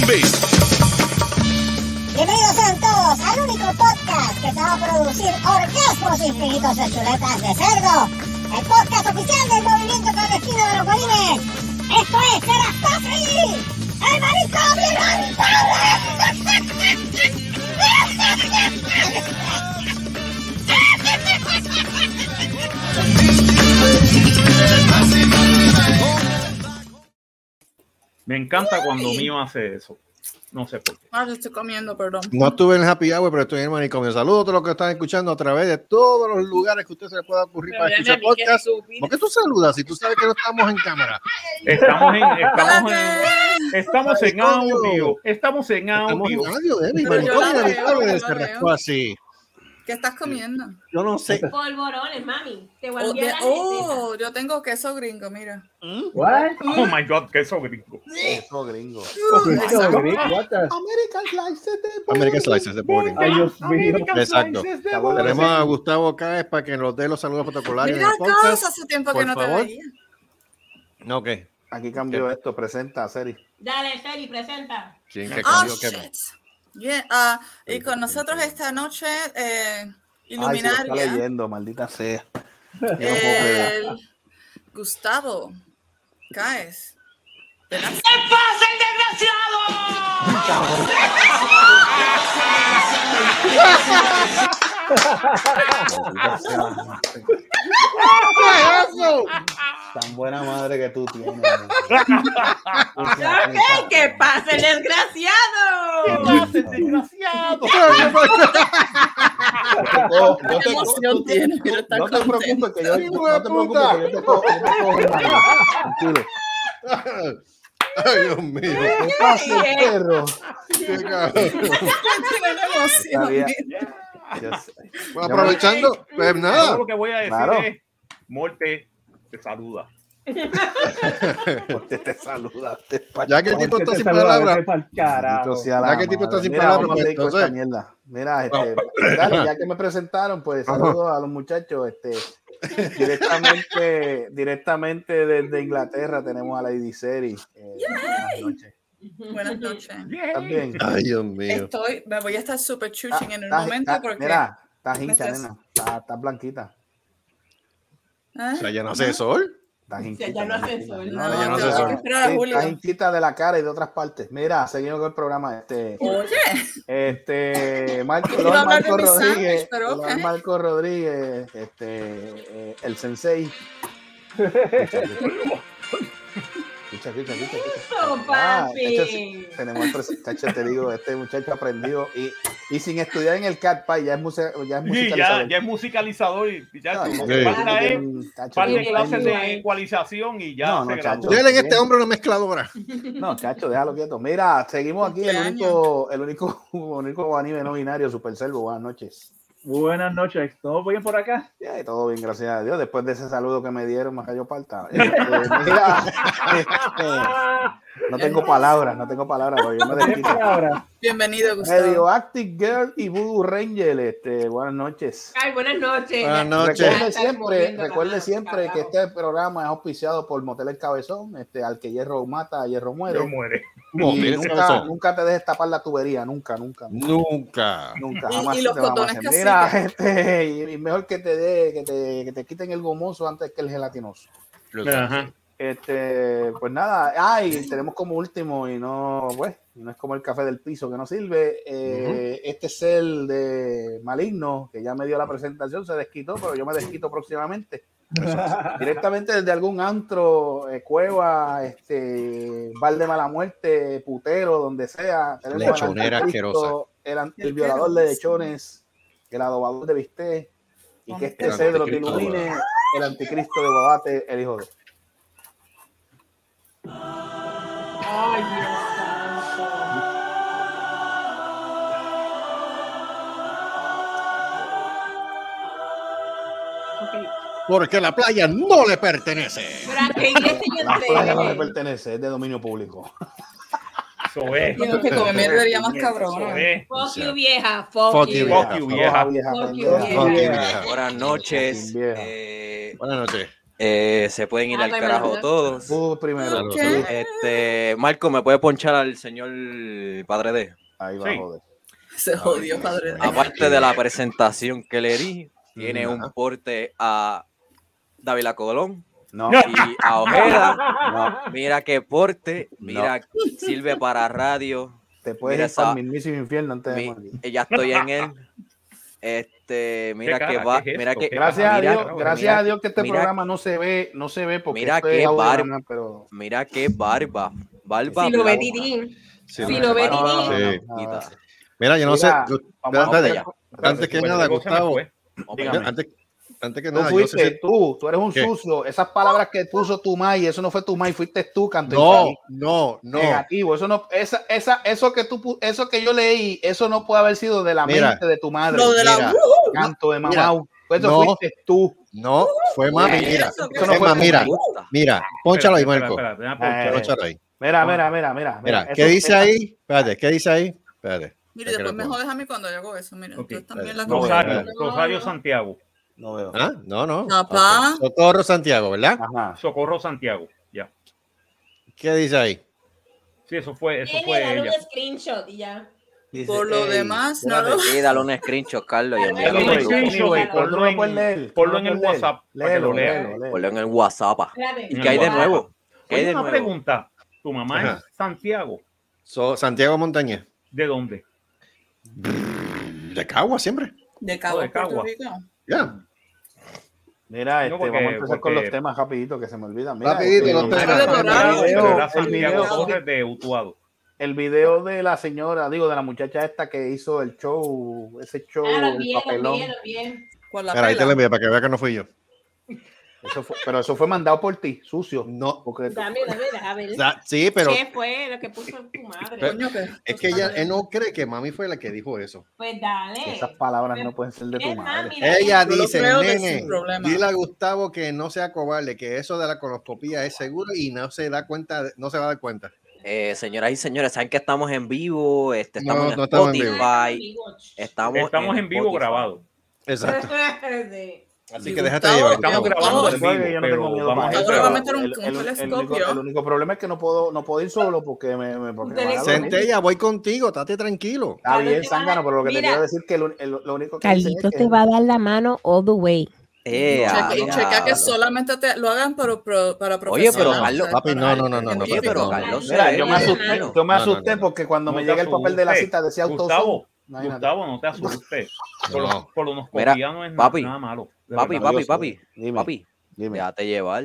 Base. Bienvenidos sean todos al único podcast que te va a producir orgasmos infinitos de chuletas de cerdo. El podcast oficial del movimiento clandestino de los bolines. Esto es Serás Patri, el manicomio Me encanta cuando Mio hace eso. No sé por qué. Ah, yo estoy comiendo, perdón. No estuve en el Happy Hour, pero estoy en el manicomio. Saludos a todos los que están escuchando a través de todos los lugares que a ustedes se les pueda ocurrir para escuchar podcast. ¿Por qué tú saludas si tú sabes que no estamos en cámara? Estamos en, Ah, estamos en, estamos en audio. Estamos en Estamos en audio. audio, Debbie. Pero Manicomio, yo la veo, manicomio, yo la se rascó veo. así. ¿Qué estás comiendo? Yo no sé. Polvorones, mami. Te voy a Oh, de- enviar la oh, yo tengo queso gringo, mira. What? Oh my god, queso gringo. Eso gringo. Eso, Rick, what the- American Slices de American Slices de Boring. Ay, Dios mío. Exacto. de Tenemos a Gustavo Cáez para que nos dé los saludos protocolares en Mira, el causa, podcast. hace tiempo por que no te favor. veía. No, ok. Aquí cambió esto, presenta a Seri. Dale, Feli, presenta. ¿Quién Ah, shit. Yeah, ah, y con nosotros esta noche, Ay, eh, se lo está Iluminaria, Eh, leyendo, maldita sea. Yo no puedo creer. el Gustavo Caes. Maldita sea, mamá. Tan buena madre que tú tienes. mamá. ¡Ey, qué pasa, el desgraciado! No te- no te- emoción tiene? Mira, está no te contento. preocupes que yo no te preocupes que yo te cojo- yo te cojo la mano. Tranquilo. Ay, Dios mío. ¿Qué pasa, perro? Qué cabrón. Tiene la emoción, Sabía. mira. Ya sé. Aprovechando, pues Todo nada. lo que voy a decir Claro. es: Morte te saluda. Porque te saluda. te pa- Ya que el tipo Porque está te sin saluda, palabras, vete pa'l carajo. Bendito sea Ya la que el tipo está madre. sin Mira, palabras, vamos a pues, seguir con esta entonces- mierda. Mira, este, dale, ya que me presentaron, pues Ajá. saludos a los muchachos. Este, directamente, directamente desde Inglaterra tenemos a Lady Seri. Eh, buenas noches. Buenas noches. ¿Estás bien? Ah, Ay, Dios mío. Estoy, me voy a estar super chuching en un Estás- momento estás- porque. Mira, estás me hincha, estás- nena. Estás, estás blanquita. ¿Ah? O sea, ya no hace sol. Estás hinchita. ya no estás hace hinchita. sol. ya No, no yo hace tengo sol. que Sí, esperar a Estás Julio. hinchita de la cara y de otras partes. Mira, seguimos con el programa. Este, Oye, Este, Marco, Iba a Lord hablar de Marco mis sándwich, Rodríguez, pero Lord ok. Marco Rodríguez, este, eh, el sensei. Escucha, escucha, escucha, escucha. Eso, Ah, Oh, papi. Tenemos el presen- chacho, te digo, este muchacho aprendió y, y sin estudiar en el CatPy, ya es, muse- ya es Y musicalizador. ya, ya es musicalizador y y ya Ah, lo sí. que falta es tiene un cacho par de de- clases de Ay. ecualización y ya No, se no, graduó. chacho. Denle en este hombre una mezcladora. No, chacho, déjalo quieto. Mira, seguimos aquí el Cumpleaños. único, el único, único anime no binario, Super Servo. Buenas noches. Buenas noches. ¿Todo bien por acá? Ya, y todo bien, gracias a Dios. Después de ese saludo que me dieron, me cayó palta. Este, mira, este, no tengo palabras, no tengo palabras, porque yo me ¿Qué desquito. palabra? bienvenido, Gustavo. Radioactive Girl y Voodoo Ranger, este, buenas noches. Ay, buenas noches. Buenas noches. Recuerde Ya están siempre, corriendo, recuerde carajo, siempre que carajo. este programa es auspiciado por Motel El Cabezón, este, al que hierro mata, hierro muere. Pero muere. Y Motel El nunca, Cabezón. nunca te dejes tapar la tubería, nunca, nunca. Nunca. Nunca, Y- jamás. y los te la cotones amasen. cacique. Mira, este, y- y mejor que te dé, que te, que te quiten el gomoso antes que el gelatinoso. Ajá. Este, pues nada, ay, tenemos como último y no, pues, no es como el café del piso que no sirve. eh, Este es el de Maligno, que ya me dio la presentación, se desquitó, pero yo me desquito próximamente. Directamente desde algún antro, eh, cueva, este, bar de mala muerte, putero, donde sea. tenemos al Lechonera anticristo, asquerosa. El, an- el violador de lechones, el adobador de bistec, y que este El cedro te anticristo de ilumine, el anticristo de Guabate, el hijo de. Ay, Dios santo. Ok. Porque la playa no le pertenece. Pero ¿a qué iglesia yo La playa no le entré? pertenece, Ah, es de dominio público. Eso es. Yo que comer mierdería más cabrón. Eso es. Fuck you, vieja. Fuck, Fuck you. you, Fuck you, vieja. Vieja, Fuck you, pendeja. Ok, vieja. vieja. Buenas noches. Vieja. Eh, Buenas noches. Eh, se pueden ir Ah, al no hay carajo manera. todos. Tú primero. Ok. Este, Marco, ¿me puede ponchar al señor Padre D? Ahí va, Sí. joder. Se jodió, padre. Ah, Aparte de la presentación que le di, tiene un porte a Dávila Colón No, No. y a Ojeda. no. Mira qué porte, mira, sirve para radio. Te puedes Mira ir para esa- el mismísimo infierno antes de Mi- morir. ya estoy en él. Este, mira ¿Qué que cara? va, ¿Qué es mira esto? que Gracias mira- a Dios, gracias mira- a Dios que este mira- programa no se ve, no se ve porque Mira esto es qué audio bar- nada más, pero Mira qué barba, barba. Si lo ve blanca. Titín. Sí, Si no. lo ve no, no, Titín. Sí. nada. Mira, yo no sé. Mira, Gu- vamos a- espérate, ya. Antes que Pues, nada, luego se me Gustavo. fue. Dígame. Antes, antes que Tú nada, yo fuiste sé si- tú, tú eres un ¿Qué? sucio. Esas palabras que puso tu mai, eso no fue tu mai, fuiste tú, canto No, infeliz. no, no. Negativo, eso no, esa, esa, eso que tú, pu- eso que yo leí, eso no puede haber sido de la Mira. mente de tu madre. Lo de la Mira. canto de Mira. mamau. Eso No. fuiste tú. No, fue mami, ¿Qué es mira. eso? ¿Qué Eso no Es fue más, tu mira, Me gusta. mira. Pónchalo ahí, Espera, Marco. espera, espera, espera, Ah, Eh, espera. Pónchalo ahí. Mira, mira, mira, mira. Mira, mira, ¿qué eso- dice esa- ahí? Espérate, ¿qué dice ahí? Espérate. Mira, Ya que lo después me pongo. jodes a mí cuando yo hago eso. Mira, Ok, tú también la no, Rosario, no, no, Rosario no. Santiago. No veo. Ah, no, no. Papá. Ok. Socorro Santiago, ¿verdad? Ah. Ajá. Socorro Santiago. Ya. ¿Qué dice ahí? Sí, eso fue, eso Tiene, fue dale ella. un screenshot y ya. Dice, Por lo "Ey, demás, no espérate, lo- sí, dale un screenshot, Carlos, y envíalo Dale un por el grupo. screenshot. Anyway, ponlo tú no lo en- puedes leer, ponlo tú en no el puedes leer. WhatsApp para que Léelo, lo lea. léelo, Ponlo léelo. en el WhatsApp. Espérate. ¿Y qué hay de nuevo? ¿Qué hay Oye, de una nuevo? pregunta. ¿Tu mamá Ajá. es Santiago? So- Santiago Montañez. ¿De dónde? De Cagua siempre. De Cabo, de Cagua. Puerto Rico. Ya. Mira, este, porque- vamos a empezar con porque- los temas rapidito que se me olvidan. Mira, Rapidito, este, los el temas. video- Claro, Pero era el Santiago video- Torres de Utuado. El video de la señora, digo, de la muchacha esta que hizo el show, ese show, Ah, lo el vi, lo papelón. vi, lo vi. Con la Mira, ahí te pela. lo envié para que vea que no fui yo. Eso fue- pero eso fue mandado por ti, sucio. No. Porque tú- Dame, dame, a ver. O sea, Sí, pero ¿Qué fue lo que puso tu madre? Coño, que- es que ella él no cree que mami fue la que dijo eso. Pues dale. esas palabras no pueden ser de tu Es madre. mami, la Ella Yo lo dice, creo que nene, sin problema". dile a Gustavo que no sea cobarde, que eso de la coloscopía es seguro y no se da cuenta, de- no se va a dar cuenta. Eh, señoras y señores, saben que estamos en vivo, este, No, estamos en no estamos en vivo. Spotify, estamos, Estamos en vivo Spotify. grabado. Exacto. Sí. Así Sí, que déjate Eh, Gustavo, llevar. Estamos Gustavo. Yo grabando en creo que vivo, yo no tengo pero miedo vamos para a eso, Ahora va a pero meter un- el- un el- el telescopio. único- El único problema es que no puedo, no puedo ir solo porque me, me- porque me van a Ustedes- dormir. Centella, voy contigo, estate tranquilo. Está Carlos, bien, te van a- Zángano, pero lo que te Mira. quiero decir es que lo, el- lo único que sé Carlito es te que- va a dar la mano all the way. Eh, Checa- ah, y checa que solamente te lo hagan para, pro- para Oye, pero profesionales, Carlos- o sea, Papi, no, para no, no, no, no. Oye, papi, pero no. Carlos se Mira, ve yo me bien, asusté, hermano. yo me No, no, asusté no. porque cuando No me te llega el papel de la asustes, cita decía autosón. Gustavo, Imagínate. Gustavo, no te asustes. Con los No. con los Mira, copiados no es papi, nada malo. de Papi, verdad. papi, Maravilloso. papi, Dime, papi, dime. déjate llevar.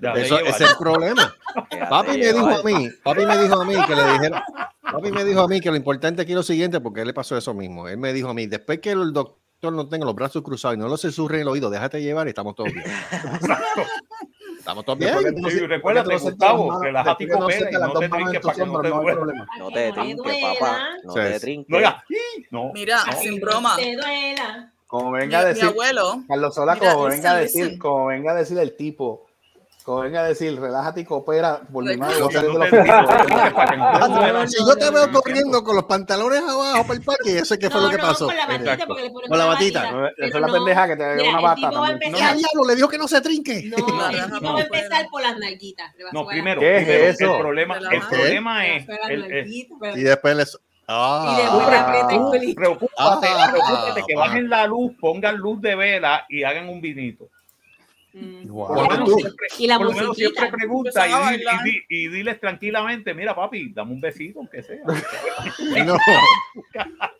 Ya, Eso- ya ese es el problema. déjate Papi me llevar. dijo a mí, papi me dijo a mí que le dijera, papi me dijo a mí que lo importante aquí es lo siguiente, porque él le pasó eso mismo. Él me dijo a mí, después que el doctor no tenga los brazos cruzados y no lo se surre en el oído, déjate llevar y estamos todos bien. estamos todos bien. Porque tú no Sí, se- recuérdate, porque tú no Gustavo, sientas las relájate manos- y porque tú no coopera y sientas las no dos te manos en trinques tu para que no hombro, te no hay duela. problema. No te trinques, papá, no Sí, te sí. trinques. No, ya. No, Mira, no. sin broma. Te duela. Como Mi, venga a mi decir, abuelo, Carlos Solá, Mira, como venga a este, listen, decir, listen. como venga a decir el tipo, como venga a decir, relájate y coopera, por Pues, mi madre, no No te salí de los trinques, fritos. no te trinques para que no te duela. Si yo te veo corriendo con los pantalones abajo para el parque, eso es que fue No, lo que no, pasó. Con la batita, Exacto. porque le ponen Con la una batita. batida. No, Esa es Pero la no, pendeja que te mira, dio una el bata. tipo va a también. Ya, empezar- diablo, le dijo que no se trinque. No, La el tipo va a raja por fuera. empezar por las nalguitas. Le va a No, jugar primero, ¿Qué es primero, eso? el problema, Te la el bajo. problema las- le es, va a jugar el- las es- nalguitas, pero- Y después les. Y le vuelve a Ah, apretar el Tú, culito. Preocúpate, Ah, preocúpate que ah. bajen la luz, pongan luz de vela y hagan un vinito. Mm. Guau. Por lo menos tú. siempre, Y la Pues, por lo menos musiquita. siempre pregunta Empezar a y, di- bailar. y di- y diles tranquilamente, mira papi, dame un besito, aunque sea. No.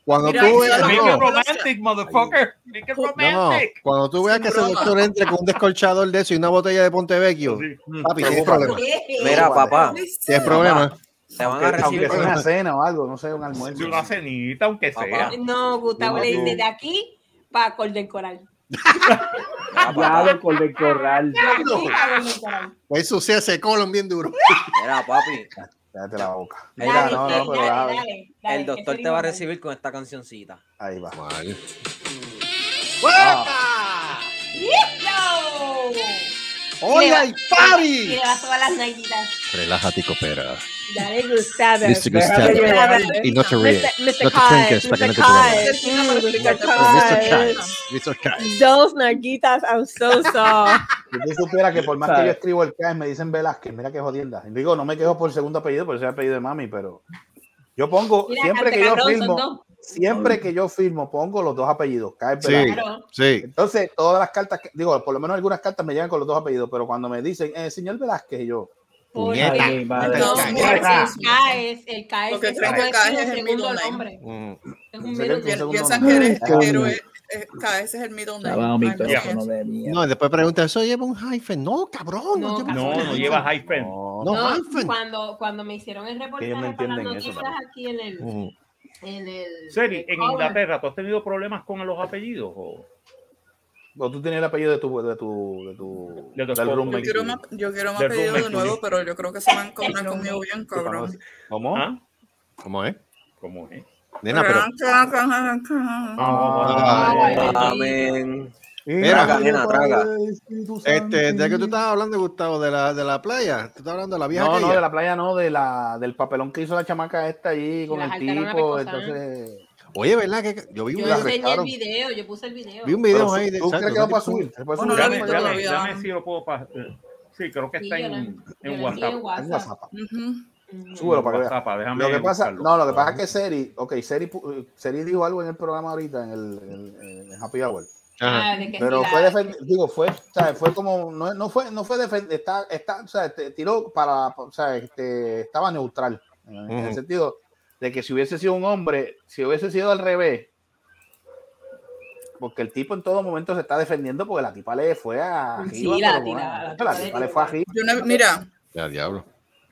Cuando Mira, tú ahí se veas. la- Make no. it romantic, motherfucker. Make it No, no. romantic. Cuando tú veas Sin que ese broma. doctor entre con un descolchador de eso y una botella de Pontevecchio, Sí. papi, tienes problemas. Mira, Ah. papá, Tienes problemas. te van a Aunque recibir. sea una cena o algo, no sé, un almuerzo. Sí, Una cenita, aunque Papá. sea. No, Gustavo No, le dice tú. de aquí para Golden Coral. Mira, papá, Diablo con el corral. De aquí pa' Golden Coral. Pues eso se hace colon bien duro. mira, papi, Cállate la boca. Dale, Mira, no, dale, no, pero dale, ah, dale, dale, el que doctor eso te va a es recibir con esta cancioncita. ahí va. ¡Fuera! importante. ¡Listo! ¡Hoy Mira. hay Y party! le vas a tomar las naguitas. Relájate y coopera. Dale, Gustavo. Dice Gustavo. Déjame llevar. Y no te Mr. ríes. Mr. No te Kai, trinques para que no te Mr. Kai. duela. Mr. Kai. Mr. Kai. Those narguitas, I'm so sorry. Si tú supieras que por más que ¿Sabes? yo escribo el CAE, me dicen Velázquez, mira qué jodienda. Y Digo, no me quejo por el segundo apellido, por ese apellido de mami, pero yo pongo, Mira, siempre hasta que yo cabrón, son firmo, dos. siempre que yo firmo, pongo los dos apellidos, Caes Sí. Velázquez. Sí. Entonces, todas las cartas, que- digo, por lo menos algunas cartas me llegan con los dos apellidos, pero cuando me dicen, eh, señor Velázquez, y yo, Ay, mi madre. No, Ay, mira, ah, El CAES, el CAES. Porque eso creo no que es CAES un es el segundo middle nombre. Mm. Es un Sí, middle sí, name. segundo Piensan que nombre. eres, Ay, pero coño. es, es- cada vez es el middle name. Estaba un Ay, no micrófono sé. de mierda. No, y después preguntas, eso lleva un hyphen. No, cabrón. No, lleva un No, no hyphen. lleva hyphen. no, No, No, hyphen. cuando, cuando me hicieron el reportaje ellos no para las entienden eso, noticias ¿no? aquí en el... Mm. En el Seri, en Cover. Inglaterra, ¿tú has tenido problemas con los apellidos? o? o tú tienes el apellido de tu, de tu, de tu, De tu del esposo. roommate. Yo quiero, más, yo quiero más Del apellido de roommate nuevo, tuyo. pero yo creo que se van a encontrar conmigo bien, cabrón. ¿Cómo? ¿Ah? ¿Cómo es? ¿Cómo es? Nena, pero. Ah. Ah, Amén. Ah, Mira, nena, traga. Este, ya que tú estabas hablando, Gustavo, de la, de la playa, tú estabas hablando de la vieja No, no, aquella. de la playa no, de la, del papelón que hizo la chamaca esta allí con las el saltaron a tipo. pecosar. Entonces, Oye, ¿verdad? Que yo vi un Yo video, enseñé el video, yo puse el video. vi un pero video su- ahí de ¿Tú crees que va para subir? ¿Se puede No, no, subir? no, Dame, no, dame, todavía. dame si lo puedo pasar. Sí, creo que está Sí, yo la- en, yo la en envié WhatsApp. en En WhatsApp. Ujú. Súbelo para que veas. WhatsApp, déjame Lo que pasa, buscarlo. no, lo que pasa es que Seri, ok, Seri, pu- eh, Seri dijo algo en el programa ahorita, en el, en- en Happy Hour. Ajá. Ah, de que Pero sí, fue la- defend- digo, fue, ¿sabes? fue como, no, no fue, no fue defender, está, está, o sea, este, tiró para, o sea, este, estaba neutral, en Ujú. el sentido de que si hubiese sido un hombre, si hubiese sido al revés, porque el tipo en todo momento se está defendiendo porque la tipa le fue a Sí, la tira- pero, bueno, la la tipa tipa le le fue a tiró. arriba. Yo no- mira, Ya, diablo.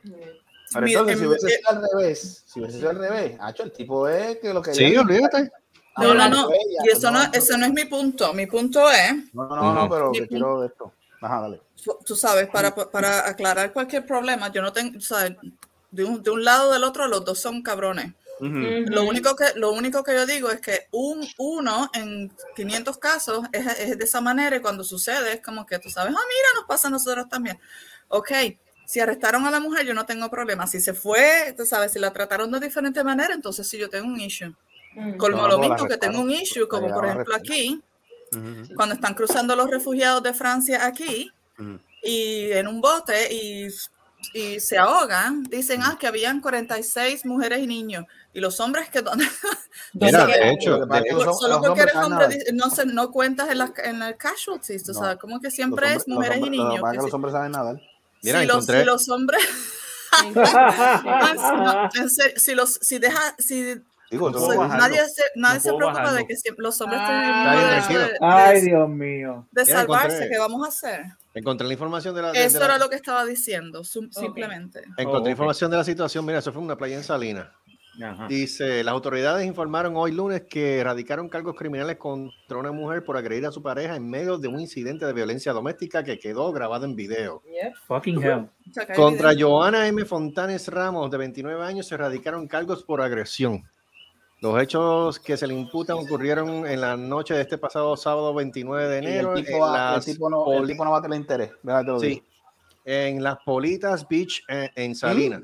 Pero Mira, entonces, si em, hubiese eh, sido al revés, si hubiese sido al revés, hacho, el tipo es que lo que Sí, olvídate. no, no, no. Y eso no, ese no es mi punto. Mi punto es, No, no, no, Ujú. pero Mi que quiero esto. Ajá, dale. tú- tú sabes, para, para aclarar cualquier problema, yo no tengo, o sea, de un, de un lado o del otro, los dos son cabrones. Ujú. Ujú. Lo único que, lo único que yo digo es que un uno en 500 casos es, es de esa manera y cuando sucede es como que tú sabes, ah, mira, nos pasa a nosotros también. Ok, si arrestaron a la mujer yo no tengo problema. Si se fue, tú sabes, si la trataron de diferente manera, entonces sí yo tengo un issue. Ujú. Colmo No, lo no, la mismo que tengo un arrestaron. issue, como La por llevaron ejemplo arrestada. aquí, Ujú. cuando están cruzando los refugiados de Francia aquí Ujú. y en un bote y, y se ahogan, dicen ah, que habían 46 mujeres y niños. Y los hombres que donde Mira, Entonces, de que- hecho, Lo que pasa de es que hecho, los Por- hom- solo los porque hombres eres saben hombre, nada. dice- no, se, no cuentas en, las en el casualties, tú No. sabes, como que Los siempre es hombres- los mujeres hombres- y lo que niños. pasa es que que los si- hombres saben nadar. Mira, si, los, encontré- si los hombres, ah, en serio, si los, si deja, si Digo, yo No puedo se- soy- bajarlo. nadie se, nadie No se puedo preocupa bajarlo. de que siempre los hombres Ah. tienen el Está bien, derecho de, tranquilo. Ay, de- Dios mío. de Ya salvarse, encontré. ¿qué vamos a hacer? encontré la información de la. de- Eso de la- era lo que estaba diciendo, sim- simplemente. Encontré Oh, ok. información de la situación. Mira, eso fue en una playa en Salinas. Ajá. Dice: Las autoridades informaron hoy lunes que erradicaron cargos criminales contra una mujer por agredir a su pareja en medio de un incidente de violencia doméstica que quedó grabado en video. Fucking hell. O sea, que hay Contra evidencia. Joana M. Fontanes Ramos, de 29 años, se erradicaron cargos por agresión. Los hechos que se le imputan ocurrieron en la noche de este pasado sábado 29 de Y enero el, en, tipo va- el eh, las tipo no, el poli- tipo no va a tener interés. déjate lo sí, digo. en las Politas Beach eh, en, Salinas.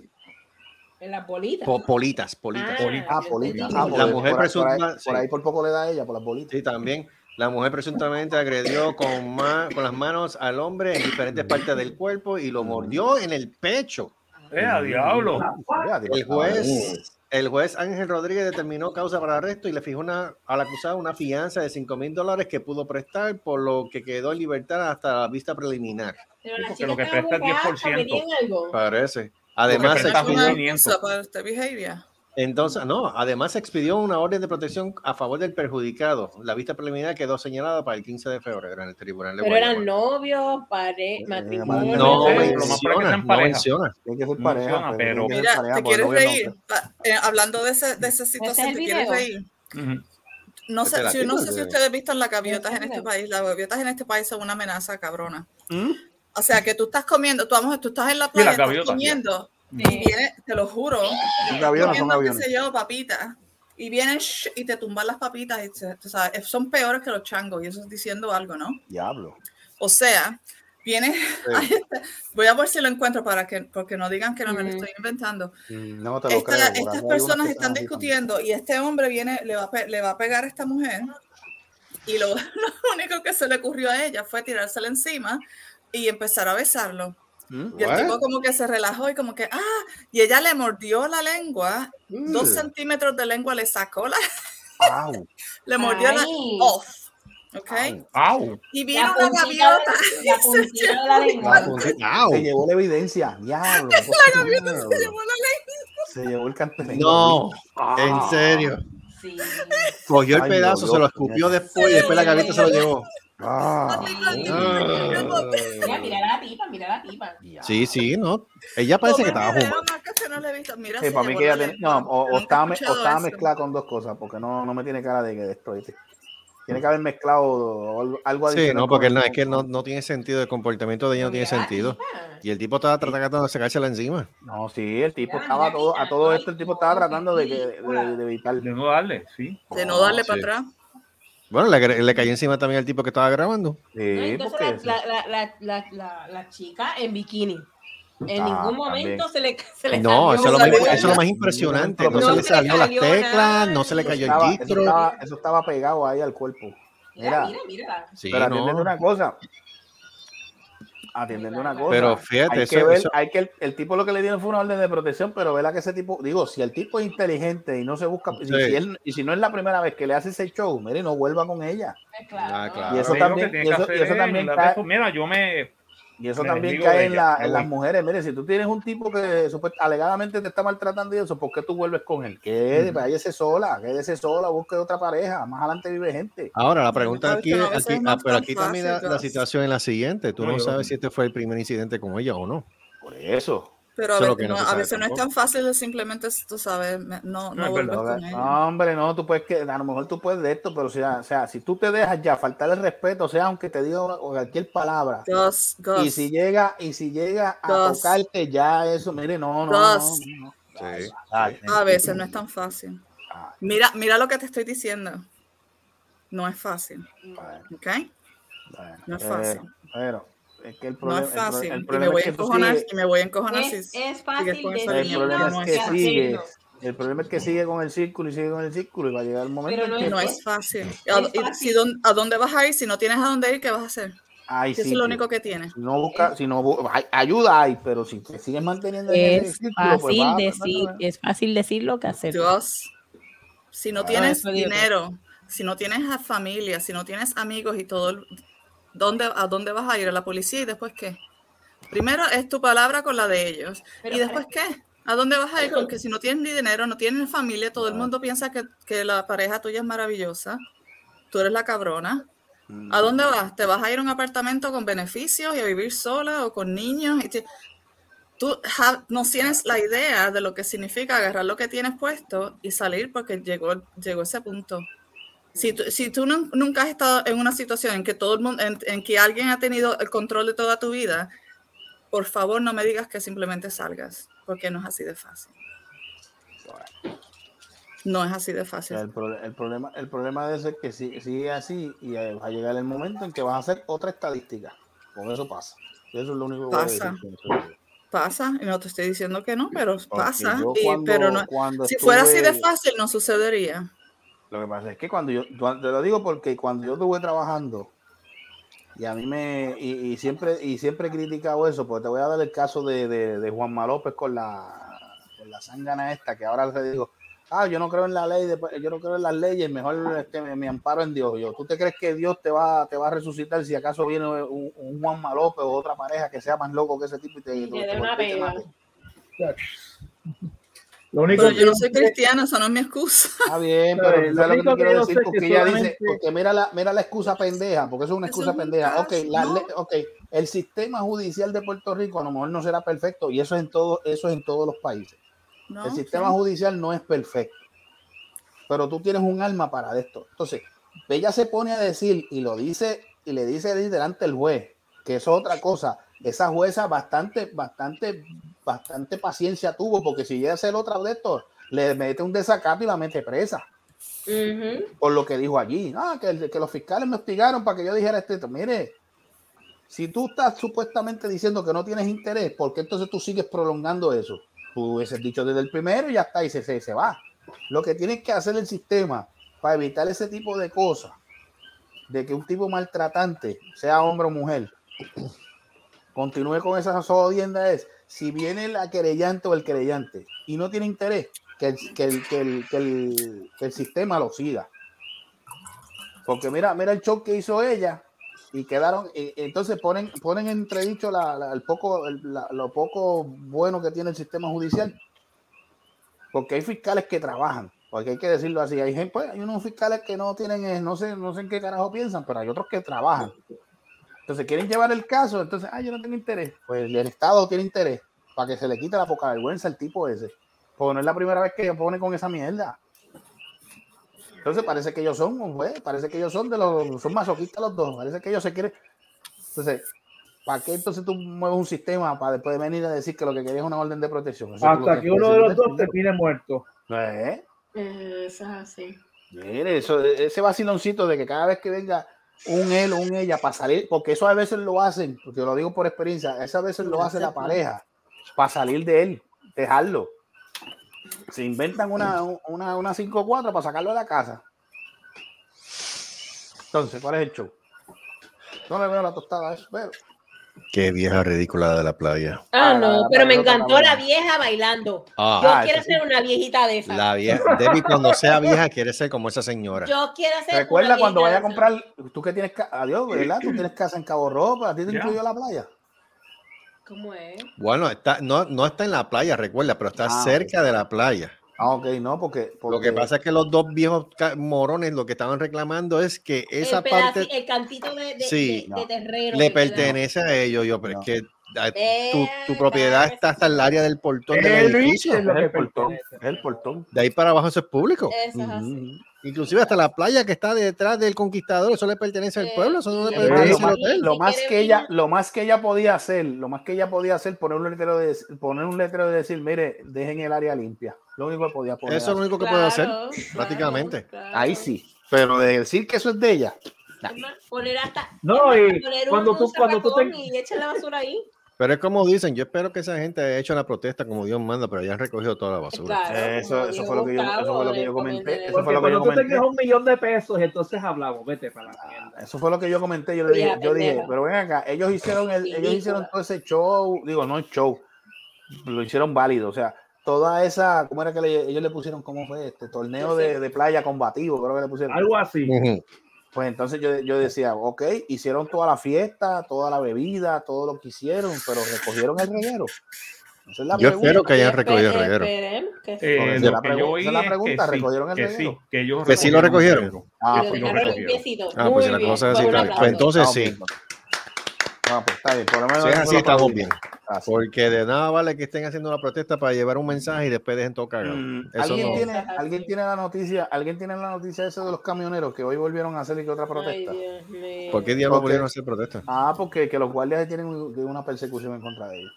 En las bolitas. Po- politas, Politas. Ah, polita. Ah, La por- mujer por, ahí- por ahí, presunta- por ahí sí. por poco le da a ella, por las bolitas. Sí, también. La mujer presuntamente agredió con, ma- con las manos al hombre en diferentes partes del cuerpo y lo mordió en el pecho. ¡Eh, a diablo! Mira, digo, El juez, el juez Ángel Rodríguez determinó causa para arresto y le fijó una, al acusado una fianza de 5 mil dólares que pudo prestar, por lo que quedó en libertad hasta la vista preliminar. Pero Sí, la porque chica lo que estaba presta es borracha, 10%. pedían algo. Parece. Además, se Porque Es expidió, una 500. excusa para este behavior. entonces, no, además se expidió una orden de protección a favor del perjudicado. La vista preliminar quedó señalada para el 15 de febrero en el tribunal de Pero eran Guayama. novios, Eh, pare, matrimonio. No Sí, lo más probable que menciona, sean no pareja. menciona. Tiene que ser No pareja. pues, funciona, pero- tiene que ser Mira, pareja, ¿te porque quieres novio no- reír? Pa- eh, hablando de, ese- de esa situación, el ¿te quieres video? reír? Ujú. No sé, Espera, si, ¿qué no es sé lo si que- ustedes visten las gaviotas en Espera. este país. Las gaviotas en este país son una amenaza cabrona. O sea, que tú estás comiendo, tú, vamos, tú estás en la Y playa, las estás gaviotas, ya. comiendo, y Sí. viene, te lo juro, Son aviones, son comiendo, qué aviones. sé yo, papitas, y vienen shh, y te tumban las papitas, y se- tú sabes, son peores que los changos, y eso es diciendo algo, ¿no? Diablo. O sea, Viene, voy a ver si lo encuentro para que, porque no digan que no me lo Mm. estoy inventando. Mm, No te lo creo. Esta- por ahí estas hay unos personas que están así discutiendo y este hombre viene, le va, a pe- le va a pegar a esta mujer y lo, lo único que se le ocurrió a ella fue tirársela encima y empezar a besarlo. también. Mm, Y el What? tipo como que se relajó y como que, ah, y ella le mordió la lengua, dos Mm. centímetros de lengua le sacó, la, Au. le mordió la Ay. off, ¿ok? ¡Au! Y vino La una puntita gaviota de- la puntita de la lengua. Ah, La puntita- au. Se llevó la evidencia. Diablo. se llevó la Se llevó el cantelengo. No, en serio. Sí. Cogió el Ay, pedazo, Dios, se lo Dios. escupió después y después la gaveta se lo llevó. Ah, Mira, Ah. mira la pipa, mira la pipa. diablo. Sí, sí, no. Ella parece que estaba Comer jugando. de marcas que no le he visto. Mira, Sí, se para mí llevó que la ella tenía. lengua. No, o, o Nunca he estaba, me- escuchado o estaba eso. mezclada con dos cosas, porque no, no me tiene cara de que de esto, ¿viste? Tiene que haber mezclado o algo, algo Sí, adicional no, con porque el- no, es que no, no tiene sentido, el comportamiento de ella no tiene Mira la sentido. pipa. Y el tipo estaba tratando de sacársela encima. No, sí, el tipo Mira, estaba mira, todo, mira, a todo ay, esto, el tipo estaba tratando de, que, ridícula. de, de evitar. De no darle, sí. De no darle Sí. para atrás. Bueno, le, le cayó encima también al tipo que estaba grabando. No, Sí, entonces porque. la, la, la, la, la, la chica en bikini. En Ah, ningún también. momento se le, se le salió No, eso es, la lo más, salió eso es lo lengua. más impresionante. No, No se se le le salió las salió nada. teclas, no se le Eso cayó estaba- el eso, distro. estaba, eso estaba pegado ahí al cuerpo. Mira, Mira. mira, mira. Sí, pero no. atendiendo una cosa. Atendiendo una cosa. Pero fíjate, hay eso- que ver, eso- hay que el, el tipo lo que le dieron fue una orden de protección, pero vela que ese tipo, digo, si el tipo es inteligente y no se busca, y, Sí. si él- y si no es la primera vez que le hace ese show, mire, no vuelva con ella. Pues claro. Ah, claro. Y eso Ahí lo que también- tiene y que eso- hacer y eso es también la cae- persona, Mira, yo me. eh, Y eso Me también desligo de cae en, ella, la- me en voy. las mujeres. Mire, si tú tienes un tipo que supuest- alegadamente te está maltratando y eso, ¿por qué tú vuelves con él? Que váyase sola, quédese sola, busque otra pareja. Más adelante vive gente. Ahora, la pregunta Sabes aquí, que a veces aquí- no ah, es pero tan aquí también fácil, la, la Josh. situación es la siguiente. Tú No, no yo- sabes si este fue el primer incidente con ella o no. Por eso. Pero a, Solo ver- que no no, se a sabe veces no es tampoco. tan fácil de simplemente, tú sabes, me- no, no, No, es vuelves No, con él. no, hombre, no, tú puedes que a lo mejor tú puedes de esto, pero o sea, o sea, si tú te dejas ya faltar el respeto, o sea, aunque te diga una- cualquier palabra, Gus, Gus, y si llega, y si llega a Dos. tocarte ya eso, mire, no, no, no, Dos. no, no. Sí. Ay, eh, ah, a veces no es tan fácil. ay, Mira, mira lo que te estoy diciendo. No es fácil, Mm. bueno, ¿ok? bueno, No es eh, fácil. Pero es que el No problema, es el pro- fácil. el Y me problema voy es a que tú encojonar, sigues- y me voy a encojonar si- Es, es sigues fácil con esa el línea, problema es no que es fácil. sigue, hacerlo. el problema es que sigue con el círculo y sigue con el círculo y va a llegar el momento. Pero en no que- No es fácil. ¿Y a, y fácil. si dónde- a dónde vas a ir? Si no tienes a dónde ir, ¿qué vas a hacer? Ay, Eso sí, es lo tío. único que tienes. Si no busca, si no bu- ay- ayuda hay, pero si te sigues manteniendo en ese Es círculo, pues fácil va a- decir, es fácil decirlo que hacer. Dios, si no Ah, tienes eso digo. dinero, si no tienes a familia, si no tienes amigos y todo, el- ¿dónde, ¿a dónde vas a ir? ¿A la policía y después qué? Primero es tu palabra con la de ellos. Pero ¿Y después qué? ¿A dónde vas a ir? Porque si no tienes ni dinero, no tienes familia, todo el mundo piensa que, que la pareja tuya es maravillosa. Tú eres la cabrona. ¿A dónde vas? ¿Te vas a ir a un apartamento con beneficios y a vivir sola o con niños? Y te- Tú ja- no tienes la idea de lo que significa agarrar lo que tienes puesto y salir porque llegó, llegó ese punto. Si tú, si tú nun- nunca has estado en una situación en que todo el mundo, en, en que alguien ha tenido el control de toda tu vida, por favor no me digas que simplemente salgas, porque no es así de fácil. No es así de O sea, fácil. el, pro- el problema, el problema de eso es que si, sigue así y eh, va a llegar el momento en que vas a hacer otra estadística. Con eso pasa. Eso es lo único que voy a decir Pasa. con eso. Pasa, y no te estoy diciendo que no, pero Porque pasa. yo y- cuando- pero no, cuando Si fuera así de estuve- fácil, no sucedería. Lo que pasa es que cuando yo, yo- te lo digo porque cuando yo estuve trabajando, y a mí me, y, y siempre, y siempre he criticado eso, porque te voy a dar el caso de, de, de Juanma López con la, con la zángana esta, que ahora le digo, ah, yo no creo en la ley, después- yo no creo en las leyes, mejor este, me, me amparo en Dios. Y Yo, ¿tú te crees que Dios te va, te va a resucitar si acaso viene un, un Juanma López o otra pareja que sea más loco que ese tipo y te, Y te- le te- dé una te- te pega. mate? Lo único Pero yo que no soy cristiana, eso no es mi excusa. Está bien, ¿Sabes? pero Lo quizás lo que único te que quiero yo decir, sé es que porque ella dice, solamente- porque mira la, mira la excusa pendeja, porque eso es una Eso excusa es un pendeja. Ok, caso, la ¿no? le- ok, el sistema judicial de Puerto Rico a lo mejor no será perfecto, y eso es en todo, eso es en todos los países. No, El sistema judicial no es perfecto, pero tú tienes un alma para esto. Entonces, ella se pone a decir y lo dice y le dice ahí delante el juez, que eso es otra cosa. Esa jueza bastante, bastante, bastante paciencia tuvo, porque si llega a ser otra de estos, le mete un desacato y la mete presa Ujú. por lo que dijo allí. Ah, que, que los fiscales me hostigaron para que yo dijera esto. este, Mire, Si tú estás supuestamente diciendo que no tienes interés, ¿por qué entonces tú sigues prolongando eso? Tú hubieses dicho desde el primero y ya está, y se, se, se va. Lo que tienes que hacer el sistema para evitar ese tipo de cosas, de que un tipo maltratante, sea hombre o mujer, continúe con esas odiendas es, si viene la querellante o el querellante y no tiene interés, que el, que el, que el, que el, que el sistema lo siga. Porque mira, mira el show que hizo ella y quedaron, y- entonces ponen, ponen en entredicho la- la- el poco, el- la- lo poco bueno que tiene el sistema judicial. Porque hay fiscales que trabajan, porque hay que decirlo así. Hay, gente, pues, hay unos fiscales que no tienen, eh, no sé, no sé en qué carajo piensan, pero hay otros que trabajan. Entonces quieren llevar el caso, entonces, ah, yo no tengo interés. Pues el Estado tiene interés para que se le quite la poca vergüenza al tipo ese. Porque no es la primera vez que pone con esa mierda. Entonces parece que ellos son, güey, parece que ellos son de los, son masoquistas los dos, parece que ellos se quieren. Entonces, ¿para qué entonces tú mueves un sistema para después venir a decir que lo que querías es una orden de protección? Eso es lo Hasta que uno de los dos termine muerto. ¿Eh? Eh, Eso es así. Mire, eso, e, ese vaciloncito de que cada vez que venga un él o un ella para salir, porque eso a veces lo hacen, porque lo digo por experiencia, eso a veces lo hace la pareja para salir de él, dejarlo. Se inventan una, una, una 5-4 para sacarlo de la casa. Entonces, ¿cuál es el show? No le veo la tostada a eso, pero Qué vieja ridícula de la playa. Ah, Ah, la- no, la pero me bailota encantó la también. vieja bailando. Ah, Yo ah, quiero eso ser una viejita de esa. La vieja, Debbie cuando sea vieja quiere ser como esa señora. Yo quiero ser recuerda una cuando vaya viejita a comprar, tú que tienes, ca- adiós, ¿verdad? Tú tienes casa en Cabo Ropa, a ti te Ya. incluyó la playa. de esa. ¿Cómo es? Bueno, está, no, no está en la playa, recuerda, pero está Ah, cerca de la playa. Ah, ok, no, porque, Lo que porque- pasa es que los dos viejos ca- morones lo que estaban reclamando es que esa el, pedaci- parte el cantito de, de, Sí. de- de terrero. le que queda. pertenece a ellos. Yo, pero No. es que ah, tu, Vea, tu propiedad vale. está hasta el área del portón del El edificio. bicho es lo es que el portón, pertenece. es el portón. De ahí para abajo eso es público. Eso es así. Ujú. Inclusive hasta la playa que está detrás del conquistador, eso le pertenece al Eh, pueblo, eso no le y- Pero pertenece lo, al más, hotel. lo Si más quiere que ella, vino. lo más que ella podía hacer, lo más que ella podía hacer, poner un letrero de poner un letrero de decir, mire, dejen el área limpia. Lo único que podía poner. Eso es lo así. único que puede hacer. Claro, claro, prácticamente. claro. Ahí sí. Pero de decir que eso es de ella. Es más, Poner hasta. No, y Poner cuando un, tú, un cuando tú zapatón te, y echar la basura ahí. Pero es como dicen, yo espero que esa gente haya hecho la protesta como Dios manda, pero ya han recogido toda la basura. Claro, Eso, como eso dijo fue lo que yo, Gustavo, eso fue lo que yo de comenté. ponerle- Eso fue lo que porque yo cuando tú comenté. tengas un millón de pesos, entonces hablamos, vete para la mierda. Eso fue lo que yo comenté. Yo le dije, Mira, yo dije, pendejo. pero ven acá, ellos hicieron el, ellos Ridícula. hicieron todo ese show, digo, no el show, lo hicieron válido. O sea, toda esa, ¿cómo era que le- ellos le pusieron? ¿Cómo fue este? Torneo de, de playa combativo, creo que le pusieron. Algo así. Ujú. Pues entonces yo, yo decía, ok, hicieron toda la fiesta, toda la bebida, todo lo que hicieron, pero recogieron el reguero. Esa es la Yo pregunta. espero que hayan Espe- recogido el reguero. esperemos que sí. Eh, Esa es lo la que pregu- yo esa oí es la es que pregunta, sí, ¿recogieron el que reguero? sí, que ellos ¿Que sí lo recogieron? el reguero. Ah, Pero pues, pues, lo dejaron recogieron. limpiecito. Ah, pues si Muy la cosa es así, bien, pues un claro. aplauso. Pues entonces Estamos sí, bien. Ah, pues está bien, por lo menos si es eso así lo estamos aplaudimos. bien. Así. Porque de nada vale que estén haciendo la protesta para llevar un mensaje y después dejen todo cagado. Mm, Eso ¿Alguien, no. tiene, ¿alguien tiene la noticia? ¿Alguien tiene la noticia esa de los camioneros que hoy volvieron a hacer y que otra Ay, protesta? Dios mío. ¿Por qué diablos Ok. volvieron a hacer protesta? ah, porque que los guardias tienen un- una persecución en contra de ellos.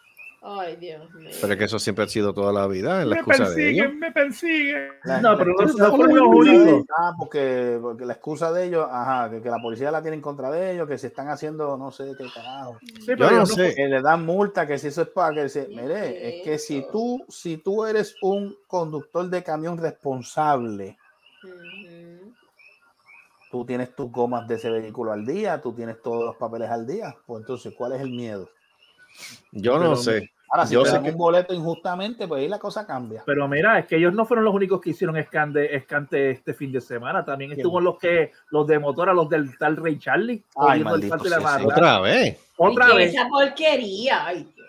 Ay, Dios mío. Pero es que eso siempre ha sido toda la vida, es la Me excusa de ellos. persiguen, me persiguen. La- No, la pero no- excusa- no fueron los la excusa de- únicos. Ah, porque, porque la excusa de ellos, ajá, que, que la policía la tiene en contra de ellos, que se están haciendo no sé qué carajo, Sí, Yo pero no yo sé. que le dan multa, que si eso es para que se. Mire, es que si Eso. tú, si tú eres un conductor de camión responsable, Ujú. tú tienes tus gomas de ese vehículo al día, tú tienes todos los papeles al día, pues entonces, ¿cuál es el miedo? Yo no Pero- sé. Ahora, si Yo te sé dan que- un boleto injustamente, pues ahí la cosa cambia. Pero mira, es que ellos no fueron los únicos que hicieron escande, escante este fin de semana. También ¿Quién? estuvo los que, los de motora, los del tal Rey Charlie. Ay, jodiendo el maldito parte de la sea, sí. barra. Otra vez. Otra ¿Y qué vez. es Esa porquería. Ay, Dios.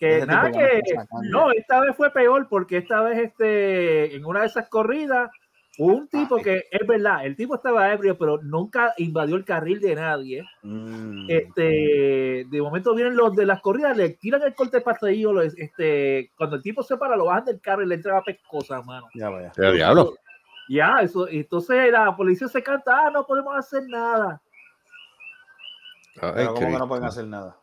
que Ese Eh, nada tipo de que cosas cambian. no esta vez fue peor porque esta vez este en una de esas corridas hubo un tipo Ay. que es verdad el tipo estaba ebrio pero nunca invadió el carril de nadie Mm. este de momento vienen los de las corridas le tiran el corte de pastelillo lo- este cuando el tipo se para lo bajan del carro y le entran a pescosa mano Ya vaya. ¿Qué diablo? ya eso entonces la policía se canta ah no podemos hacer nada Ay, Pero ¿cómo que Cristo. no pueden hacer nada?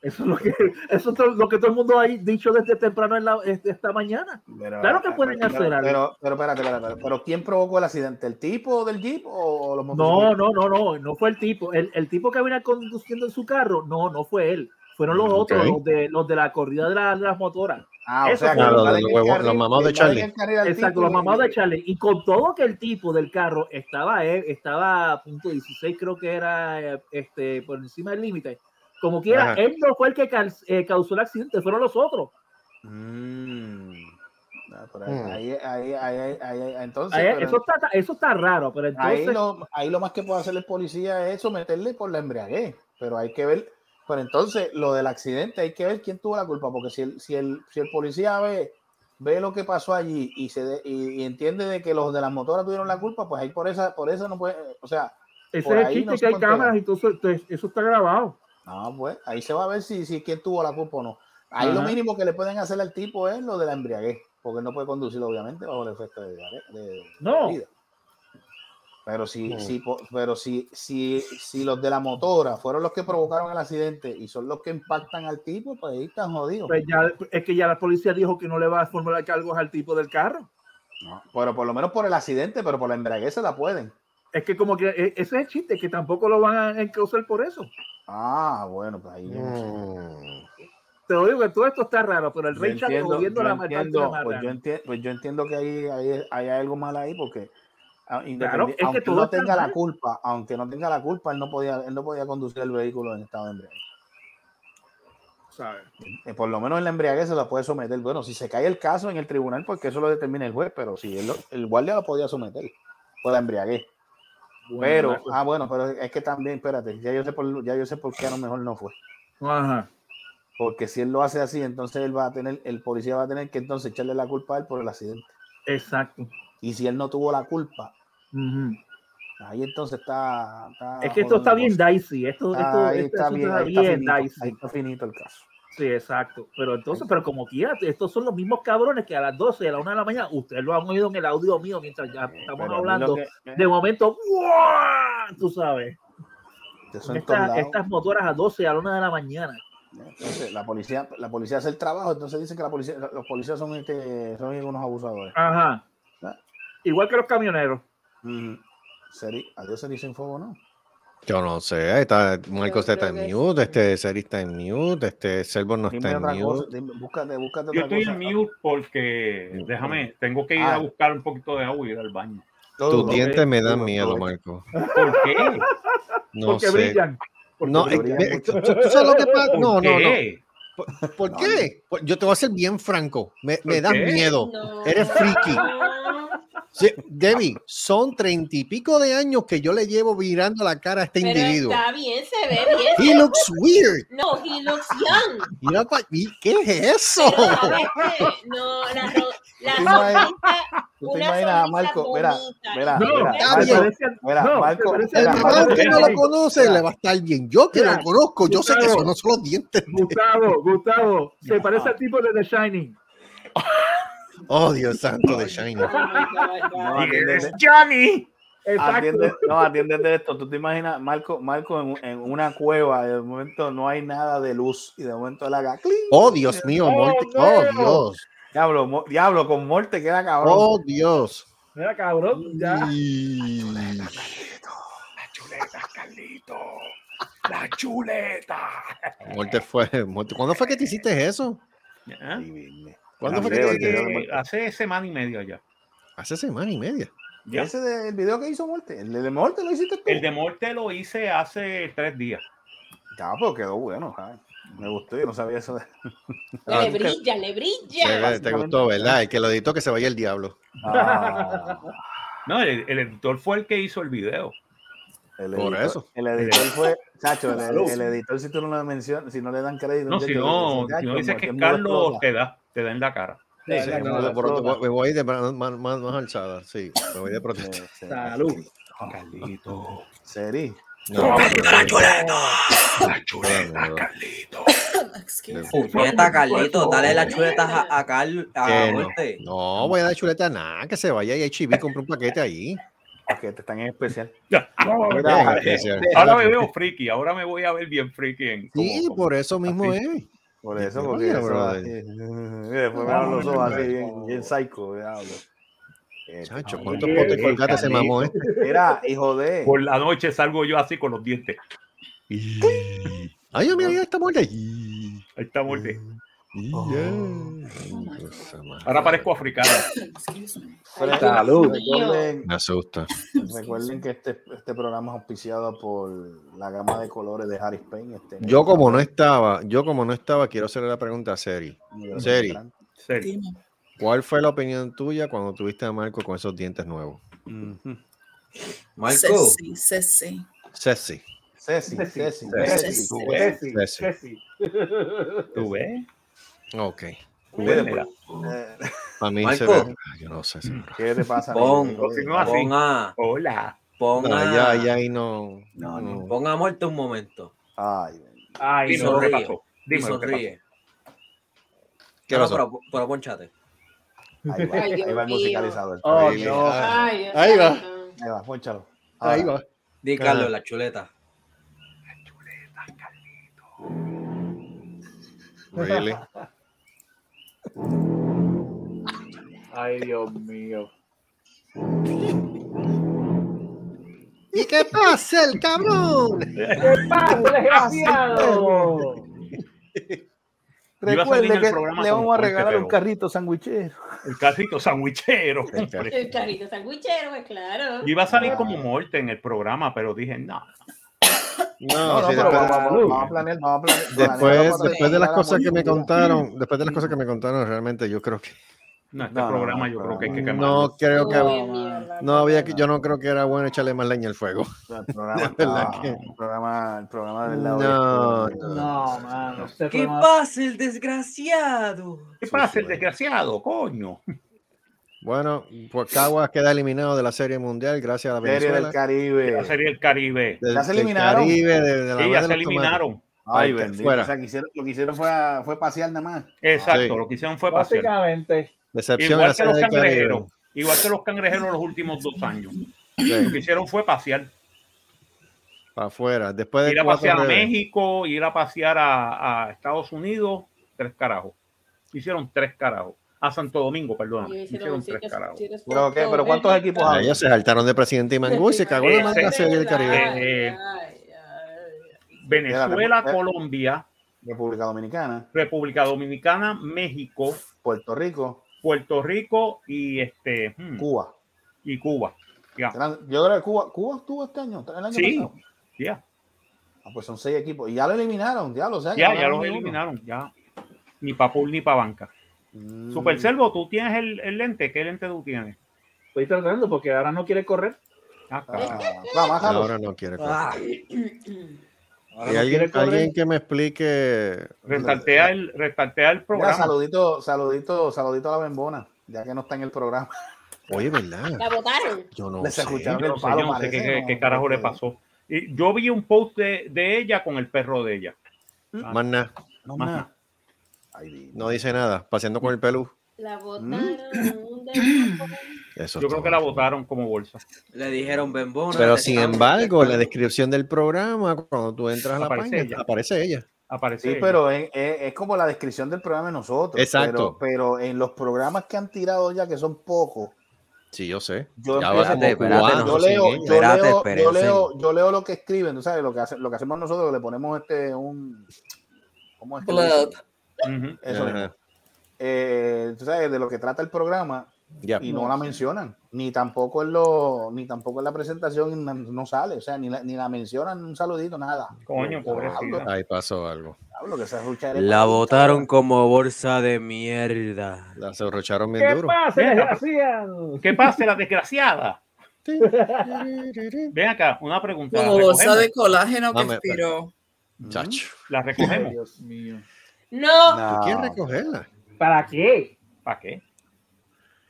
Eso es lo que, eso es todo- lo que todo el mundo ha dicho desde temprano en la, este- esta mañana. Pero- claro que pueden pero- hacer algo. Pero, pero espérate, espérate, espérate. ¿Pero quién provocó el accidente? ¿El tipo del jeep o los No, no, no, no, no fue el tipo. El, el tipo que venía conduciendo en su carro, no, no fue él. Fueron los Ok. otros, los de, los de la corrida de, la- de las motoras. Ah, o sea, que Ah, los de los huevos- los mamados de Charlie. Exacto, los mamados de Charlie. Y con todo que el tipo del carro estaba, eh, estaba a punto 16, creo que era eh, este, por encima del límite. Como quiera, Ajá. él no fue el que cal- eh, causó el accidente, fueron los otros. Mm. Ahí, ahí, ahí, ahí, ahí- entonces. Ahí- pero- eso, está, eso está raro, pero ahí, entonces. lo, ahí lo más que puede hacer el policía es someterle por la embriaguez. Pero hay que ver. Pero entonces, lo del accidente, hay que ver quién tuvo la culpa. Porque si el, si el, si el policía ve, ve lo que pasó allí y, se de- y, y entiende de que los de las motoras tuvieron la culpa, pues ahí por esa, por eso no puede. O sea. Ese por es el ahí chiste no que se hay puede cámaras y todo eso, entonces, eso está grabado. No, pues ahí se va a ver si, si quién tuvo la culpa o no. Ahí lo Ajá. mínimo que le pueden hacer al tipo es lo de la embriaguez, porque él no puede conducir, obviamente, bajo el efecto de, de- de No. bebida. Pero si, No. si po- pero si, si, si los de la motora fueron los que provocaron el accidente y son los que impactan al tipo, pues ahí están jodidos. Pues ya, es que ya la policía dijo que no le va a formular cargos al tipo del carro. No, pero por lo menos por el accidente, pero por la embriaguez se la pueden. Es que como que eh, ese es el chiste, que tampoco lo van a encauzar por eso. Ah, bueno, pues ahí yo no sé. Mm. Te lo digo que todo esto está raro, pero el Yo Rey Charles entiendo, moviendo yo la entiendo, marca pues, yo entiendo, pues yo entiendo que ahí, ahí- ahí hay algo mal ahí porque ah, independi- es que aunque todo no está tenga la mal. culpa, aunque no tenga la culpa, él no podía, él no podía conducir el vehículo en estado de embriaguez. ¿sabes? Eh, Por lo menos en la embriaguez se la puede someter. Bueno, si se cae el caso en el tribunal, porque eso lo determina el juez, pero si él lo- el guardia lo podía someter por la embriaguez. Pero, Bueno, ah, bueno, pero es que también, espérate, ya yo sé por, ya yo sé por qué a lo mejor no fue. Ajá. Porque si él lo hace así, entonces él va a tener, el policía va a tener que entonces echarle la culpa a él por el accidente. Exacto. Y si él no tuvo la culpa, Ujú. ahí entonces está. está Es que esto está bien jodiendo dicey. Esto, cosas. esto, ahí este está asunto bien, está ahí está bien finito, dicey. ahí está finito el caso. Sí, exacto. Pero entonces, pero como quiera, estos son los mismos cabrones que a las 12 de la 1 de la mañana, ustedes lo han oído en el audio mío mientras ya pero a estamos mí lo hablando. que- De momento, ¡guau! tú sabes, Eso en todos estas, lados. estas motoras a 12 a la 1 de la mañana. Entonces, la policía, la policía hace el trabajo, entonces dicen que la policía, los policías son, este, son unos abusadores. Ajá. Ah. Igual que los camioneros. Seri, adiós, Seri sin fuego, ¿no? Yo no sé, está, Yo Michael Z está creo que en mute, este Seri está en mute, este Selvo no está Dime en otra cosa, mute. dime, búscate, búscate Yo otra estoy cosa. en mute porque déjame, tengo que ir Ah. a buscar un poquito de agua y ir al baño. Tus Todo, dientes me dan todo, miedo, todo. Marco. ¿Por qué? No Porque sé. brillan. No, Porque eh, brillan ve- mucho. ¿tú- tú sabes lo que pasa? ¿Por No, no, no. qué? ¿Por, por qué? Por- Yo te voy a ser bien franco. Me, me ¿Por das qué? miedo. No. Eres friki. Este Sí, Debbie, son treinta y pico de años que yo le llevo mirando la cara a este Pero individuo. está bien, se ve bien. He looks weird. No, he looks young. Mira pa- ¿y ¿Qué es eso? Pero, ¿sabes qué? No, la, ro- la Tú te imaginas- sonrisa- ¿Tú te una imaginas a sonrisa Marco? Mira, bonita. mira, No, mira, está Marco, bien. mira, No, Marco, pero ese- El mira, Mira, mamá, usted no mira, lo conoce, le va a estar bien. Yo que mira, lo conozco, yo sé que Gustavo. son los los dientes. Gustavo, Gustavo, Ah. se parece al tipo de The Shining. Oh, Dios santo de Shiny. No, atiéndete. Johnny. Atiende, Exacto. no, atiéndete esto. Tú te imaginas, Marco, Marco en, en una cueva, de momento no hay nada de luz y de momento él haga clic. Oh, Dios mío, Oh, Morty. no. Oh, Dios. Diablo, mo- diablo, con muerte queda cabrón. Oh, Dios. Mira, cabrón, ya. Y- La chuleta, Carlito. La chuleta. Morty fue. Morty- ¿Cuándo fue que te hiciste eso? ¿Ah? ¿Cuándo fue que te Video, hiciste video. eso? Eh, Hace semana y media ya. Hace semana y media. Ya. Ese del video que hizo muerte, el de muerte lo hiciste tú. El de muerte lo hice hace tres días. Ya, pero quedó bueno, ¿sabes? Me gustó, yo no sabía eso. de- No, le brilla, le Se brilla. ve- Te gustó, ¿verdad? El que lo editó que se vaya el diablo. Ah, No, el, el editor fue el que hizo el video. el Por editor- eso. El editor fue, Chacho, el, el editor, si tú no lo mencionas, si no le dan crédito. No, si chacho, no, chacho, si no dices que cualquier Carlos modo te da, te da en la cara. explota. Sí, Sí, no, modo de pronto explota. me voy de más, más, más más alzada, sí, me voy de pronto. Sí, sí. Salud. Carlito. Eh, Seri. No, La chuleta, no. Carlito. Excuse me. Chuleta, Carlito, dale las chuletas a, a Carl- a que no. Muerte. No voy a dar chuleta a nada, que se vaya y HB compre un paquete ahí. que te están en especial. Pues Mira, eh, Ahora, especial. ahora me veo friki, ahora me voy a ver bien friki. En, Sí, como- por eso mismo es. Por eso, Sí, porque oye, eso, brother. así, mira, después me dan los ojos así, bien, bien psycho. diablo. Eh, Chacho, ay, ¿cuántos eh, potes colgaste se Carlito. mamó, eh? Era, hijo de. Por la noche salgo yo así con los dientes. Ay, mira, ya está muerta. Ahí está muerte. Oh, my God. Ahora parezco africano. Excuse me. Pero Salud. Recuerden, Me asusta. recuerden que este, este programa es auspiciado por la gama de colores de Harris Payne. Este, Yo como no estaba, yo como no estaba, quiero hacerle la pregunta a Seri. Seri, Serio. Dime. ¿cuál fue la opinión tuya cuando tuviste a Marco con esos dientes nuevos? Marco, Ceci, Ceci. Ceci. Ceci, Ceci, Ceci. Ceci, Ceci. Ceci. ¿Tú ves? Ok. ¿Tú ves? Mira. Eh, A mí Marco. se ve. Ay, Yo no sé. señor. ¿Qué te pasa? Pon. amigo? Continúa. así. pon a, Hola. pon Ah, No, a, ya, ya ahí no. no, no, no. pon a muerte un momento. Ay, Y Dime lo que sonríe. pasó. Y Dime lo que pasó. sonríe. ¿Qué No, no, pasó? pero, pero ponchate. ahí va, Ay, Dios ahí va el mío. musicalizador. Oh, ahí, no. Ah, Ay, Dios Ahí va. santo. ahí va, ponchalo. Ahí Ahora, va. Di, Ajá. Carlos, la chuleta. Really? Ay, Dios mío. ¿Y qué pasa, el cabrón? ¡Desgraciado! Yo iba a salir Recuerden en el que programa le con- vamos a con este regalar un peo. carrito sandwichero. El carrito sandwichero. hombre. El carrito sandwichero, pues claro. Yo iba a salir como muerte en el programa, pero dije, no. No, No, no, sí, pero después, vamos, vamos a planear, vamos a planear. planear después, para después de las llegar a cosas que me morir. contaron, después de las cosas que me contaron, realmente yo creo que No, este No, no, programa no, yo no, creo que hay que no. quemarlo. no creo que Uy, mierda. no había que yo no creo que era bueno echarle más leña al fuego. El programa, De verdad está- que- el programa, el programa del lado No, de- no. No, mano. Este ¿Qué programa- pasa, el desgraciado? ¿Qué pasa, el desgraciado? Coño. Bueno, pues Caguas queda eliminado de la Serie Mundial gracias a la Serie del Venezuela. La Caribe. serie El Caribe. del- Ya se del eliminaron. Caribe, de, de la Sí, Valle de ya se los Tomates. eliminaron. Ay, Ay, que bendito. fuera. O sea, que hicieron- lo que hicieron fue, a- fue pasear nada más. Exacto, Ah, Sí. lo que hicieron fue pasear. Básicamente. Decepción en Igual la que Serie los del Caribe. cangrejeros. Igual que los cangrejeros los últimos dos años. Lo que Sí, hicieron fue pasear. para afuera. Después de Ir a cuatro pasear a redes. México, ir a pasear a, a Estados Unidos. Tres carajos. Hicieron tres carajos. A Santo Domingo, perdón. Yo hice Hicieron los tres sitios- carajos. sitios Pero, ¿qué? ¿Pero cuántos todos. equipos Ah, hay? Ellos se saltaron de presidente y Mangú y se cagó en la manga Serie del Caribe. Eh, eh. Ay, ay, Venezuela, Espérate. Colombia, República Dominicana, República Dominicana, México, Puerto Rico, Puerto Rico y este hmm, Cuba. y Cuba. Ya, Eran- Yo creo que Cuba, Cuba estuvo este año, el año Sí. pasado. ya, Ah, pues son seis equipos. Y ya lo eliminaron, ya lo sé. ya, ya los eliminaron, ya. Ni para pool ni para banca. Mm. Super Servo, tú tienes el, el lente, ¿qué lente tú tienes? Estoy tratando porque ahora no quiere correr. Ah, carajo. Vamos, Ahora no quiere. correr. Ah, Ah, Ahora Y no alguien, quiere correr. alguien que me explique. Restartea el, restartea el Mira, programa. saludito, saludito, saludito a la bembona, ya que no está en el programa. Oye, ¿verdad? La botaron. Yo no Les sé. escucharon. Yo no sé, yo no sé qué, qué- qué carajo le pasó. Y yo vi un post de, de ella con el perro de ella. Más nada. No, Más ma. nada. Ay, di- No dice nada. Paseando con el pelú. La botaron. de- Eso Yo es creo que la todo. votaron como bolsa. Le dijeron Bembona. Pero te sin estamos embargo, en la detectando". descripción del programa, cuando tú entras a la Aparece página, ella. aparece ella. Aparece. Sí, pero es, es- es como la descripción del programa de nosotros. Exacto. Pero, pero en los programas que han tirado ya, que son pocos, Sí, yo sé. yo, Ya empiezo va como espérate, espérate, cubano yo no, sin leo, ella. yo, Espérate, leo, yo, espérense. leo, yo leo lo que escriben, tú sabes, lo que, hace- lo que hacemos nosotros, le ponemos este un... ¿Cómo es que le dicen? Blood. ella. Ujú. Eso Ajá. mismo. Eh, tú sabes, de lo que trata el programa Ya. y no la mencionan, ni tampoco en lo, ni tampoco en la presentación no- no sale, o sea, ni la, ni la mencionan un saludito, nada. Coño, pobrecita. Ahí pasó algo. Hablo que esa rucha de- La botaron como bolsa de mierda. La se brocharon bien ¿Qué duro. pasa, Venga. desgraciado? ¿Qué pasa, la desgraciada? Tin, tiririrí. Ven acá, una pregunta. ¿La Como bolsa recogemos? de colágeno que Dame, expiró. Mm. Chacho. ¿La recogemos? Dios mío. No. No, ¿Tú quieres recogerla? ¿Para qué? ¿Para qué?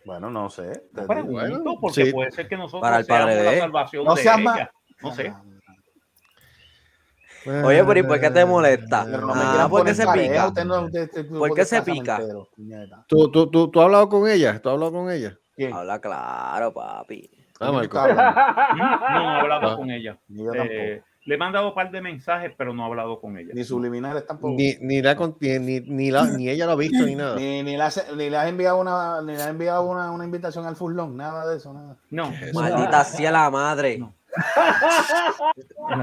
Bueno, no sé. te Para digo. bueno, porque sí. puede ser que nosotros Para el padre seamos de la él. salvación No de seas ma- ella. No sé. Oye, pero ¿y por qué te molesta? Pero no me Ah, quieran ¿por qué poner se pareja, pica? usted no- usted- usted- ¿Por qué se pica? casamentero, puñeta. ¿Tú, tú, tú, tú has hablado con ella? ¿Tú has hablado con ella? Habla claro, papi. Ah, Marco. No he hablado Ah. con ella. Ni yo Eh, tampoco. le he mandado un par de mensajes, pero no he hablado con ella. Ni subliminales tampoco. Ni, ni, la con- ni, ni- ni la- ni ella lo ha visto ni nada. Ni, ni le has, ni le has enviado, una, ni le has enviado una, una invitación al furlón, nada de eso, nada. No. Maldita sea la madre.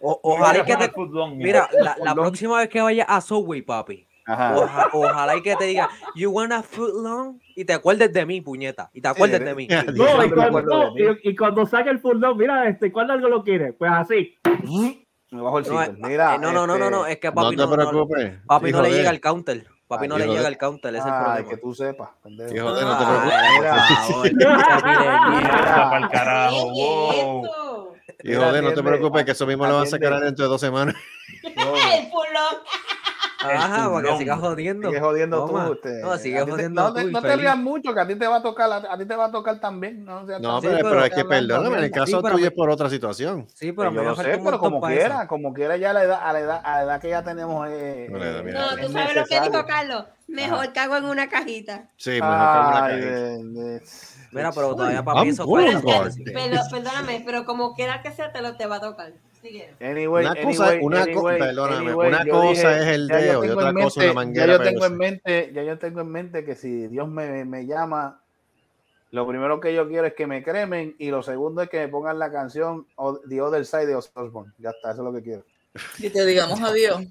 O- ojalá y que te. Mira, la, la próxima vez que vayas a Subway, papi. Ajá. oja- ojalá y que te diga, you want a foot long? Y te acuerdes de mí, puñeta. Y te acuerdes de mí. No, y, cuando, no, y- y cuando saca el full down, mira, este, ¿cuál algo lo quiere? Pues así. Me bajo No, eh, eh, no, no, no, no, este, no, es que papi no no, te no- preocupes. papi no hijo le de- llega el counter. Papi Ah, no le hijo de- llega el counter, ese es el Ay, problema. que tú sepas, pendejo. Hijo de- no te Ay, por favor, preocupes. mira, Para el Ah, carajo. wow. Hijo de, no te Atiende, preocupes, que eso mismo lo van a atiende. sacar dentro de dos semanas. El fulón. Ajá, para que pulmón. sigas jodiendo. Ah, Sigue jodiendo Toma. tú. Usted. No, sigue A ti te- jodiendo no tú, te- no te infeliz. rías mucho, que a ti te va a tocar, a, a ti te va a tocar también. No, seas No, tan- pero, pero- pero es que hablando perdóname, en el mierda. caso Sí, pero tuyo me- es por otra situación. Sí, pero Pues Yo me va a lo faltar sé, un pero montón como pa' quiera, eso. como quiera, ya a la edad, a la edad, a la edad que ya tenemos. eh, No, la edad, mira. No, es tú sabes lo que necesario. dijo Carlos. Mejor cago en una cajita. Sí, mejor Ay, que una caja. de- de- Mira, pero todavía I'm papi eso going falta. for así que- Pero, perdóname, pero como quiera que sea, te lo te va a tocar. Sigue. Anyway, Una cosa- anyway, una co- anyway, perdóname, anyway, una yo cosa dije, es el ya yo dedo y tengo otra en cosa una mente- manguera Ya yo para tengo en irse. mente, ya yo tengo en mente que si Dios me, me llama, lo primero que yo quiero es que me cremen y lo segundo es que me pongan la canción O- The Other Side de Osborne. Ya está, eso es lo que quiero. Y te digamos adiós.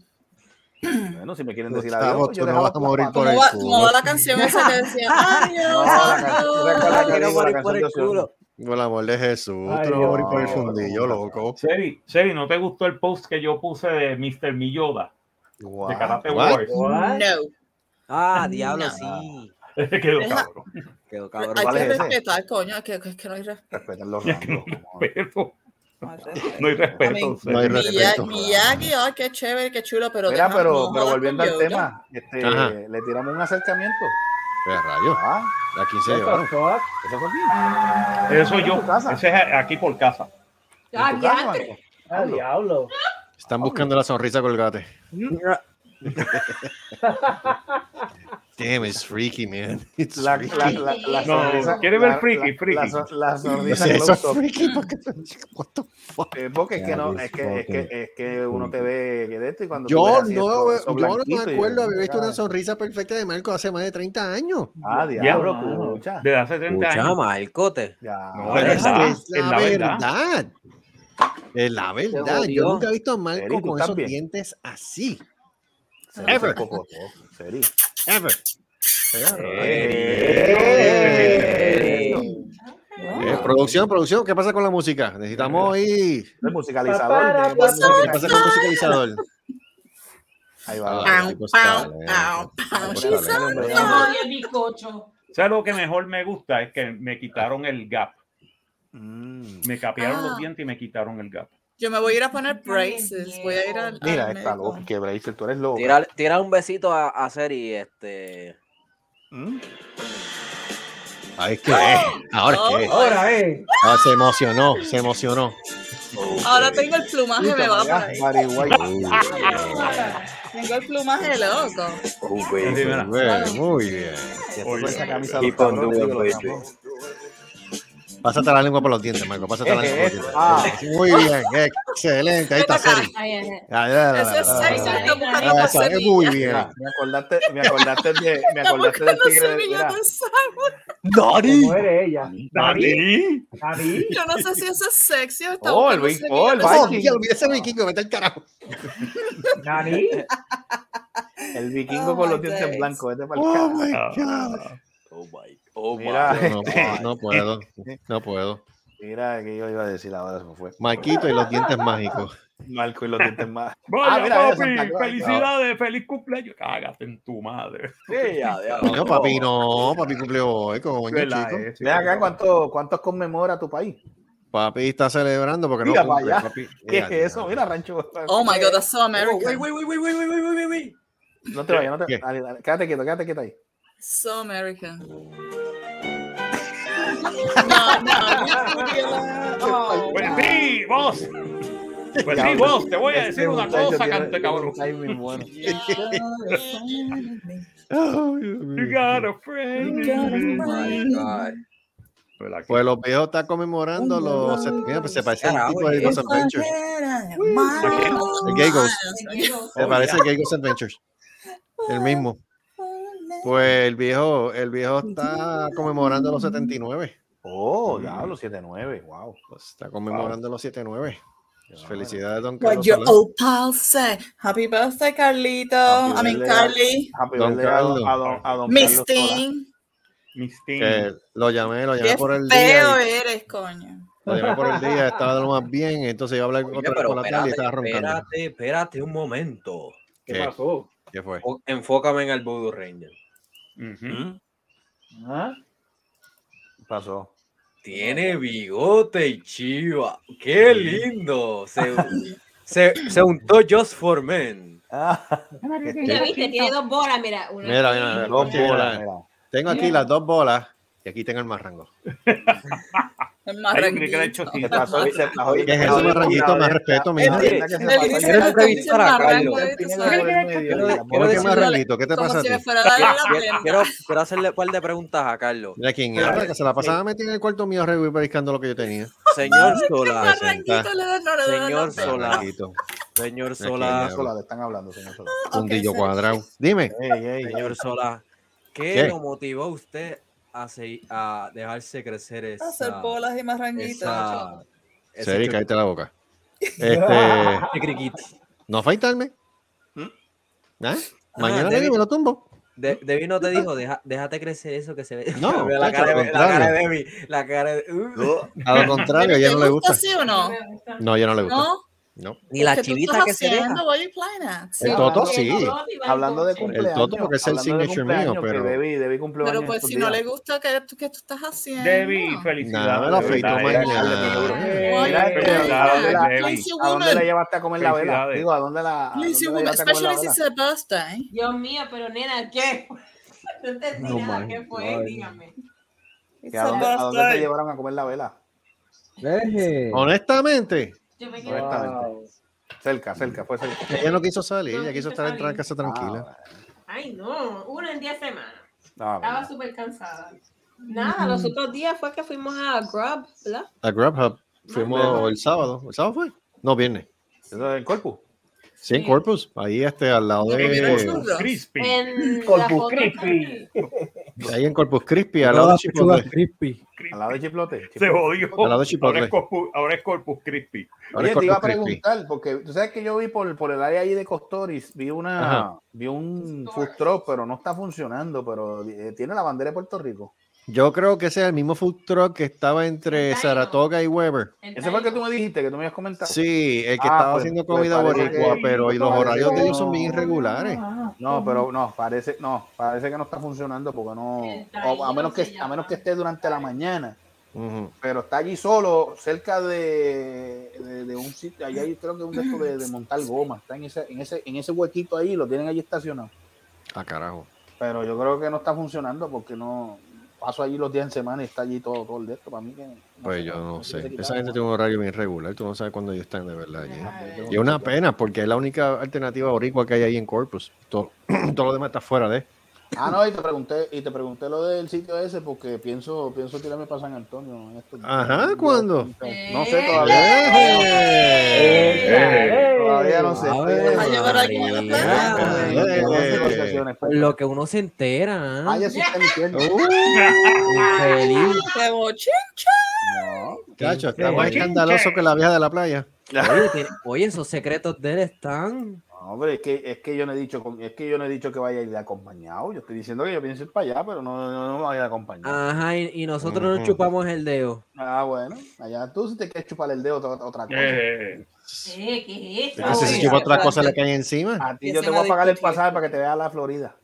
Mm. Bueno, si me quieren decir Gustavo, adiós, pues yo tú les no vas a hago morir las por Como el va, como culo. va la canción esa que decía Ah, No, adiós, la canción- adiós. la Quiero canción- morir la por el canción de culo. Osborne. Por el amor de Jesús, Ay, tú no vas a morir no, por el no, fundillo, no. loco. Seri, Seri, ¿no te gustó el post que yo puse de Mr. Miyoda? De Karate What? Wars. No. Ah, diablo, sí. Quedó cabrón. Quedó cabrón. Hay ¿Cuál que es ese? respetar, coño. Es que, es que no hay respeto. Respetan los rangos, como- Pero no hay respeto. no hay respeto. Amén. No hay Seri. Miyagi, respeto. Miyagi, ay, qué chévere, qué chulo, pero. Mira, deja- pero, no pero jodas volviendo con al Yoda. tema, este, Ajá. le tiramos un acercamiento. Qué rayo, Ah, aquí se llevaron. eso fue aquí. Eso yo. ¿En tu casa? Ese es aquí por casa. Ah, ¿En tu casa, diantre. Marco? Ah, diablo. Están buscando la sonrisa colgate. Damn, it's freaky, man. It's La, freaky. la, la, la No, sonrisa. ¿quiere ver la- friki, la- friki? La, so- la No sonrisa sé, eso es close-up. freaky. porque- What the fuck? Eh, Porque es que no, es que, es que, es que uno te ve que de esto y cuando tú ves Yo así no, esto- esto yo no blanquito me y- acuerdo haber visto una sonrisa perfecta de Marco hace más de 30 años. Ah, Ya, diablo, escucha. Desde hace 30 Escucha, años. Marcote. Ya. No, Pero es es, verdad, que es la, es la verdad. Es la verdad. Yo jodió. nunca he visto a Marco Eri, ¿tú con estás esos bien? dientes así. Seri, Ever. poco, poco, Seri. Ever. Eh, Eh, Eh, producción, producción, ¿qué pasa con la música? Necesitamos ahí. El musicalizador. tiene que ¿Qué poner pasa con el musicalizador. musicalizador? Ahí va. Ah, Pau, sí, pues, pau, dale, pau, pau. pues, She's dale, so hombre. fine. No, el bizcocho. ¿Sabes lo que mejor me gusta? Es que me quitaron el gap. Mm. Me capearon Ah. los dientes y me quitaron el gap. Yo me voy a ir a poner braces. Voy a ir al. Mira, al está médico. loco, que Bracer, tú eres loco. Tirar, tirar un besito a, a Seri, este. Mm. Ay, ¿qué es? Ahora es que es. Ahora, eh. Ah, se emocionó, se emocionó. Ahora tengo el plumaje, me va Ya, para ahí. Bariguay. Tengo el plumaje loco. Oh, Sí, mira. Bueno, muy bien. Ya con esa camisa Y de los con cabrones, Dugan digo, los eh. Bracer. cabrones. Pásate la lengua por los dientes, Marco. Pásate la Eje, lengua por eje. los dientes. Muy bien, excelente. Ahí está Seri. Ay, ay, ay. Ahí, ahí, ahí, Eso es ahí, ahí, sexo. ahí. Está buscando Ah, esa, por es muy semilla. bien. Mira, Me acordaste, me acordaste de, me Está acordaste del buscando tigre. de- semilla mira, de sal. ¡Dari! ¿Cómo eres ella? David. ¿Dani? David. Yo no sé si eso es sexy o está Oh, el buscando Vic- semilla oh, el de Vic- ¡Oh, sal. Viking. Dios, mira ese vikingo! ¡Vete al carajo! David. el vikingo Oh, con los my dientes days. blancos. Vete pa'l ¡Oh, carajo. my God! Este. Ah, Oh my, oh my. Mira, No, puedo, no puedo, no puedo. mira, que yo iba a decir ahora, se me fue. Marquito y los dientes mágicos. Marco y los dientes más. Ah, Vaya, mira, mira, papi, Santa Claus. felicidades, feliz cumpleaños. Cágate en tu madre. Sí, ya, ya, No, no. papi, no, papi cumplió hoy, coño, Vela, chico. eh, sí, Ve acá pero- cuántos cuántos conmemora tu país. Papi está celebrando porque no Mira cumple, para allá. papi. ¿Qué Mira, es eso? mira. Mira, Rancho. Oh my god, that's so Oh, wait, American. wait, wait, wait, wait, wait, wait, wait, wait. No te vayas, no te ¿Qué? dale, dale, Quédate quieto, quédate quieto ahí. So American. No, no, no. Oh, Pues sí, vos. Pues sí, vos, te voy a Este decir una cosa, cante cabrón. You got a friend. in me. Pues los viejos están conmemorando los. Mira, pues se parece al Carajo, tipo de ¿qué? Ghost Adventures. El Gay Ghost. Se parece al Gay Ghost Adventures. El mismo. Pues el viejo, el viejo está conmemorando los 79. Oh, diablo, 79, wow. Está conmemorando los 79. Felicidades, don What Carlos. your Solán. old pal say. Happy birthday, Carlito. I mean, Carly. Happy Don birthday a- Carlos. a don- a don Miss Carlos Solá. Teen. Que lo llamé, lo llamé Qué por el feo día. y- eres, coño. Lo llamé por el día, estaba de lo más bien. Entonces iba a hablar con Oye, otra vez pero por la tarde y espérate, estaba roncando. espérate, espérate un momento. ¿Qué pasó? ¿Qué fue? O- Enfócame en el Voodoo Ranger. ¿Mm? Ah. Pasó. Tiene bigote y chiva. ¡Qué lindo! Se, se, se untó Just for Men. Ah, Ya viste, tiene dos bolas, mira. Una Mira, mira, mira, Dos mira, mira. bolas, mira. Tengo aquí Mira. las dos bolas y aquí tengo el marrango. El recrecho, marranguito. sí. Se pasó, se pasó. ¿Qué es eso, marranguito? Más respeto, mija. Oye, ¿Qué que se Él pasó. dice- Quiero él entrevistar dice a Carlos. marrango, ¿tú sabes? Quiero es decirle- marranguito? ¿Qué te Como pasa a si ti? me fuera la de la Quiero, tienda. quiero, quiero hacerle un par de preguntas a Carlos. Mira quién era, que se la pasaba metida en el cuarto mío re- buscando lo que yo tenía. Señor Sola, Marranguito le da- no le da- no le da- Ah, señor Sola, Marranguito, Señor señor Sola, Solá, le están hablando, señor Solá. Fundillo sí. cuadrado. Dime. Ey, ey, ey. señor Sola, ¿qué, ¿Qué? lo motivó a usted a, se- a dejarse crecer esa, Hacer bolas y marranguitos. esa, ese Seri, chiqui- cállate la boca. Este, chiquiriquiti? ¿No afeitarme? ¿Mm? ¿Ah? Mañana Debbie. vengo y me lo tumbo. De, Debbie no te dijo, "Deja- déjate crecer eso que se ve. No, la, chacho, cara, al de- la cara contrario. de Debbie, la cara de. uh. A lo contrario, a ella no le gusta. sí o no? No, a ella no le gusta. ¿No? No. Ni la ¿Qué tú chivita estás que se ve. haciendo? Why you playing at? El Sí, Toto hablando- sí. Hablando de cumpleaños. Toto porque es el hablando de signature mío, cumpleaños, que pero- Debbie, Debbie cumple Pero años pues estos si no días. le gusta, ¿qué tú, qué tú estás haciendo? Debbie, Nada, me felicidades. lo de afeito verdad, eh. mañana. Mira, Ay, felicidades, ay, Debbie. ¿A dónde la Woman. llevaste a comer la vela? Felicidades. Digo, ¿a dónde la, a dónde Lazy la woman, llevaste a comer la especially since vela? it's a birthday. Dios mío, pero nena, ¿qué? No entendí No, nada, man, ¿qué fue? no, Dígame. It's ¿Que ¿A a dónde, a dónde te birthday. llevaron a comer la vela? Deje. Honestamente, Yo me quedé. Honestamente. Cerca, cerca, fue cerca. ella no quiso salir, ella quiso estar en casa tranquila. Ah, Ay, no, una en 10 semanas. no, Estaba súper cansada. Nada, los otros días fue que fuimos a Grub, ¿verdad? A Grubhub fuimos el sábado. ¿El sábado fue? No, viernes. ¿Eso es el corpus? Sí, en Corpus. Ahí este, al lado de. Crispy. Eh. En Con la tu foto creepy. Ahí en Corpus Crispy, al lado de Chipotle. crispy. Al lado de Chiplote. Se jodió. Al lado de Chipotle. Ahora es Corpus, ahora es Corpus Crispy. Ahora Oye, es te iba a Corpus Crispy. preguntar, porque tú sabes que yo vi por, por el área ahí de Costoris, vi una, Ajá. vi un food truck, pero no está funcionando, pero eh, tiene la bandera de Puerto Rico. Yo creo que ese es el mismo food truck que estaba entre Taino. Saratoga y Weber. en Ese fue el que tú Taino. me dijiste, que tú me habías comentado. Sí, el que Ah, estaba pues, haciendo pues comida parece boricua, que- pero y los parece horarios que de ellos son no. Ah. bien irregulares. No, pero no, parece, no, parece que no está funcionando porque no, o a menos que, a menos que esté durante la mañana, Ujú. pero está allí solo, cerca de, de, de un sitio, allá hay creo que un de estos de, de montar goma, está en ese, en ese, en ese huequito ahí, lo tienen allí estacionado, Ah, carajo. pero yo creo que no está funcionando porque no, paso allí los días en semana y está allí todo, todo el de esto, para mí que. no Pues sé, yo no se sé. quita Esa nada. gente tiene un horario bien regular. Tú no sabes cuándo ellos están de verdad allí. Yo Y es una pena porque es la única alternativa boricua que hay ahí en Corpus. Todo, todo lo demás está fuera de. Ah, no, y te pregunté, y te pregunté lo del sitio ese porque pienso, pienso tirarme para San Antonio. en estos días. Ajá, ¿cuándo? Eh, No sé todavía. Eh, Eh. Todavía no sé. A ver, Estoy- Vas a llevar aquí a la María. Estoy playa. Eh, Eh, en- estoy en negociaciones, pues. Lo que uno se entera. Ah, ya sí está mintiendo. Infeliz. Te boche. No. Cacho, está más escandaloso que la vieja de la playa. Oye, tiene- oye, esos secretos de él están. No, hombre, es que, es que yo no he dicho, con- es que yo no he dicho que vaya a ir de acompañado. Yo estoy diciendo que yo pienso ir para allá, pero no, no, no voy a ir acompañado. Ajá, y, y nosotros nos Ujú. chupamos el dedo. Ah. bueno, allá tú si te quieres chupar el dedo otra, otra cosa. Eh, Eh, ¿Qué es Es eso? que si se Oye, chupa otra espérate. cosa le cae encima. A ti yo Empiezan te voy a a pagar el discutir. pasaje para que te vea a la Florida.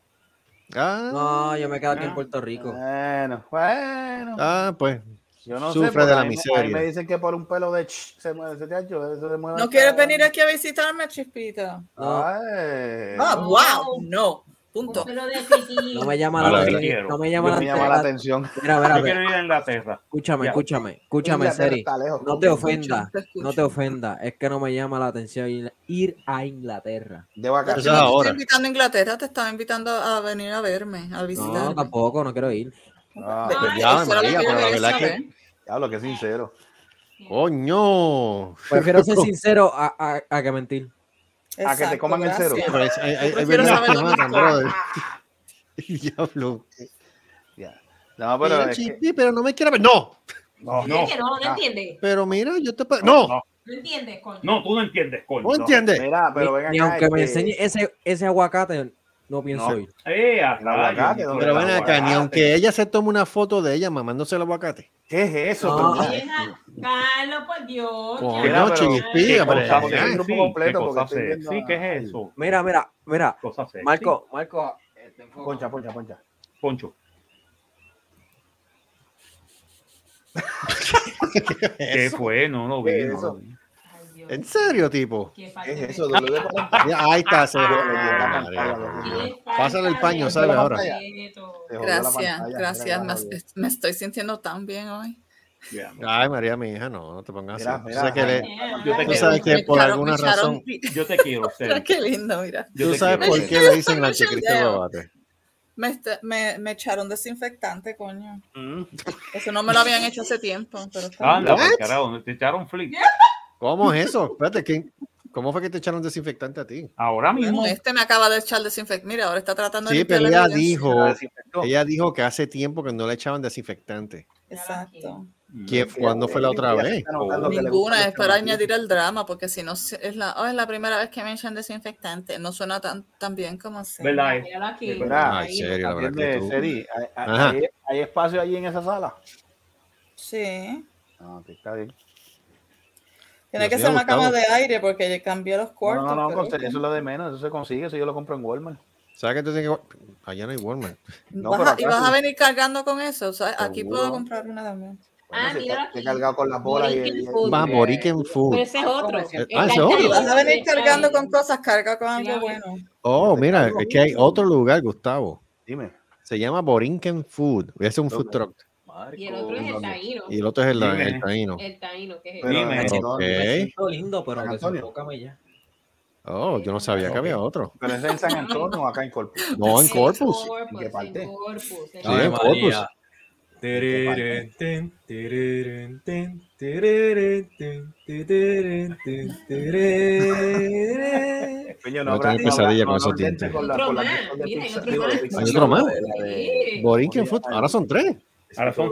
Ah, No, yo me quedo aquí en Puerto Rico. Bueno, bueno. ah, pues. Yo no Sufre sé, pero de la a mí me- a mí miseria. me dicen que por un pelo de ch, se mueve, se te ha hecho, eso se mueve ¿No el quieres cabrón. Eh, venir aquí a visitarme, Chispita? No. Ay. Ah, wow, no. Punto. No me llama la atención. No me llama, Yo la, me llama la atención. Mira, mira, Yo mira. quiero ir a Inglaterra. Escúchame, Ya. escúchame, escúchame, Inglaterra Seri. está lejos. No te Te ofendas, escucho, te escucho. no te ofendas. Es que no me llama la atención ir- ir a Inglaterra. De Pero si no Te estoy invitando a Inglaterra, te estaba invitando a venir a verme, a No, visitar. tampoco, no quiero ir. Ah, Ay, pues ya, eso era lo María, que yo pero la quería verdad es saber. que. Diablo, que sincero. Coño. Prefiero ser sincero a, a- a que mentir. A que te coman el cero. pues, Pero es- hay- hay- hay Prefiero venenos saber que dónde matan, está. brother. Diablo. No, pero Mira, es que- Chipi, pero no me quiera ver. No. No, No, que no, no entiende. Pero mira, yo te. pa- No. No, No entiende, coño. no, tú no entiendes, coño. No entiendes. Mira, pero ven Ni acá, aunque me este- enseñe ese, ese aguacate, no pienso ir. Eh, a El aguacate, rayos, ¿dónde Pero está ven el acá, ni aguacate? aunque ella se tome una foto de ella mamándose el aguacate. ¿Qué es eso? No. Pero- Deja- Carlos, por Dios. Coño, ya. no, chispí, qué hombre. cosa Ya. sexy, grupo qué completo, cosa porque estoy sexy, viendo ¿qué es eso? Mira, mira, mira. Cosa sexy. Marco, Marco, este, Poncha, poncha, poncha. Poncho. ¿Qué fue? No lo vi. ¿Qué no es lo eso? vi. ¿En serio, tipo? ¿Qué es eso? Dolor de panza. Ya, Ahí está, se Ah, María. Pásale el paño, Esa es ¿sabes? la Ahora. pantalla. Se jodió la Gracias, pantalla, gracias. mira, Me, mira, me estoy sintiendo tan bien hoy. Ay, María, mi hija, no, no te pongas Mira, así. mira, tú sabes que, le- Yo te tú quiero. sabes que Me por echaron- alguna me echaron- razón, Yo te quiero, Seri. Qué lindo, mira. Yo tú te sabes quiero. por qué le dicen el anticristo Yo- guabate. Me, est- me, me echaron desinfectante, coño. Mm. Eso no me lo habían hecho hace tiempo. Pero está Ah, Anda, bien. por carajo, te echaron flip. ¿Cómo es eso? Espérate, ¿quién- ¿cómo fue que te echaron desinfectante a ti? Ahora Bueno, este me acaba de echar desinfectante. Mira, ahora está tratando Sí, de. limpiar pero la ella evidencia. dijo, ella dijo que hace tiempo que no le echaban desinfectante. Exacto. ¿Quién, ¿Cuándo fue la otra vez? Ninguna, este es para añadir el drama, porque si no se- es la, oh, es la primera vez que me echan desinfectante. No suena tan, tan bien como se. ¿Verdad? eh? Míralo aquí. Mira, Ay, serio, la verdad atiende, que tú- Seri, ¿hay- hay- Ajá. hay- ¿Hay espacio ahí en esa sala? Sí. No, que está bien. Tiene Dios que mío, ser una Gustavo. cama de aire porque yo cambié los No, cuartos. no, no, pero- con- eso es lo de menos, eso se consigue, eso yo lo compro en Walmart. ¿Sabes que tú tienes que... Allá no hay Walmart. No, Vas pero a- y acá vas a sí. venir cargando con eso. o sea, aquí puedo Seguro. comprar una también. Ah, Bueno, si míralo está- aquí. está cargado con las bolas y el- y el- Va, Boriken Food. Pero ese es otro. Ah, ese es otro. Y vas a venir cargando con cosas, carga con algo bueno. Oh, mira, es que hay otro lugar, Gustavo. Dime. Se llama Borinquen Food. Voy a hacer un food truck. Y el otro es el taíno. Y el otro es el, Dime. el taíno. El taíno, ¿qué es Pero- eso? Dime. Ok. Me siento lindo, pero que se Antonio. enfócame ya. Oh, yo no sabía que había otro. Pero ese es en San Antonio o acá en Corpus. Este, No, en Corpus. ¿En qué parte? Corpus, el- Sí, en Corpus. María. Tereren, ten, tereren, ten, tereren, ten, tereren, ten, tereren. Eh, Peño, Yo tengo pesadilla con esos lentes dientes. con la- Otro con la más, cuestión de mira, pizza, otro digo, de más. pizza. Hay otro más. La de- Sí. Borinquen Food. Ahora son tres. Ahora son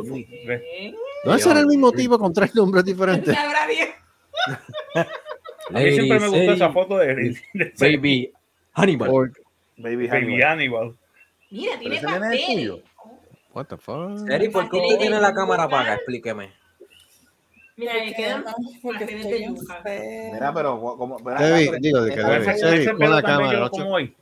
No, ese era el mismo tipo con tres nombres diferentes. Sabrá Dios. A mí siempre me gustó Lady, esa foto de, de, de Baby, animal. Or- Baby Baby Hannibal. Hannibal. Mira, tiene Pero ese nene es pasteles. tuyo. What the fuck? Eri, ¿por qué usted tiene la cámara apaga? Explíqueme. Mira, le quedan Porque pasteles estoy de en yuca. fe. Mira, pero gu- como. mira, Debbie, pero- digo, de que esta- Debbie. esa- Sí, pon Ese la pelo también cámara, yo lo no como hoy.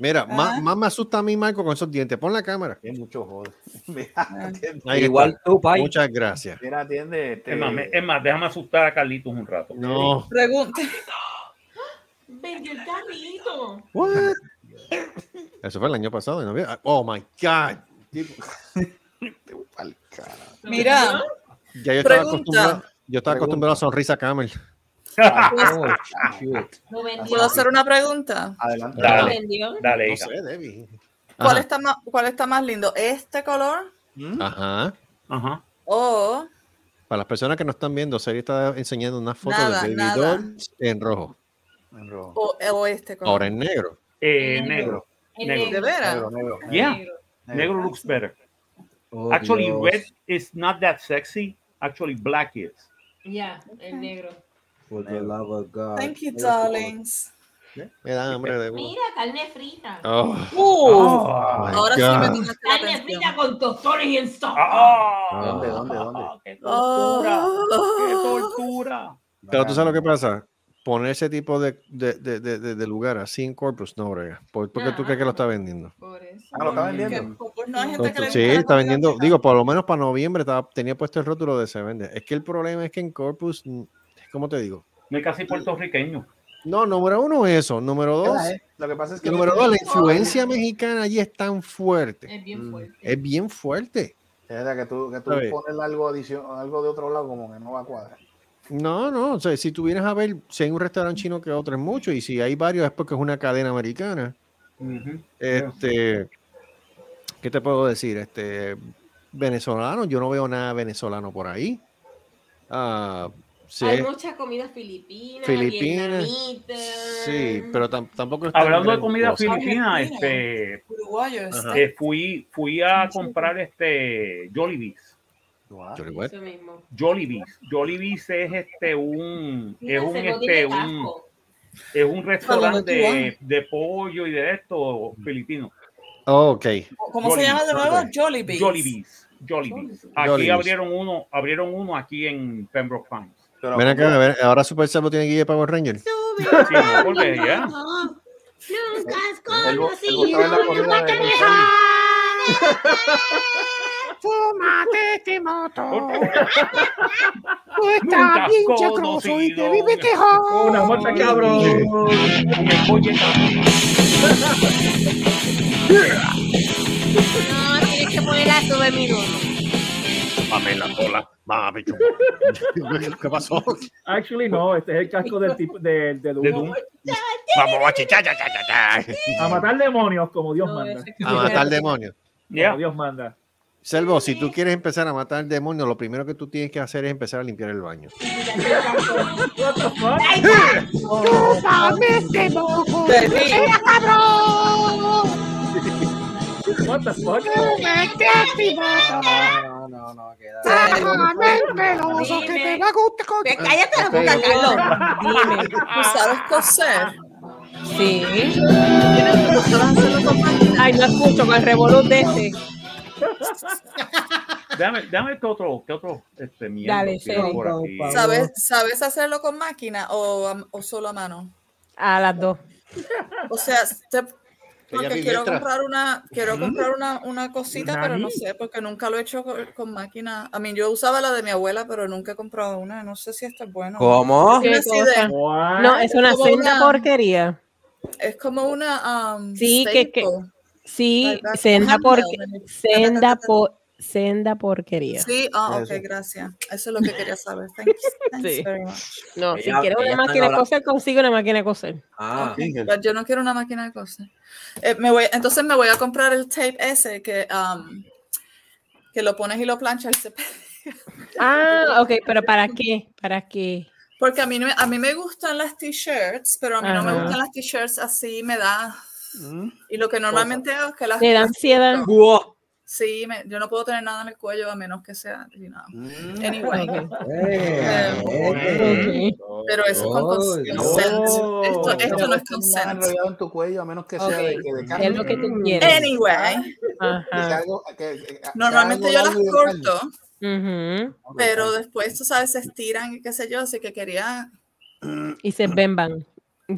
Mira, más, Ajá. más me asusta a mí, Marco, con esos dientes. Pon la cámara. Qué mucho joder. Mira, Ahí Igual está. tú, Pai. Muchas gracias. mira, atiende. este- Es más, me- es más, déjame asustar a Carlitos un rato. No. Pregunta. Vendió el carrito. What? Eso fue el año pasado. en noviembre. Oh my God. Pa'l carajo. Mira, Ya yo estaba Pregunta. acostumbrado. Yo estaba acostumbrado a sonrisa camel. Oh, shoot. Lo vendió. ¿puedo hacer una pregunta? Adelante. Lo Dale, vendió. dale, eh, No hija. sé, Debbie. ¿Cuál Ajá. está, más, ¿Cuál está más lindo? ¿Este color Ajá. Ajá. o Para las personas que no están viendo, Seri está enseñando una foto Nada, de Baby nada. Doll en rojo. En rojo. O, o este color. Ahora en negro. Eh, negro. El Negro. ¿De negro. veras? Negro, negro. El Yeah. negro. Negro looks better. Oh, Actually, Dios. red is not that sexy. Actually, black is. Ya, el negro. For the love of God. Thank you, darlings. Me da hambre de Mira, carne frita. Oh, Uh, my ahora sí God. me tomaste la Carne atención. frita con tostones y en sopa. Ah, ¿Dónde, dónde, dónde? ¡Qué tortura! ¡Qué Oh. tortura! Pero tú sabes lo que pasa. Poner ese tipo de, de, de, de- de- de lugar así en Corpus no brega. ¿Por, por qué tú No. crees que lo está vendiendo? Por eso. Ah, lo está Que vendiendo. pues, no hay gente que le Entonces, sí, gusta la está comida vendiendo. frita. Digo, por lo menos para noviembre estaba- tenía puesto el rótulo de se vende. Es que el problema es que en Corpus, mm, ¿cómo te digo? No es casi puertorriqueño. No, número uno es eso. Número dos. Era, ¿eh? Lo que pasa es que número no- dos, la influencia mexicana allí es tan Eh. fuerte. Es bien fuerte. Es bien fuerte. Es verdad que tú, que tú A ver. pones algo, adicio- algo de otro lado como que no va a cuadrar. No, no. O sea, si tuvieras a ver, si hay un restaurante chino que otro es mucho, y si hay varios es porque es una cadena americana. Este, ¿qué te puedo decir? Este, venezolano, yo no veo nada venezolano por ahí. Ah, sí, Hay mucha comida filipina, Filipinas, vietnamita. sí, pero tam- tampoco es tan Hablando de comida grandiose. filipina, este, Uruguayo, Ajá. está- eh, fui, fui a comprar este Jollibees. Jollibees. Eso mismo. Jollibees. Jollibees es este un es un Fíjense, este godín de un taco. es un restaurante Cuando tú vas. de, de pollo y de esto filipino. Ok. ¿Cómo se llama de nuevo? Jollibees. Jollibees. Jollibees. Aquí Jollibees. abrieron uno, abrieron uno aquí en Pembroke Pines. Ven acá, a ver, ahora Super Saiyan tiene guía de Power Ranger. Sí, me acordé, ya. Nunca has Él vo- él conocido votaba en la una corrida de vaca González. ¡Fúmate este moto! ¡Tú Nunca estás bien chacroso y te vive Oh, quejón! Una muerte, cabrón. No, tienes que poner a sube mi Pamela sola. Mami, ¿Qué pasó? Actually, no, este es el casco del tipo de, de Doom. Vamos, a chichar, ya, ya, ya, ya. A matar demonios, como Dios manda. A matar demonios. Como Dios manda. Selvo, si tú quieres empezar a matar demonios, lo primero que tú tienes que hacer es empezar a limpiar el baño. ¡Chúpame este moco! Te digo. ¡Era cabrón! What the fuck? ¡Fúmate este moto! No, no, no, queda. ¡Sájame el peloso que te va a gustar! con- Cállate la boca, Carlos. Dime. ¿Tú sabes coser? Ah. Sí. Ay, no escucho con el revolú de este. Dame, dame que otro, que otro este miembro Dale, tiene sí. por aquí. ¿Sabes, ¿Sabes hacerlo con máquina o, a- o solo a mano? A las dos. O sea, te- porque bien quiero extra. comprar una, quiero Mm. comprar una, una cosita, pero no Nani. sé, porque nunca lo he hecho con, con máquina. A mí yo usaba la de mi abuela, pero nunca he comprado una. No sé si esta es buena. ¿Cómo? Una así de- Ah, No, es una como senda porquería. Es como una. um, Sí, que, que staple. sí, Like that. senda Ajá, porque no, senda po- senda porquería. Sí, ah, ok, gracias. Eso es lo que quería saber. Thank you. Thanks Sí. very much. No, si Ella- quieres ella una está máquina de hablando- coser, consigue una máquina de coser. Ah, Pero yo no quiero una máquina de coser. Eh, me voy, entonces me voy a comprar el tape ese que, um, que lo pones y lo planchas. y se pega. Ah, ok, pero ¿para qué? ¿Para qué? Porque a mí, no me- a mí me gustan las t-shirts, pero a mí no me Ajá. gustan las t-shirts así, me da. Y lo que normalmente hago es que las. Le da ansiedad. Sí, me- yo no puedo tener nada en el cuello a menos que sea. you know. Mm. Anyway. Eh, Eh, Pero eso es con cons- Oy, consent. no. Esto, esto no es Pero nada consent. enrollado en tu cuello, a menos que sea de, que de carne. Es lo que tú Mm. quieres. Anyway, Que sea Ajá. algo- que- eh, que- que Ah. normalmente sea yo algo las largo y de corto, Ujú. pero después, tú sabes, se estiran y qué sé yo, así que quería. Y se bemban.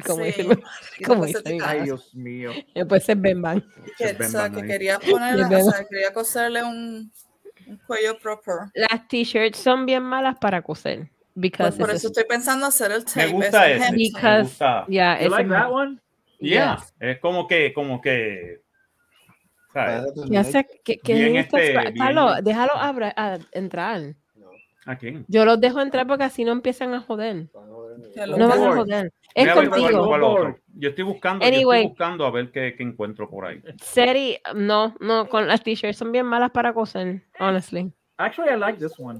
Como Sí. dice mi madre, Y como después dice se mi te- madre. Ay, Dios mío. Después se bemban. que, Se o sea, bemban que ahí. quería Se ponerle, o sea, bemban. quería coserle un, un cuello proper. Las t-shirts son bien malas para coser. Pues Because por it's eso a- estoy pensando hacer el tape. gusta ese ese, me Henson. Because- gusta. yeah, You it's like a- that one? Yeah. Es como que, como que. ¿sabes? Ya sé que, que Bien gusta- este, pa- bien- Pablo, déjalo abra- a- entrar. ¿A quién? Yo los dejo entrar porque así no empiezan a joder. lo No van a jodan. joder. Voy Es a ver cuál- cuál contigo. otro. Yo estoy buscando, yo Anyway. estoy buscando a ver qué, qué encuentro por ahí. Seri, no, no, con las t-shirts son bien malas para coser, honestly. Actually, I like this one.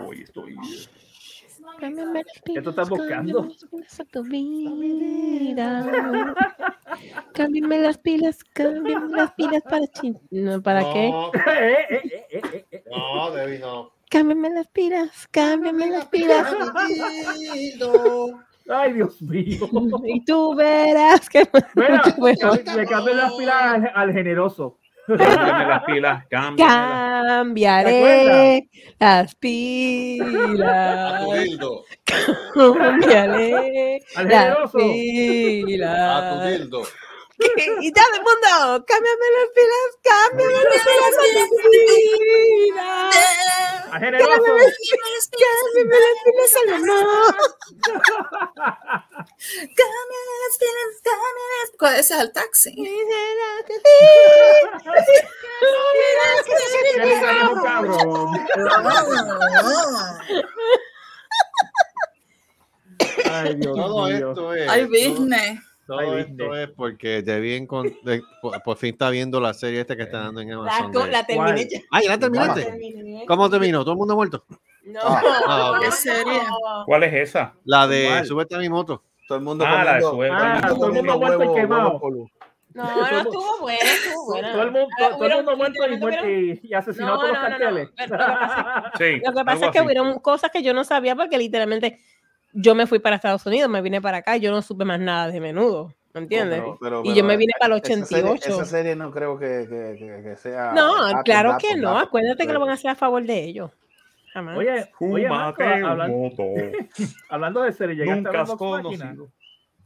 Hoy estoy. Esto está buscando. Cámbiame las pilas, cámbiame las pilas para chin. No, ¿para qué? Eh, eh, eh, eh, eh, eh. No, Debbie, no. Cámbiame las pilas, cámbiame las pilas. Ay, Dios mío. Y tú verás que Mira, mucho mejor. le- le cambié las pilas al, al generoso. Cámbiame las pilas, cámbiame. Cambiaré las pilas. Cambiaré Al las generoso. pilas. Y todo el mundo, cámbiame las pilas, cámbiame las pilas. generoso. ¿Cuál- Ese es el taxi. Ah. Ay, Dios Todo mío. esto es- Ay, business. Todo esto es porque te vi encon- de- por, por fin está viendo la serie esta que está dando en Amazon. co- de- la terminé ya. Ay, la La terminaste. terminé. ¿Cómo terminó? ¿Todo el mundo muerto? No. Ah, ok. ¿Qué sería? ¿Cuál es esa? La de ¿Cuál? Súbete a mi moto. Todo el mundo Ah, la de comiendo- Súbete a mi Ah, todo el mundo muerto y quemado. No, no estuvo buena, estuvo buena. Todo el mundo, Ah, todo el hubieron- mundo muerto y, muerto y, y asesinado No, por los no, no, no. carteles. Lo que pasa es que hubieron cosas que yo no sabía porque literalmente yo me fui para Estados Unidos, me vine para acá, yo no supe más nada de menudo, ¿me entiendes? Pero- pero- eh, y yo pero me vine para el esa serie- 88. Esa serie, no creo que, que- que- que sea. no, datos, claro datos, que no, datos. acuérdate que lo van a hacer a favor de ellos. Jamás. Oye, oye Marco, hablando, hablando de serie, llegaste Nunca a ver has Vox Máquina. conocido.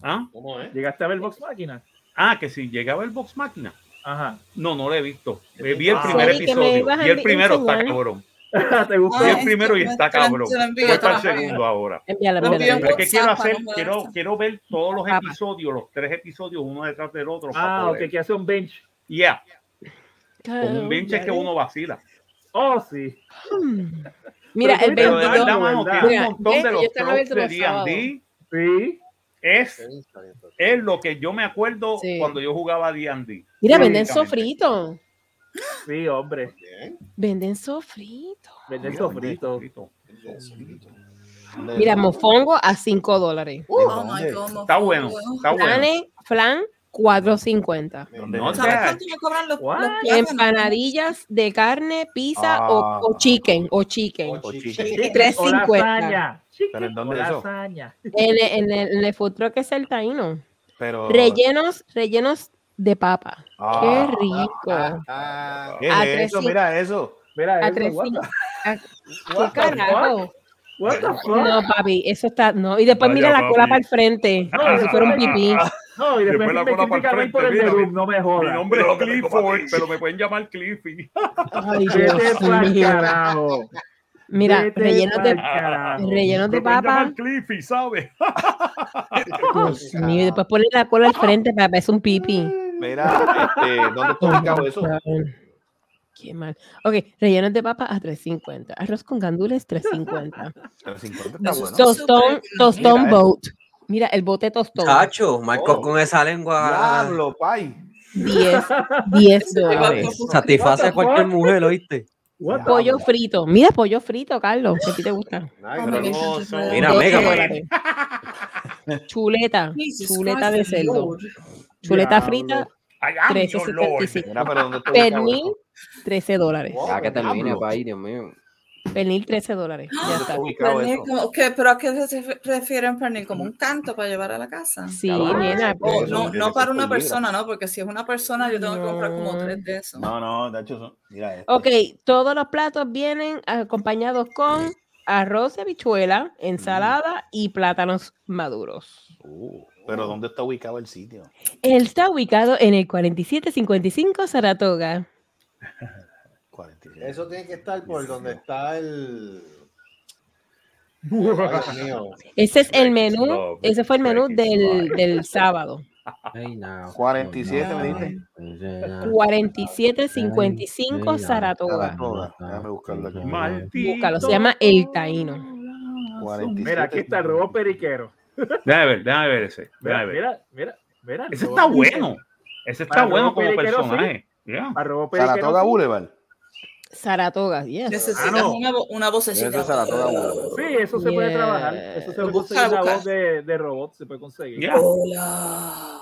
¿Ah? Llegaste a ver Vox Máquina. Ah, que si llegaba el Vox Máquina. Ajá. No, no lo he visto. Eh, Vi el Ah. primer Sorry, que me episodio. ibas a Y el envi- primero está enseñar. cabrón. ¿Te gustó? Vi Ah, el primero y te- está te la- cabrón. te la envío, Voy te para el la envío. segundo ahora. Envíala, envíala, envíala. Porque quiero WhatsApp para hacer, no Ah, pues. poder quiero, hacer. quiero ver todos los Papá. episodios, los tres episodios, uno detrás del otro. Ah, para ok, poder. que hace un bench. Yeah. Ah, Con Mm. un bench es que uno vacila. Oh, sí. Mira, el Pero de verdad, 22. mano, tiene un montón de Mira, los yo tropes estaba de abierto los D&D. Sí. Es, es lo que yo me acuerdo cuando yo jugaba D&D. Mira, venden Únicamente. sofrito. Sí, hombre. Venden sofrito. Venden sofrito. Mira, mofongo a 5 dólares. oh my God, Está bueno, está bueno. Flanes- Flan, 4.50. No ¿Sabes te- cuánto me cobran los, los plátanos? Empanadillas de carne, pizza Ah. o, o chicken. O chicken. chicken. 3.50. Pero en dónde eso? En, el- en el, en el food truck es el taíno. Pero. Rellenos, rellenos de papa. Ah. Qué rico. ¿Qué a es eso? tres- Mira eso. Mira A tres cinco- a- What ¿Qué the carajo? What the fuck? No, papi, eso está. No, y después Vaya, mira la cola papi. para el frente. Como si fuera un pipí. No, y después, Después la me cola critican para a el mí por el frente, de mira, Doom, no me jodas. Mi nombre es Clifford, pero me pueden llamar Cliffy. Ay, Vete Dios pa'l mío. carajo. Mira, Vete rellenos de, pa'l carajo. rellenos de Me pueden papa. llamar Cliffy, ¿sabes? Dios mío, y después poner la cola al frente para es un pipí. Mira, este, ¿dónde está ubicado eso? Qué mal. Ok, rellenos de papa a 3.50. Arroz con gandules 3.50. Pero 50 está bueno. Tostón, tostón Mira, boat. Mira, el bote tostón. Chacho, Marcos con esa lengua Diablo, pay. 10, 10 dólares. satisface a cualquier mujer, ¿oíste? Pollo frito. Mira, pollo frito, Carlos, que a ti te gusta. Oh Mira, Doce mega, dólares. Chuleta, Jesus chuleta de Christ, cerdo. Lord. Chuleta Diablo. frita, I Ah, am your lord. 13.75. Mira, pero ¿dónde está ubicado Pernil, 13 dólares. Ya que termine, diablo. pa' ahí, Dios mío. Pernil, 13 dólares. Ya está. Pernil, como- ¿qué? ¿Pero a qué se refieren pernil? ¿Como un canto para llevar a la casa? Oh, Sí, Cabrón, nena, eso pero- tiene No, que no ser para por una libra. persona, ¿no? Porque si es una persona, yo tengo que comprar como tres de esos. No, no, Nacho, son- mira esto. Ok, todos los platos vienen acompañados con arroz de habichuela, ensalada y plátanos maduros. Uh, pero ¿dónde está ubicado el sitio? Él está ubicado en el 4755 Saratoga. Eso tiene que estar por donde está el. Ese es el menú, ese fue el menú del, del sábado. Ah, 47, me dijiste. Ah. 4755 Saratoga. Toda. Déjame buscarlo aquí. Búscalo, se llama El Taíno. 47. Mira, aquí está el robot periquero. Déjame ver, déjame ver ese. Déjame Mira, ver. mira, mira. mira el Ese robot está periquero. bueno. Ese está Para bueno Robo como Periquero, sí. personaje. Yeah. Para robot periquero. Saratoga sí. Boulevard. Saratoga, yes. Necesitas Ah, no. una, vo- una vocecita. Eso es Saratoga Boulevard. Sí, eso se puede Yeah. trabajar. Eso se puede Busca, conseguir. La busca. voz de, de robot se puede conseguir. Yeah. Hola.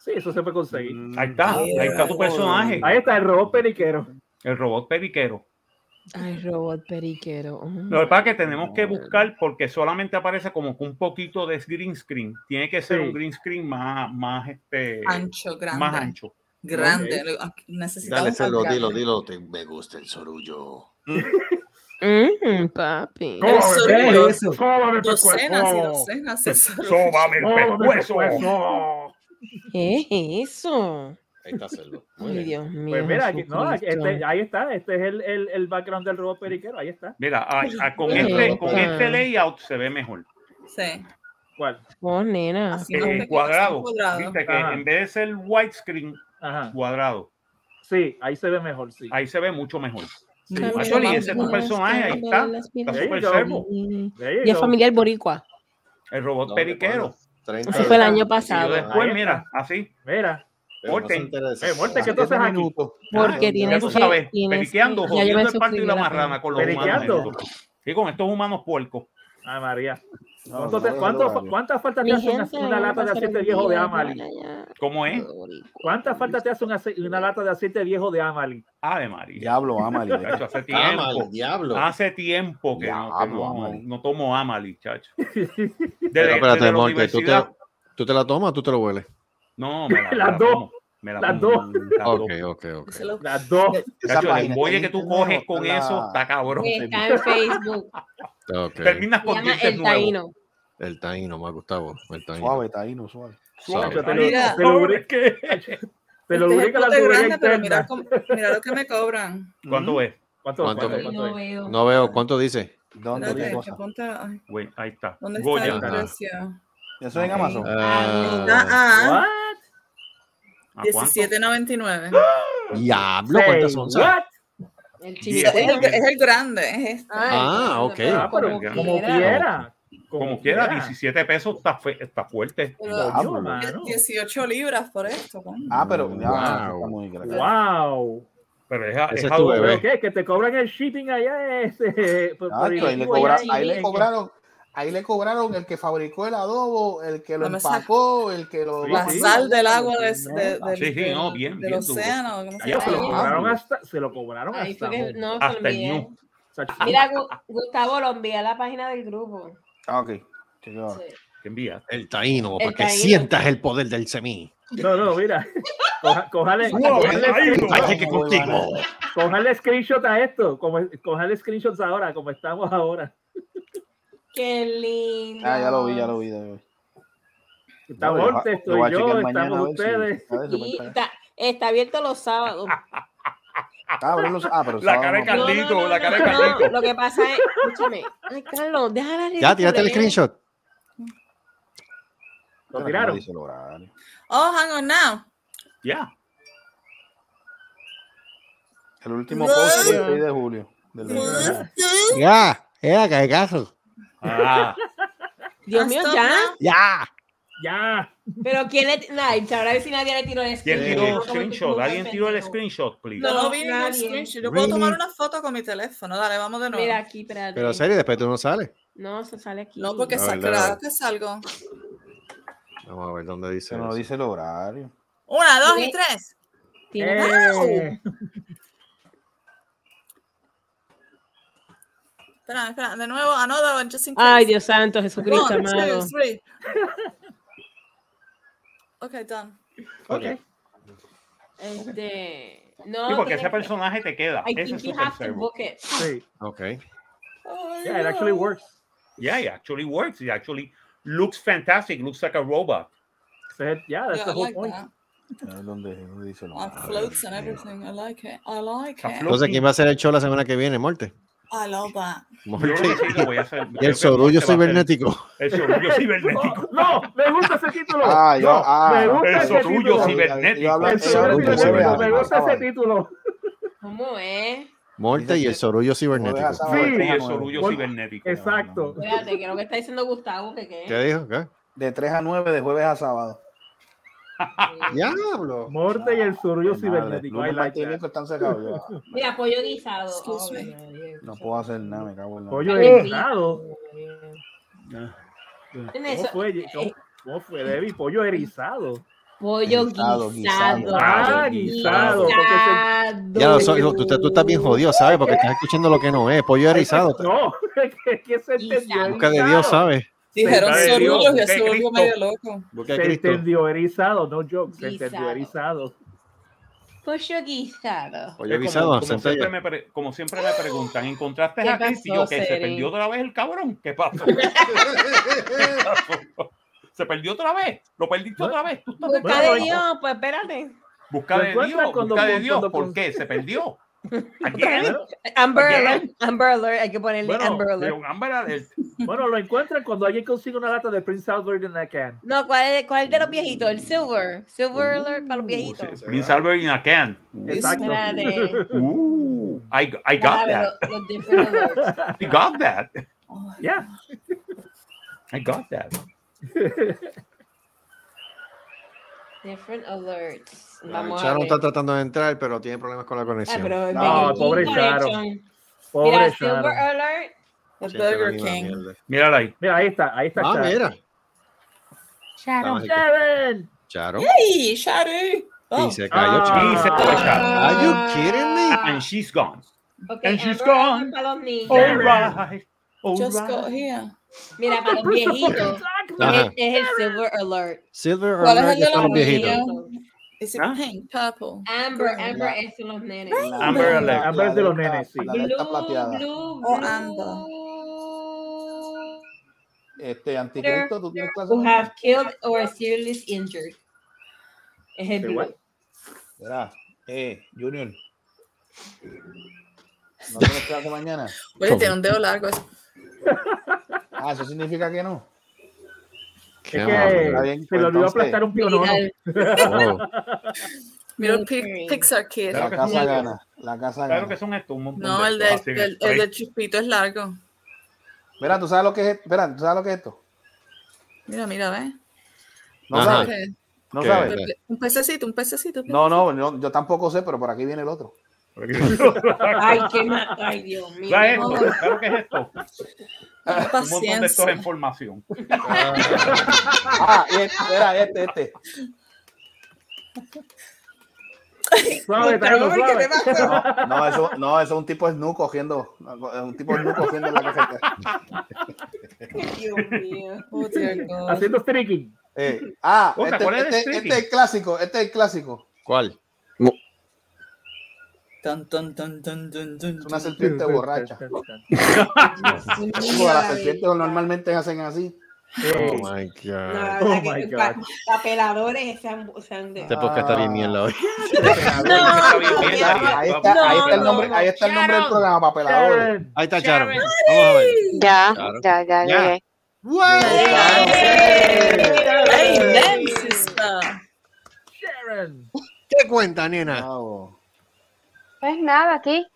Sí, eso se puede conseguir. Mm, Ahí está, ahí está tu personaje. Ahí está el robot periquero. El robot periquero. Ay, robot periquero. Mm. Lo que pasa es que tenemos que buscar porque solamente aparece como que un poquito de green screen. Tiene que ser Sí. un green screen más, más este Ancho, grande. más ancho. Grande. Dale, Necesitamos celo, algo dilo, grande. dilo. te- me gusta el sorullo. Mm, papi. El sorullo. ¿Qué es eso? Docenas y docenas. de sorullos. Sóbame el pescuezo. ¿Qué es eso? Ahí está Selva. Muy Ay, bien. Dios mío. Pues mira, aquí- no, Jesucristo. este- ahí está, este es el, el, el background del robot periquero, ahí está. Mira, ah, ah, con, Qué este, loco. con este layout se ve mejor. Sí. ¿Cuál? Oh, nena. Eh, cuadrado. Viste que en vez de ser widescreen, cuadrado. Sí, ahí se ve mejor, sí. Ahí se ve mucho mejor. Sí. Macho, Mucho y más ese es tu buenas personaje, ahí que está. las Está piernas. super servo. Y es familiar boricua. El robot periquero. Ese fue el año pasado. Y después, mira, así. Mira. Pero no se entera de eso. Eh, Morten, ¿qué Ah, tú haces tiene aquí? minutos. Porque Ah, tienes ya tú que- sabes, tienes que- periqueando, ya yo jodiendo me el parto y suscribí la la marrana con los ¿Periqueando? humanos. estos. Sí, con estos humanos puercos. Ay, María. No, Entonces, no, ¿cuánto- no, no. ¿cuántas faltas te Mi hace una, gente, una lata de vamos a hacer aceite un viejo de día, Amalí? ¿Cómo es? ¿Cuántas faltas te hace una, ace- una lata de aceite viejo de Amalí? Ave María. Diablo, Amali. Chacho, hace tiempo. Ah, Amali, diablo. Hace tiempo que, no- que Diablo, no, Amali. no tomo Amali, chacho. Desde- Pero espérate, desde Morte, ¿tú la te, universidad. ¿tú te la tomas o tú te lo hueles? No, me la, me Las la dos. como, me la Las como, dos. las dos. Ok, ok, ok. Las dos. Chacho, el página embolle está que en tú internet, está coges con la- eso está cabrón. Está en Facebook. Ah, ok. Terminas Se con llama dientes El nuevos. Taíno. El taíno, más Gustavo. El taíno. Suave, Taíno, suave. Suave. Te lo- Mira. te lo brin- este ¿Qué? te lo Este es el brinca la bote tubería grande, pero mira, interna. cómo- mira lo que me cobran. ¿Cuánto es? ¿Cuánto, ¿Cuánto? cuánto- cuánto es? No veo, ¿cuánto dice? ¿Dónde Espérate, qué que cosa? ponte- ay, Güey, ahí está. ¿Dónde está Goya. el Ajá. precio? Eso es en Amazon. Eh, Ah, Ah, ah, What? ¿A cuánto? 17.99. diablo, ¿cuántas pues, son? Say what? El Es chiquito. el, es el grande, es este. Ah, ok. Ah, pero Como como quiera. quiera. Como quiera, 17 pesos está, fe- está fuerte. Pero Coño, Diablo. mano. 18 libras por esto. coño. Ah, pero Wow. ya, eso está muy grande. Wow. Pero es, Ese es es tu adobo. bebé. ¿Pero qué? Que te cobran el shipping allá. Este, por- por Nacho, ahí, le Ibu cobra- allá ahí en- le cobraron, ahí le cobraron el que fabricó el adobo, el que lo No me empacó, el que lo. Sí, La sí. sal del agua de, de- del- Sí, sí, no, bien, del bien duro. océano. ¿cómo se Ya, llama? Se lo Ahí- cobraron hasta. Se lo cobraron Ahí hasta. fue que- Hong no, se Hasta lo el envié. Ñu. Kong. Mira, Gu- Gustavo lo envía a la página del grupo. Ah, ok. Chequeado. Sí. ¿Qué envía? El taíno, para El que taíno. sientas el poder del semí. No, no, mira. Coja- Cójale. Wow, cójale- ahí lo- Así que Muy contigo. bueno. Cojale screenshots a esto, como cojale screenshots ahora, como estamos ahora. Qué lindo. Ah, ya lo vi, ya lo vi. ya lo vi. Está Yo voy a- Morte, yo estoy voy a yo, chequear mañana a estamos ver si- ustedes. a ver si Y me está- está, está abierto los sábados. Ah, pero los- ah, pero La sábado cara de no- Carlito, la cara de no, Carlito. lo que pasa es, escúchame, ay Carlos, déjala Ya, tírate el screenshot. Lo tiraron. Dice el horario. Oh, hang on now. Ya. El último post del 6 de julio. del 20. Ya, ya, cagazo. Ah, Dios mío, Hasta ya. Ya. Ya. Pero quién le. Nah, ahora a ver si nadie le tiró el ¿Quién screenshot. tiró el Como tú screenshot? nunca ¿Alguien tiró el pendejo. screenshot, please? Yo No, no vi ningún nadie. screenshot. Yo puedo Really? tomar una foto con mi teléfono. Dale, vamos de nuevo. Mira aquí, espérate. Pero en serio, después tú no sales. No, se sale aquí. no, porque La sal- verdad. claro que salgo. Vamos a ver dónde dice. Se nos eso. dice el horario. Una, dos y Sí. tres. Tiene- Eh, Espera, espera. De nuevo, Ah, another one, just in case. Ay, Dios santo, Jesucristo One, amado. two, three. Ok, done. Este. No, Sí, porque tiene- ese personaje te queda. I Ese es think you super have to servo. book it. sí. Ok. Yeah, it actually works. Yeah, it actually works. It actually looks fantastic. Looks like a robot. Said, yeah, that's Yeah, the I whole like point. that. A ver dónde dónde dice Ah, el On horario. floats and everything. I like it. I like Está it. float. Entonces, ¿quién va a hacer el show la semana que viene? Morte. I love that. Yo creo que sí lo Morte. voy a hacer. Y Creo el que sorullo Morte va a hacer- cibernético. El sorullo cibernético. No, no, me gusta ese título. Ah, yo- No, ah, me gusta el ese sorullo título. ciber- Yo hablo- El eso es sorullo lo que se cibernético, vea. me gusta Ah, ese vale. título. ¿Cómo es? Morte y el sorullo cibernético. Como Sí. deja Sí, saber, el como sorullo Bueno, cibernético. Exacto. Espérate, que lo que está diciendo Gustavo, que qué. ¿Qué dijo? ¿Qué? De 3 a 9, de jueves a sábado. Diablo. Morte y el surullo Qué madre. cibernético. I Lunes, like martes y that. miércoles están cerrados. Yo, Mira, pollo guisado. Excuse me. Dios mío. No puedo hacer nada, me cago en la. Pollo Eh. de guisado. ¿Cómo Eso- fue? ¿Cómo, cómo fue, Debbie? Pollo erizado. Pollo Guisado, guisado. guisado. Ah, guisado. guisado. Ya lo soy, lo- tú, tú estás bien jodido, ¿sabes? Porque estás escuchando lo que no es. Pollo erizado. No, que, que se entendió. Guisado. Busca de Dios, erizado. ¿sabes? Dijeron Ay, Dios, sorullos y qué se volvió Cristo. medio loco. Busca Se de Cristo. entendió erizado, no joke. Se Guisado. entendió erizado. Pollo Pollo Es guisado. como- erizado, como, acepta siempre ya. me pre- como siempre me preguntan, ¿encontraste ¿Qué a Chris? Y pasó, yo, que se Seri? perdió otra vez el cabrón. ¿Qué pasó? ¿Qué pasó? ¿Se perdió otra vez? ¿Lo perdiste otra vez? ¿Tú estás Busca Bueno, de Dios, pues espérate. Busca Lo de encuentras Dios, cuando- busca de Dios. cuando- ¿Por qué? Se perdió. Amber Again. Alert, Amber Alert, hay que ponerle Amber Alert. eh, Bueno, lo encuentran cuando alguien consigue una lata de Prince Albert in a can. No, ¿cuál, es- cuál es de los viejitos? El Silver. Silver Alert para los viejitos. Prince Albert in a can. Exacto. Espérate. Ooh, I, I got that. Los different alerts. I got that. Oh, Yeah. I got that. Different alerts. Vamos a Sharon ver. Ah, está tratando de entrar, pero tiene problemas con la conexión. pero- no, Burger pobre King Sharon. connection. Pobre Mira, Sharon. Silver Alert. The Burger King. Mírala ahí. Mira, ahí está, ahí está. Ah, Sharon. mira. Sharon. Ay, qué- Sharon. Charo. ¡Hey, Sharon! Oh. Y se cayó. Charo. Ah. Y se fue Sharon. Are you kidding me? And she's gone. ah, Ok, And she's Amber gone. Alert para los niños. All right. All Just right. go here. Mira, para los viejitos. Ajá. Es, es el Silver Alert. Silver ¿Cuál es Alert el de es para los los viejitos. Is it pink, purple? Amber, green? Amber es de los nenes. Amber Alert. Amber es de los nenes, sí. La alerta plateada. Blue, O blue. Amber. Este anticristo, tú tienes clase. Who have killed or seriously injured. Es el Qué blue. bueno. Mira, eh, Junior. ¿No tienes clase mañana? Oye, tiene un dedo largo. es- Ah, eso significa que no. Qué Es mal. que Está bien, se le olvidó entonces. aplastar un pionono. Oh. Mira el Pi- Pixar Kid. La casa gana. La casa Claro gana. que son estos. un montón No, el, de, estos, así el, que- el del chispito es largo. Mira, ¿tú sabes lo que es esto? Mira, ¿tú sabes lo que es esto? Mira, mira, ve. No Ajá. sabes. Ok. No ¿Qué? sabes. Un pececito, un pececito. No, no, no, yo tampoco sé, pero por aquí viene el otro. Ay, qué mal. Ay, Dios mío. Mira esto, claro que es esto. Un montón de estos Paciencia. en formación. Ah, y este, mira, este, este. Suave, Tano, suave. No, no, eso, no, eso es un tipo de snu cogiendo. es Un tipo de snu cogiendo en la cafetera. Dios mío. Oh, dear God. Haciendo streaking. Eh, ah, Otra, este, ¿cuál es el este- sticky? este es el clásico. Este es el clásico. ¿Cuál? Tan, tan, tan, tan, tan, tan, Es una tan. serpiente borracha. Como las serpientes normalmente hacen así. Oh my No, la God. verdad Oh, que my pa- God. papeladores se han, se han de... Este podcast está bien mierda hoy. Ahí está, ahí está el nombre, ahí está el nombre del programa, papelador. Sharon. Ahí está Charo. Vamos a ver. Ya, Claro. ya, ya, Ya. llegué. Hey, Nancy está. Sharon. ¿Qué cuenta, nena? Pues nada, aquí,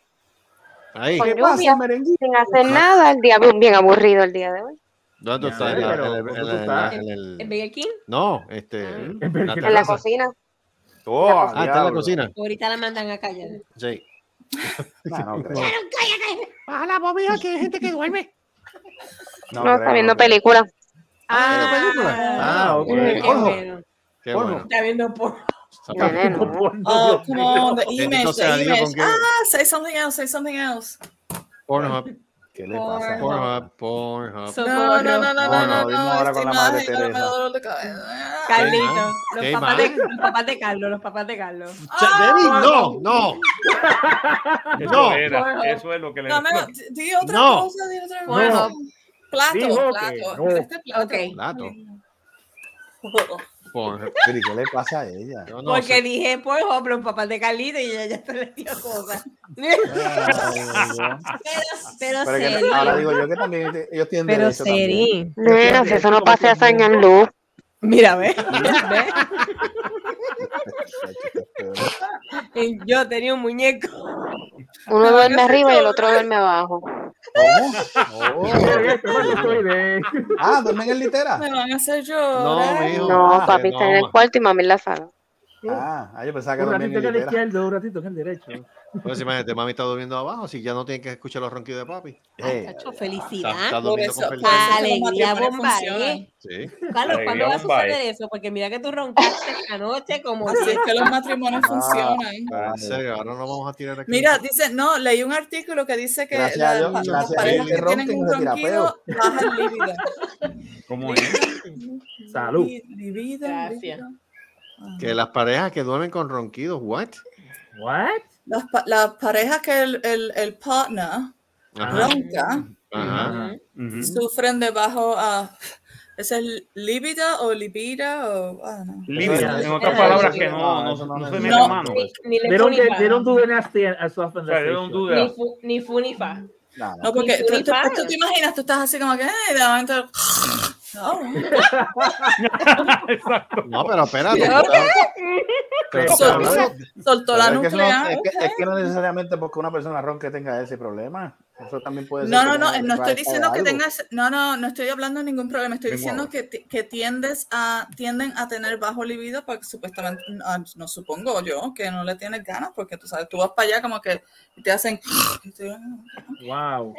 Ahí. con lluvia, Pues sin hacer nada, el día bien aburrido el día de hoy. ¿Dónde tú Ya, estás? En la- pero, en el- en ¿dónde tú la- en estás? la- en el- ¿El Burger King? No, este. en la En la terraza. cocina. Oh, Ah, está en la diablo. cocina. Ahorita la mandan a callar. Sí. No, Ah, no creo. Baja la bobija que hay gente que duerme. No, creo, está viendo creo. películas. Ah, ok. Qué Ojo. bueno. Qué Porno. bueno. Está viendo por... Oh, come on, the image, Bendito sea the Dios, image. ¿con qué? Ah, say something else, say something else. Pornhub, ¿Qué le pasa? Pornhub, Pornhub. No, no, no, no, no, Bueno, no, no, mismo ahora esta con la madre imagen ahora me da Teresa. dolor de cabeza. Carlitos, los Qué papás, de, mal. los papás de Carlos, los papás de Carlos. Cha- Ah, Debbie, no, no. Eso No. era, eso es lo que le No, no, di- di otra No. cosa, di otra Bueno. cosa. Plato, Dijo que plato. no. Este plato. Ok, Lato. Pornhub. Pero, ¿y ¿Qué le pasa a ella? Yo no porque sé. dije por ejemplo, los papás de Carlitos y ella ya se le dio cosas. Pero Pero que- Seri, ahora digo yo que también te- ellos tienen Pero derecho también. Seri. Nena, si eso no pase a San Luz. Mira, ve. yo tenía un muñeco. Uno duerme arriba y el otro duerme abajo. ¿Cómo? Oh. Ah, duermen en litera. Me van a hacer No, llorar. mijo, No, madre, papi está en el ma- cuarto y mami en la sala. Ah, ah, yo pensaba que Un dormían ratito en en el litera. izquierdo, un ratito en el derecho. Pues imagínate, mami está durmiendo abajo, si ya no tiene que escuchar los ronquidos de papi. Eh, Está, Chacho, está felicidad. Por durmiendo eso, con por eso felicidad. es que los Alegría matrimonios bomba, funcionan. ¿eh? Sí. Carlos, Alegría ¿cuándo va a bomba, suceder eso? Porque mira que tú roncaste esta noche como Así es si- que los matrimonios funcionan. Pero en serio, ahora no vamos a tirar aquí. Mira, dice, no, leí un artículo que dice que Gracias la- a Dios, las gracias a parejas Dios que que tienen ronquen un no se tira ronquido bajan libido. ¿Cómo es? Salud. Li- libido, Gracias. libido. que las parejas que duermen con ronquidos, what? What? Las, pa- las parejas que el, el, el partner Ajá. ronca Ajá. Ujú. sufren de bajo ah, ¿Esa es Libida o Libida o.? ah, no. Libida, en otras palabras que no, no, no se mete mano. They don't, they, they don't do the nasty as often They as they don't should. do that. Ni, fu, ni fu ni fa. No, porque tú, tú- tú te imaginas, tú estás así como que. "Eh", de momento- No. No, pero espérate. Pero- Sol- pero- sol- soltó la pero es que eso no- nuclear. es, que, es que no necesariamente porque una persona ronca tenga ese problema. Eso también puede ser. No, que no, no, tenga- no estoy tenga diciendo que algo. tengas, no, no, no estoy hablando de ningún problema, estoy Tengo diciendo que, ti- que tiendes a, tienden a tener bajo libido porque supuestamente, ah, no supongo yo, que no le tienes ganas porque tú sabes, tú vas para allá como que te hacen... y tú, Wow.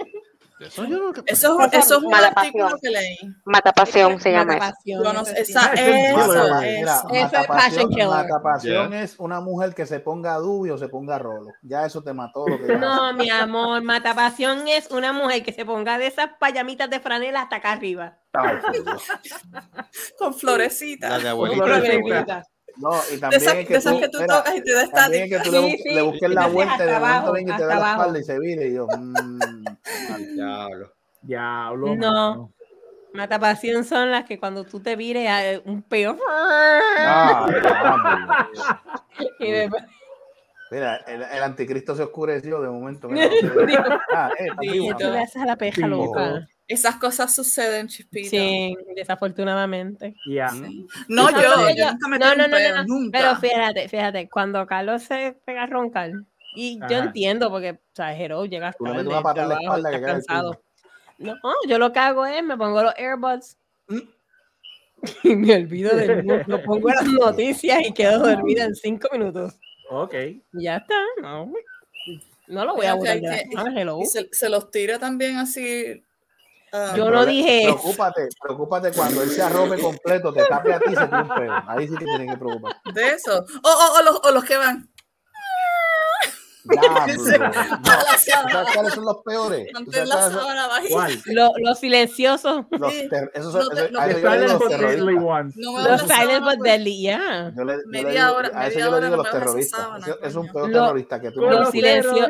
Eso yo nunca- Eso, es- eso es un Mala artículo pasión. que leí. Mata pasión se llama eso. Matapasión, Yo no sé, eso sí. esa- Mata- eso, mira, eso. Eso es matapasión- passion killer. matapasión Yeah. es una mujer que se ponga dubio o se ponga rolo. Ya eso te mató lo que No, mi amor, matapasión es una mujer que se ponga de esas payamitas de franela hasta acá arriba. Con florecitas. La de abuelita. Con florecitas. pues. Abuelita. No, y De también esas, es que de esas tú, que tú mira, tocas y te da también es estática. que tú le, Sí, bu- sí. le busques la Entonces, vuelta y de hasta momento abajo, ven y te hasta da la abajo. espalda y se vira y yo, mm, Diablo. Diablo. No. Matapasión son las que cuando tú te vires a un peo. Ah, Y después- mira, el, el anticristo se oscureció de momento. mira, ah, eh, está vivo. tú le haces a la peja Sí. pues. loca. Esas cosas suceden, chispita. Sí, desafortunadamente. Ya. No, Ah, yo, Pero yo yo- nunca me no, no, no, tengo un peo, no, no. nunca. Pero fíjate, fíjate, cuando Carlos se pega a roncar, y yo Ajá. entiendo, porque, o sea, Jero, llegas Tú le tarde, metes una patada en la trabajo, espalda que estás cae el cansado. No, yo lo que hago es, me pongo los earbuds ¿Mm? y me olvido del mundo, pongo las noticias y quedo dormida en cinco minutos. Ok. Y Ya está, no, no lo voy a Fíjate, botar hay de la que- cama, hello. y se, se los tira también así. ah, Yo no dije eso. Preocúpate, preocúpate cuando él se arrope completo, te tape a ti y se tira un pedo. Ahí sí te tienen que preocupar. de eso. O, o- o los, o los que van. Diablo. A la ¿Tú sábana. sabes cuáles son los peores? ¿Tú Antes sabes la cuáles son- sábana bajita. Lo- los silenciosos. Los Sí. ter- esos No son, te- eso- no a te- eso yo le digo los terroristas. No pues. me Los hablas de silent sábana, but deadly, yeah. Yo le- yo le Media digo- hora- a eso media yo le hora digo no los me vas a terroristas. sábana, Eso- es un pedo Lo- terrorista que tú Los no lo- silencio-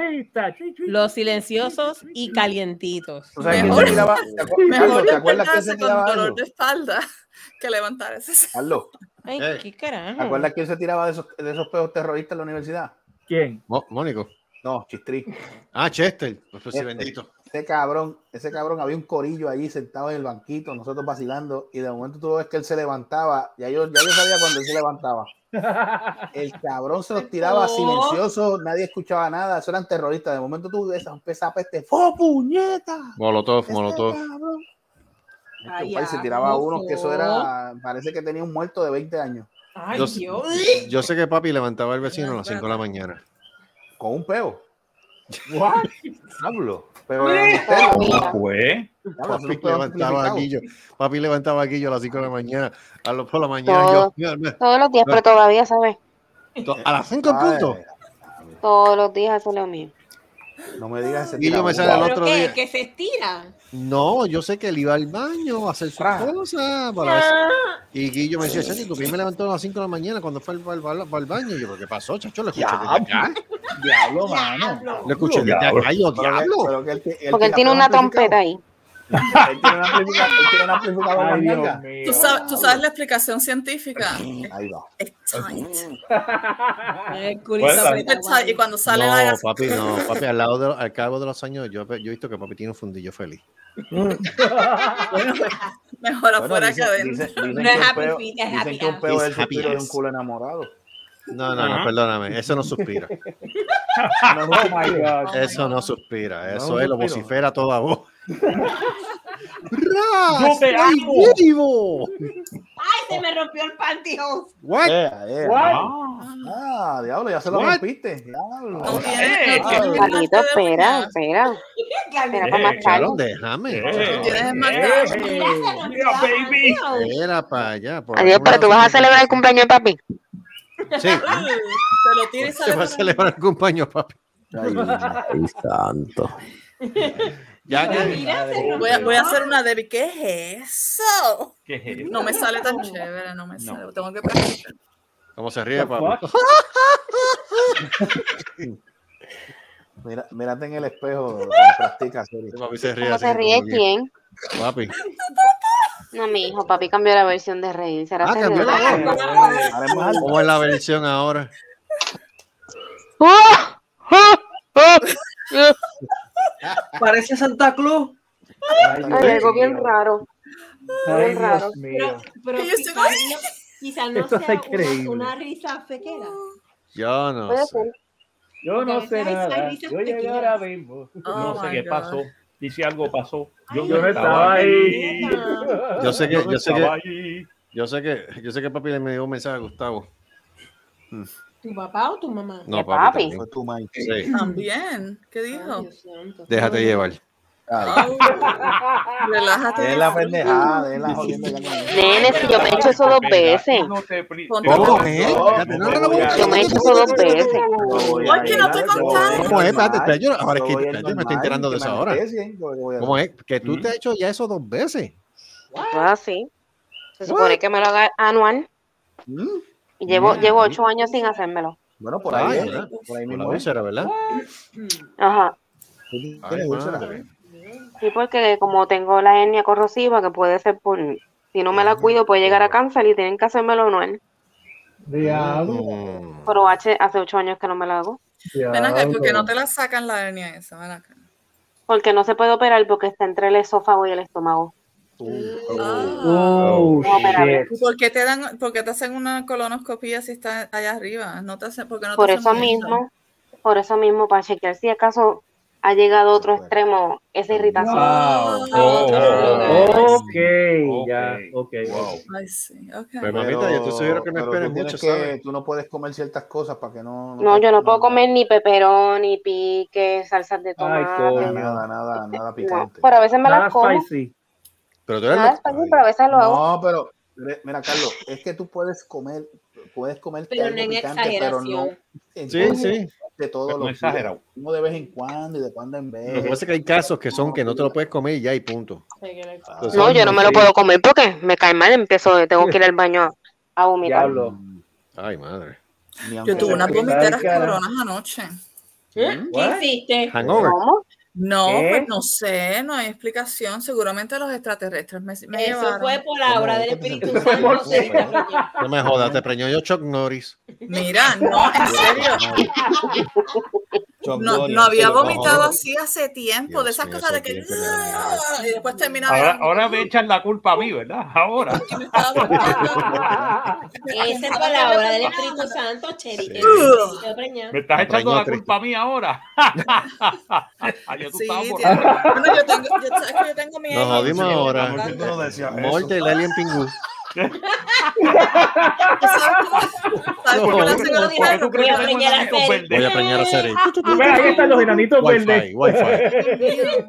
los silenciosos y calientitos. ¿Tú sabes quién se tiraba? ¿Te acuer- Carlos, Mejor ¿te acuerdas quién se despertarse con tiraba de dolor eso? de espalda que levantar ese. Carlos, Ay, Eh. qué carajo. ¿te Mm. acuerdas quién se tiraba de esos, de esos pedos terroristas en la universidad? ¿Quién? Mo- Mónico. No, Chistri. Ah, Chester. Pues, pues, sí, Este. bendito. Ese cabrón, ese cabrón, había un corillo allí sentado en el banquito, nosotros vacilando, y de momento tú ves que él se levantaba, ya yo, ya yo sabía cuando él se levantaba. El cabrón se los tiraba silencioso, nadie escuchaba nada, eso eran terroristas. De momento tú ves a esa peste, ¡fo puñeta! Molotov, Ese molotov. cabrón. Ay, Chupá, y se ya, tiraba a no unos que eso fue. era, parece que tenía un muerto de 20 años. Ay, Yo, Dios. yo sé que papi levantaba al vecino a las 5 de la mañana. Con un peo. ¿What? Hablo. Pero Pues, Papi levantaba a Guillo. Papi levantaba a Guillo a las 5 de la mañana. A lo- por la mañana yo. Todos los días, pero todavía, ¿sabes? To- A las 5 en punto. Todos los días eso es lo mío. No me digas ese Guillo me tirabuzón. sale al otro ¿Qué? día. ¿Que se estira? No, yo sé que él iba al baño a hacer sus Fra. cosas. para ver- Y Guillo me decía, Chacho, tu primo me levantó a las 5 de la mañana cuando fue al, al- al- al baño. Y yo, ¿pero qué pasó, Chacho? Lo escuché desde acá. Diablo, mano. Lo escuché desde acá. Y yo, diablo. Porque él tiene una trompeta ahí. Él tiene una amplificador. Él tiene un amplificador Ay, en la Dios manga. mío. ¿Tú sabes, tú sabes la explicación científica. Ahí va. Es tight. El culito Bueno, apretado. Es tight, Y cuando sale No, la gas- papi, no, papi, al, lado de, al cabo de los años, yo, yo he visto que papi tiene un fundillo feliz. mejor afuera que dicen, adentro. dicen- dicen No que es un happy peo, feet, es dicen happy que un peo ass. es el It's happy suspiro de ass. un culo enamorado. No, no, no, Ajá. perdóname, eso no suspira. No, no, my God. Eso no suspira, No, eso no es lo suspiro. vocifera a toda voz. ¡Ras! te ¡Ay, amo! vivo! ¡Ay, se me rompió el pantyhose! What? Eh, eh, What? ah, ah, diablo, ya se lo What? rompiste. Diablo. No Eh, tienes, no tienes Carlito, arte de espera, uña. espera. Eh, Espera para más tarde. Carlos, déjame. Eh, Tienes el eh, macaco. Ya se rompió mira, el baby. pantyhose. Era para allá. por Adiós, algún pero tú lado vas a siempre celebrar el Ah, pasa. cumpleaños de papi. Sí, Te lo tira y se sale va a por ahí. celebrar el cumpleaños, papi. santo. Ya Mira, que mira, se Voy a, rompió. voy a hacer una Debbie. ¿Qué es eso? ¿Qué es eso? No me sale tan chévere, no me sale. Tengo que practicar. como se ríe, papi. Mira, mírate en el espejo, practica serio. Papi se ríe. ¿Cómo así, se ríe como que- quién? Papi. No, mi hijo, papi cambió la versión de Reír. Será Ah, serio? cambió la voz. ¿Cómo es la versión ahora? Parece Santa Claus. Ay, algo bien raro. Ay, Bien raro. Dios mío. Pero Que yo quizás estoy- no, quizás no Esto está sea increíble. una, una risa fequera. Yo no. Puede sé. ser. Yo no sé Hay- hay nada. risas Yo llegué pequeñas. ahora mismo. Oh no sé my qué God. pasó. Dice algo pasó. Yo, Yo no estaba ahí. Yo sé que, no yo sé estaba que, yo sé que, yo sé que papi le me dio un mensaje a Gustavo. ¿Tu papá o tu mamá? No, papi. también. Sí. También. ¿Qué dijo? Mm. Déjate Mm. llevar. Relájate. Es la pendejada, es la jodienda que Nene, si yo me he hecho eso dos veces. ¿Cómo es? Espérate, no, no, no, no, Yo me he hecho eso dos veces. ¿Cómo es? Espérate, espérate, yo, ahora es que espérate, yo me estoy enterando de eso ahora. ¿Cómo es? Que tú te has hecho ya eso dos veces. Ah, sí. Se supone que me lo haga anual. Y llevo, Mm. llevo ocho años sin hacérmelo. Bueno, por Ah, ahí. es, ¿verdad? Por ahí Por mismo. la úlcera, ¿verdad? Ajá. Ay, madre. Sí, porque como tengo la hernia corrosiva, que puede ser por... Si no me la cuido, puede llegar a cáncer y tienen que hacérmelo anual. Diablo. Pero hace, hace ocho años que no me la hago. Ven acá, ¿por qué no te la sacan la hernia esa? Ven acá. Porque no se puede operar porque está entre el esófago y el estómago. Oh, No, espérate. shit. Ah. ¿Por qué te dan, por qué te hacen una colonoscopía si está allá arriba? No te hacen, porque no te Por hacen eso una mismo, por eso mismo, para chequear si acaso ha llegado a otro extremo esa irritación. Oh, Ok, ya, ok. hernia? Ay, sí, ok. Pero, mamita, yo te sugiero que no pero tú esperes tienes mucho, que- ¿sabes? Tú no puedes comer ciertas cosas para que no. No, yo no puedo comer ni peperón, ni pique, salsas de tomate. nada, nada, nada, nada No, picante. pero a veces me las como. Pero tú eres Nada spicy, Ah, pero a veces lo hago. No, pero mira, mira, Carlos, es que tú puedes comer, puedes comer Pero no en pero no. exageración. pues, entonces, sí. De todos Pero no los exagerado. días. Uno de vez en cuando y de cuando en vez. Lo que pasa es que hay casos que son que no te lo puedes comer y ya y punto. Entonces, No, yo no me lo sí. puedo comer porque me cae mal, empiezo, tengo que ir al baño a- a vomitar. Diablo. Ay, madre. Yo tuve unas vomiteras cabronas anoche. ¿Qué What? hiciste? Hangover. No, ¿Qué? pues no sé, no hay explicación. Seguramente los extraterrestres me, me Eso llevaron. fue por la obra del Espíritu Santo. No me jodas, te preñó yo Chuck Norris. Mira, no, en serio. No, no había vomitado así hace tiempo, de esas cosas de que. "Ah", Y después terminaba. Ahora, ahora me echan la culpa a mí, ¿verdad? Ahora. Esa es por la obra del Espíritu Santo, Cheri. que Sí. te preñó. Me estás Preñó echando la triste. culpa a mí ahora. Yo tú Sí, estabas tiene- borracho. Bueno, yo tengo, yo, sabes que yo tengo mi Nos jodimos ahora. Morte el alien pingú. ¿Sabes por qué le hacen a los ¿Por qué tú dineros? crees que tengo enanitos verdes? Voy a preñar a Voy a preñar a Seri. Ve, ahí están los enanitos Wi-Fi, verdes.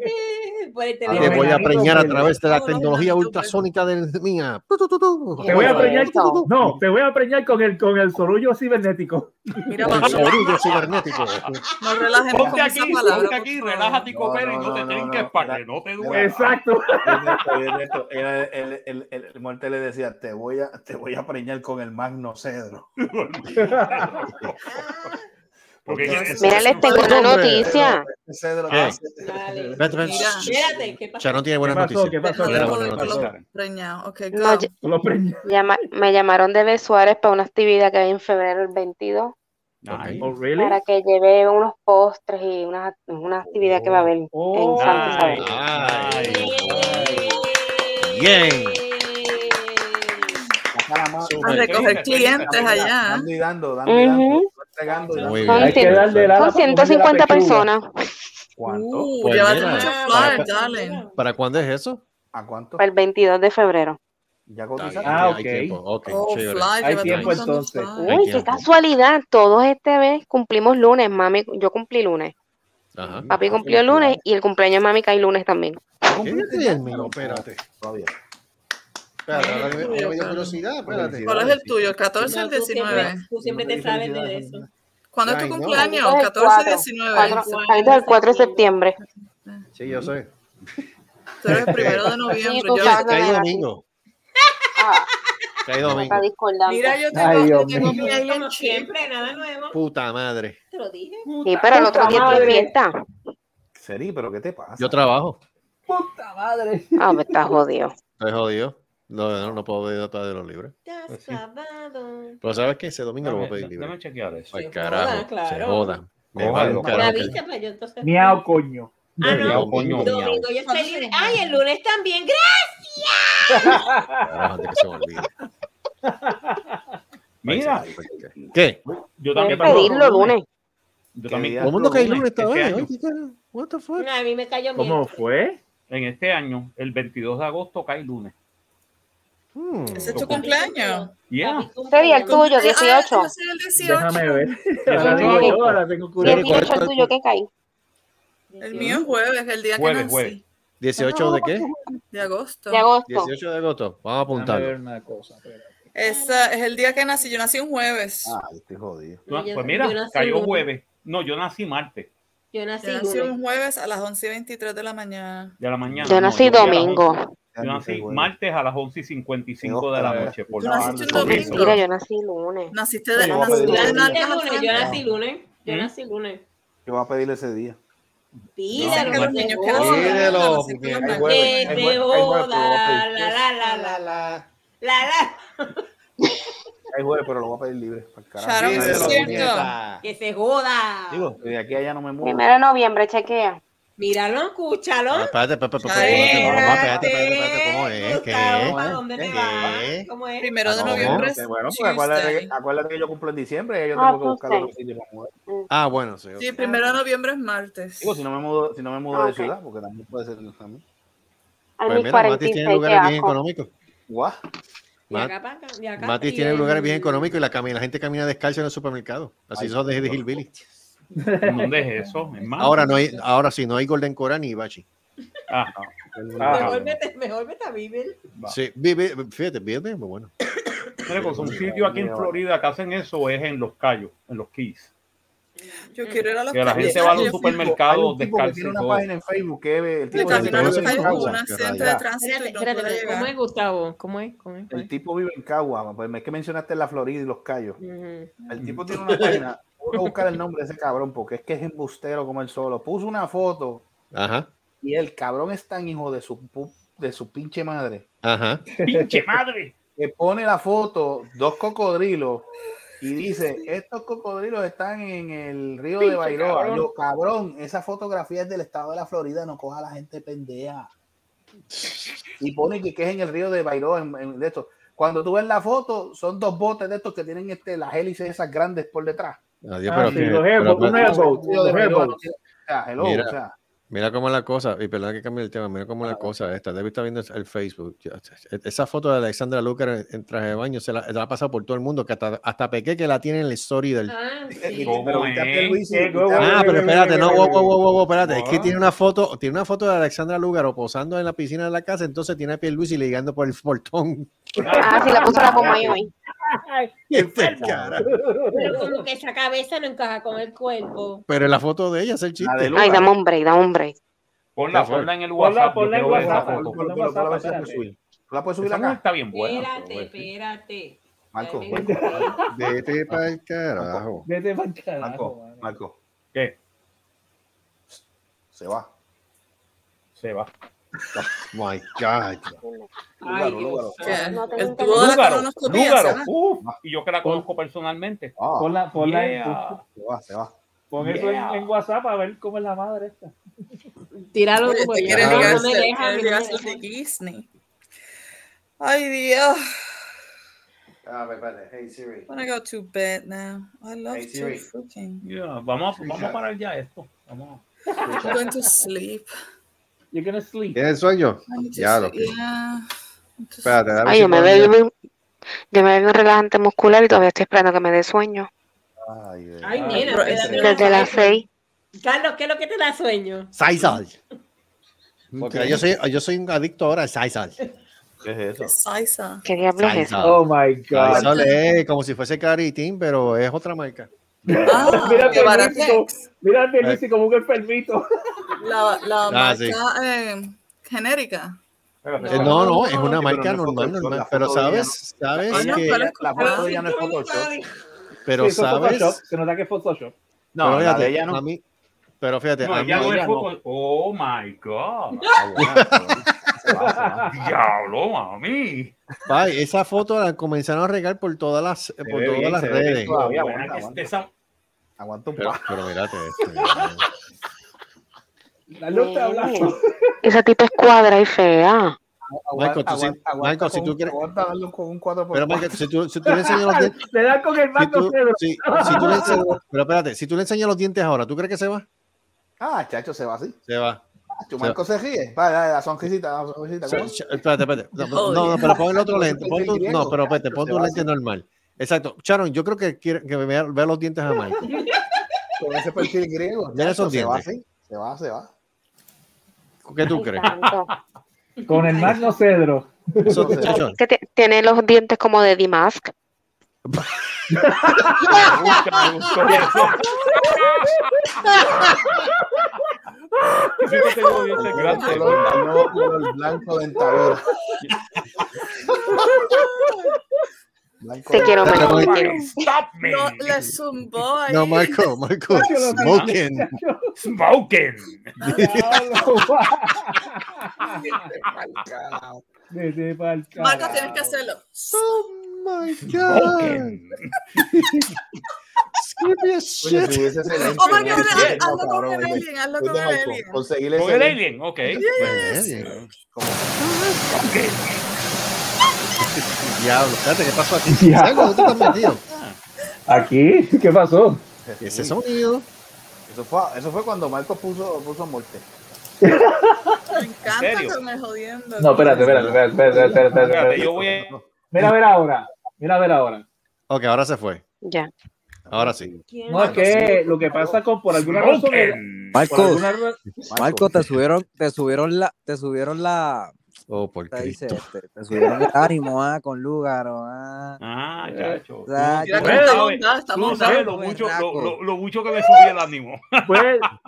Por el Te teléfono. Ah, voy a preñar a verdes. través de la tecnología ultrasónica de mía. Tu, tu, tu, tu. Te voy a preñar. No, te voy a preñar con el con el sorullo cibernético. Mira, El vamos, sorullo cibernético. no relajemos con Ponte esa aquí, palabra. ponte aquí, relájate y comer y no te trinques para que no te duele. Exacto. Exacto. El, el, el, el, el muerte le decía, te voy, a, te voy a preñar con el magno cedro. Mira, les tengo una noticia. Cedro ah, ¿Qué? Dale. Vete, ven. Mira. Espérate, ¿qué pasó? Sharon tiene buenas ¿Qué pasó? noticias. ¿Qué pasó? Tiene Perdón, buenas por noticias. lo preñado. Ok, No, go. ya- Lo preñé. llama- me llamaron de Bel Suárez para una actividad que hay en febrero del 22. Oh, really? Para que lleve unos postres y una, una actividad que va a haber Oh, en Santa Isabel. Bien. A recoger clientes allá. Dando y dando, dando y dando. Ujú. Entregando y dando. Muy bien. Son, Hay que cien- darle la- son la- 150 la pechuga. personas. ¿Cuánto? Uh, Pues llévate mira, mucho para- flyer, darling. ¿Para cuándo es eso? ¿A cuánto? Para el 22 de febrero. Ya Está bien, cotizaste. Ah, hay ok. tiempo. Ok, Oh, chévere. flyer, Hay llévate tiempo mucho entonces. flyer. Hay Uy, qué tiempo. casualidad. Todos este mes cumplimos lunes, mami. Yo cumplí lunes. Ajá. Papi cumplió el lunes y el cumpleaños de mami cae lunes también. Fíjate bien, mío, espérate. Todavía. Espérate, ahora que me- ahora me dio curiosidad, espérate. ¿Cuál es el tuyo? ¿El 14 o el No, tú siempre- 19? Tú siempre te sabes de eso. ¿Cuándo es Ay, tu no. cumpleaños? Caído el 14 o 4, 19. cuatro- caído el 4 de septiembre. Sí, yo sé. Tú eres el primero de Sí, noviembre. tú yo- sabes. Que hay no, no, domingo. Ah, Que hay está domingo. discordante. Mira, yo tengo, Ay, yo Dios tengo mío. mi alien Como chip. siempre, nada nuevo. Puta madre. Te lo dije. Sí, pero el otro día estoy de fiesta. Seri, pero ¿qué te pasa? Yo trabajo. Puta madre. Ah, me está jodido. Estoy jodido. No, no, no puedo pedir nota de los libres. Estás clavado. Pero ¿sabes qué? Ese domingo lo voy a Dame- pedir libre. dame chequear eso. Ay, Se carajo. jodan, Se claro. jodan. Me Cojan. vale un Cojan. carajo La que- viste, pero yo entonces. Miau, coño. Ah, no. Miau, coño, miau. Domingo, yo estoy libre. Ay, el lunes también. ¡Gracias! Carajo, antes que se me olvide. Mira. ¿Qué? Yo Puedes también pedirlo lunes. Yo también. Todo el mundo que hay lunes esta este vez. año. oye, ¿qué? What the fuck? No, a mí me cayó bien. ¿Cómo fue? En este año, el 22 de agosto cae lunes. Hmm. ¿Ese es tu cumpleaños? Yeah. Sería el tuyo, Ah, 18. yo soy el 18. Déjame ver. Ahora Ahora digo digo yo, yo. ahora tengo ¿Y el curiosidad. 18 el tuyo qué cae? El mío es jueves, el día Jueves, que nací. jueves. ¿18 de qué? De agosto. De agosto. 18 de agosto. Vamos a Déjame ver apuntarlo. una cosa. espera. Esa- es el día que nací. Yo nací un jueves. Ah. Ay, Ah, estoy jodido. Tú- Yo- Pues mira, yo nací cayó lunes. jueves. No, yo nací martes Yo nací yo nací lunes. un jueves a las 11 y 23 de la mañana. de la mañana. Yo No, nací a las domingo. once- Yo nací martes a las 11 y 55 de la noche. Por Tú la naciste un por eso. domingo. Mira, yo nací lunes. Naciste de Sí, la voy a pedir Yo lunes. nací nacionalidad. lunes, yo nací lunes. Yo ¿Mm? nací lunes. Yo voy a pedirle ese día. Pídelo, que los te niños jodas. quieren saber. Pídelo, Sí, porque sí, hay sí. huevo, Que hay te huevo, hay huevo, joda. La, ok. la, la, la, la. La, la. Hay jueves, pero lo voy a pedir libre. Para el carajo. Sharon, Sí, eso es pero- cierto. Que se joda. Digo, de aquí a allá no me muevo. Primero de noviembre, chequea. Míralo, Ah, escúchalo. Espérate, espérate, espérate, Ay, espérate, espérate, espérate, espérate, espérate, ¿cómo es? ¿Qué? Gustavo, ¿para dónde te ¿Qué? vas? ¿Cómo es? Eh, Primero de Ah, no, noviembre. Ok, es bueno, pues Tuesday. pues, acuérdate, que- acuérdate que yo cumplo en diciembre y yo Ah, tengo que buscar Tuesday. otro sitio para mover. Ah, bueno, sí. Sí, primero de noviembre es martes. Digo, si no me mudo, si no me mudo Ah, de ok. ciudad, porque también puede ser también. A Pues mira, mis Mati tiene 46, qué lugares bien asco. económicos. Guau. Ah, De Ma- acá para acá, de acá Mati y tiene el- lugares bien económicos y la, cami- la gente camina descalza en el supermercado. Así Ay, Ah, son de, de Dios. Hillbilly. ¿Dónde es eso? En martes. Ahora, no hay, pues. ahora sí, no hay Golden Cora ni Bachi. Ah, Ah, Mejor vete, mejor vete a vivir. Va. Sí, vive, fíjate, vive muy bueno. mira, pues, un sitio aquí en Florida que hacen eso es en Los Cayos, en Los Keys. Yo quiero ir a los Que la cambios. gente va a los Yo fui- supermercados Hay un tipo que descalzo tiene y una todo. página en Facebook que ve el Le tipo, Mira, caminé a los Entonces, calles ¿cómo como es? una centro de Ya. tránsito Espérate, y no espérate, pude espérate. ¿Cómo es, llegar. Gustavo? ¿Cómo es? ¿Cómo es? ¿Cómo el es? tipo vive en Cagua, pues es que mencionaste la Florida y los Cayos. Ujú. El tipo tiene una página. Voy a buscar el nombre de ese cabrón porque es que es embustero como él solo. Puso una foto Ajá, y el cabrón es tan hijo de su pu- de su pinche madre ajá. ¡Pinche madre! que pone la foto dos cocodrilos y dice, estos cocodrilos están en el río de Pinche Bailoa. cabrón. Yo, cabrón, esa fotografía es del estado de la Florida, no coja a la gente pendeja. Y pone que, que es en el río de Bailoa, en, en- de estos. Cuando tú ves la foto, son dos botes de estos que tienen este, las hélices esas grandes por detrás. Adiós, Ah, pero, sí, que- los pero- airboats, un airboat, El río de Bailoa los no airboats. tiene- o sea, hello, Mira. o sea, Mira cómo es la cosa, y perdón que cambie el tema, mira cómo es la cosa esta. David está viendo el Facebook. Yo- e, Esa foto de Alexandra Lucar en, en traje de baño se la, se la ha pasado por todo el mundo, que hasta, hasta Peque que la tiene en el story del. Ah, sí. ¿Cómo pero viste a es? Luis y- Eh, viste go, a- go. Ah, pero espérate, no, wow, wow, wow, wow, wow, espérate. Es que Ah. tiene una foto, tiene una foto de Alexandra Lúgaro posando en la piscina de la casa, entonces tiene a Pierluisi ligando por el portón. Ah, sí, la puso la coma yo hoy. Este cara. Pero como que esa cabeza no encaja con el cuerpo. Pero la foto de ella es el La de chiste. Lúgaro. Ay, dame un break, dame un break. Ponla, Ya fue. ponla en el Ponla- WhatsApp. yo ponla en quiero ver esa WhatsApp, foto. Tú la puedes- tú la puedes subir. Tú la puedes subir Esa mujer acá, está bien buena. este, Espérate, espérate. Marco. Dame un break. Vete para el carajo. Vete pa'l carajo, Marco, mano. Marco, ¿Qué? se va. Se va. Oh my God. Ay, Lúgaro, Lúgaro. Dios. ¿Qué? No tengo El internet. tubo de la Lúgaro, colonoscopía. Lúgaro. ¿sabes? Uf, y yo que la conozco personalmente. Ah, Ponla, ponla en- Yeah. se va, se va. pon eso en, Yeah. en WhatsApp a ver cómo es la madre esta. Tíralo Oye, tú, te porque Pues, quiere Ah. no, no ligarse, me te deja, quiere no me ligarse deja. de Disney. Ay, Dios. A ver, espérate. Hey Siri. I wanna go to bed now. I love Hey, to Siri. freaking Yeah, Vamos, a- vamos a parar ya esto. Vamos. I'm going to sleep. You're gonna sleep. ¿Tienes sueño? I need to Ya lo sleep. que. Yeah. I'm just- Espérate, dame Ay, yo me cinco bebí minutos. un, yo me bebí un relajante muscular y todavía estoy esperando que me dé sueño. Ay, de- Ay, Ah, nena, pero te da- es- Desde las 6. Carlos, ¿qué es lo que te da sueño? Sisal. Porque yo soy, yo soy un adicto ahora a Sisal. ¿Qué es eso? Saiza. ¿Qué diablos es eso? Oh my God. Sisal es como si fuese Caritín, pero es otra marca. Ah, Mira, de perrito. Baratex. Mira Eh. a Pierluisi como un enfermito. La, la Ah, marca sí. eh, genérica. Espérate, Eh, espérate. no, no, es no, una sí, pero marca no es normal, Photoshop, normal. la Pero foto de ella sabes, sabes Bueno, que, pero es La Ah, foto de ella no es Photoshop. pero Sí, eso es Photoshop. sabes, Se nota que es Photoshop. pero No, la de fíjate, ella no. a mí, pero fíjate, No, a mí, ya no ella es no. foco- Oh my God. Ah, bueno, Diablo, mami. Bye, esa foto la comenzaron a regar por todas las, por ve todas bien, las se ve bien redes. todavía, buena que esa- Aguanta un Pero, poco. pero mírate esto. La luz Mm. te habla. Esa tipa es cuadra y fea. Michael, tú sí- Michael, si tú quieres- Pero Michael, si tú, si tú le enseñas los dientes. Te da con el Si mando, tú- Pedro. si- si tú le enseñas- pero espérate, si tú le enseñas los dientes ahora, ¿tú crees que se va? Ah, chacho, se va así. Se va. Tu Marco se ríe. Va, dale, la sonrisita, la sonrisita. Se- ¿cómo? se- espérate, espérate. No, no, no, pero pon el otro lente. pon tu- no, pero espérate, pon tu lente normal. Exacto. Sharon, yo creo que quiere que vea, vea los dientes a Michael. Con ese perfil griego. Mira chacho, esos se va dientes. así. Se va, se va. ¿Qué tú crees? Con el magno cedro. Eso, chacho, Que te- tiene los dientes como de Dimask. Yo que tengo dientes grandes. Color, color blanco dentadura. Blanco Te quiero, Pero Michael, te bueno. quiero. No, le zumbó ahí. No, Michael, Michael, smoking. Smoking. Desde pa'l Marco, carajo. tienes que hacerlo. Oh my Smoking. Oye, si hubiese ese lente, Oh my God, hubiese hazlo sido, con cabrón, pues el oye. alien, hazlo Oye, con el Michael, alien. conseguirle Con ese el lente. alien, ok. Diablo, espérate, ¿qué pasó aquí? Diablo, ¿dónde te has metido? Aquí, ¿qué pasó? Ese sonido. Eso fue, eso fue cuando Marco puso, puso muerte. Me encanta serio? que me jodiendo. No, espérate, espérate, espérate, espérate, espérate, espérate, espérate. Yo voy a. Mira a ver ahora. Mira a ver ahora. Ok, ahora se fue. Ya. Ahora sí. No, es que lo que pasa con por alguna razón. por Marcos, alguna ra- Marcos, te subieron, te subieron la, te subieron la, Oh, por te dice, Cristo. este, te subieron el ánimo, ah, con Lugaro, ah. Ah, chacho. Eh, Tú Exacto. no Mira que sabes- está onda, está tú no onda. sabes lo Buen mucho, raco. lo, lo- lo mucho que me subí el ánimo. Pues,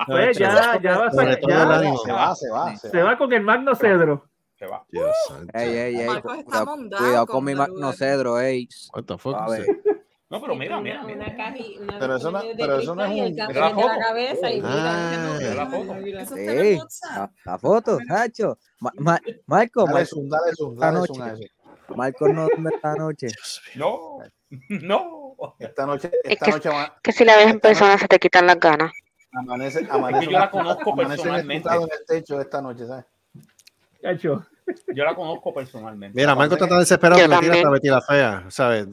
pues chacho. ya, ya va a Sobre ser. todo el Ya, ánimo. Se va, se va, se se va. va con el magno cedro. Se va. Dios santo. Ey, ey, ey, Marcos cu- está cuidado, mondado cuidado con con mi Maduro. magno cedro, ey. What the fuck? A ver. No, pero mira, mira, Una- mira. una caji- una Pero eso no- de pero eso no es cristal y el un- cáncer Era de la foto. cabeza Ah. y mira, Era mira, foto. mira. Eso está en el Sí, WhatsApp. la, la foto, Nacho. Ma- ma- Marco, Dale Marco, zoom, dale zoom, esta dale zoom a eso. noche. Marco no duerme esta noche. No, no. Esta noche, Es esta que- noche ama- Que si la ves en persona se te quitan las ganas. amanece, amanece. yo la una- conozco amanece personalmente. encrustado en el techo esta noche, ¿sabes? Chacho. Yo la conozco personalmente. Mira, Marco está tan desesperado Yo que le tira también. hasta Betty la fea, ¿sabes?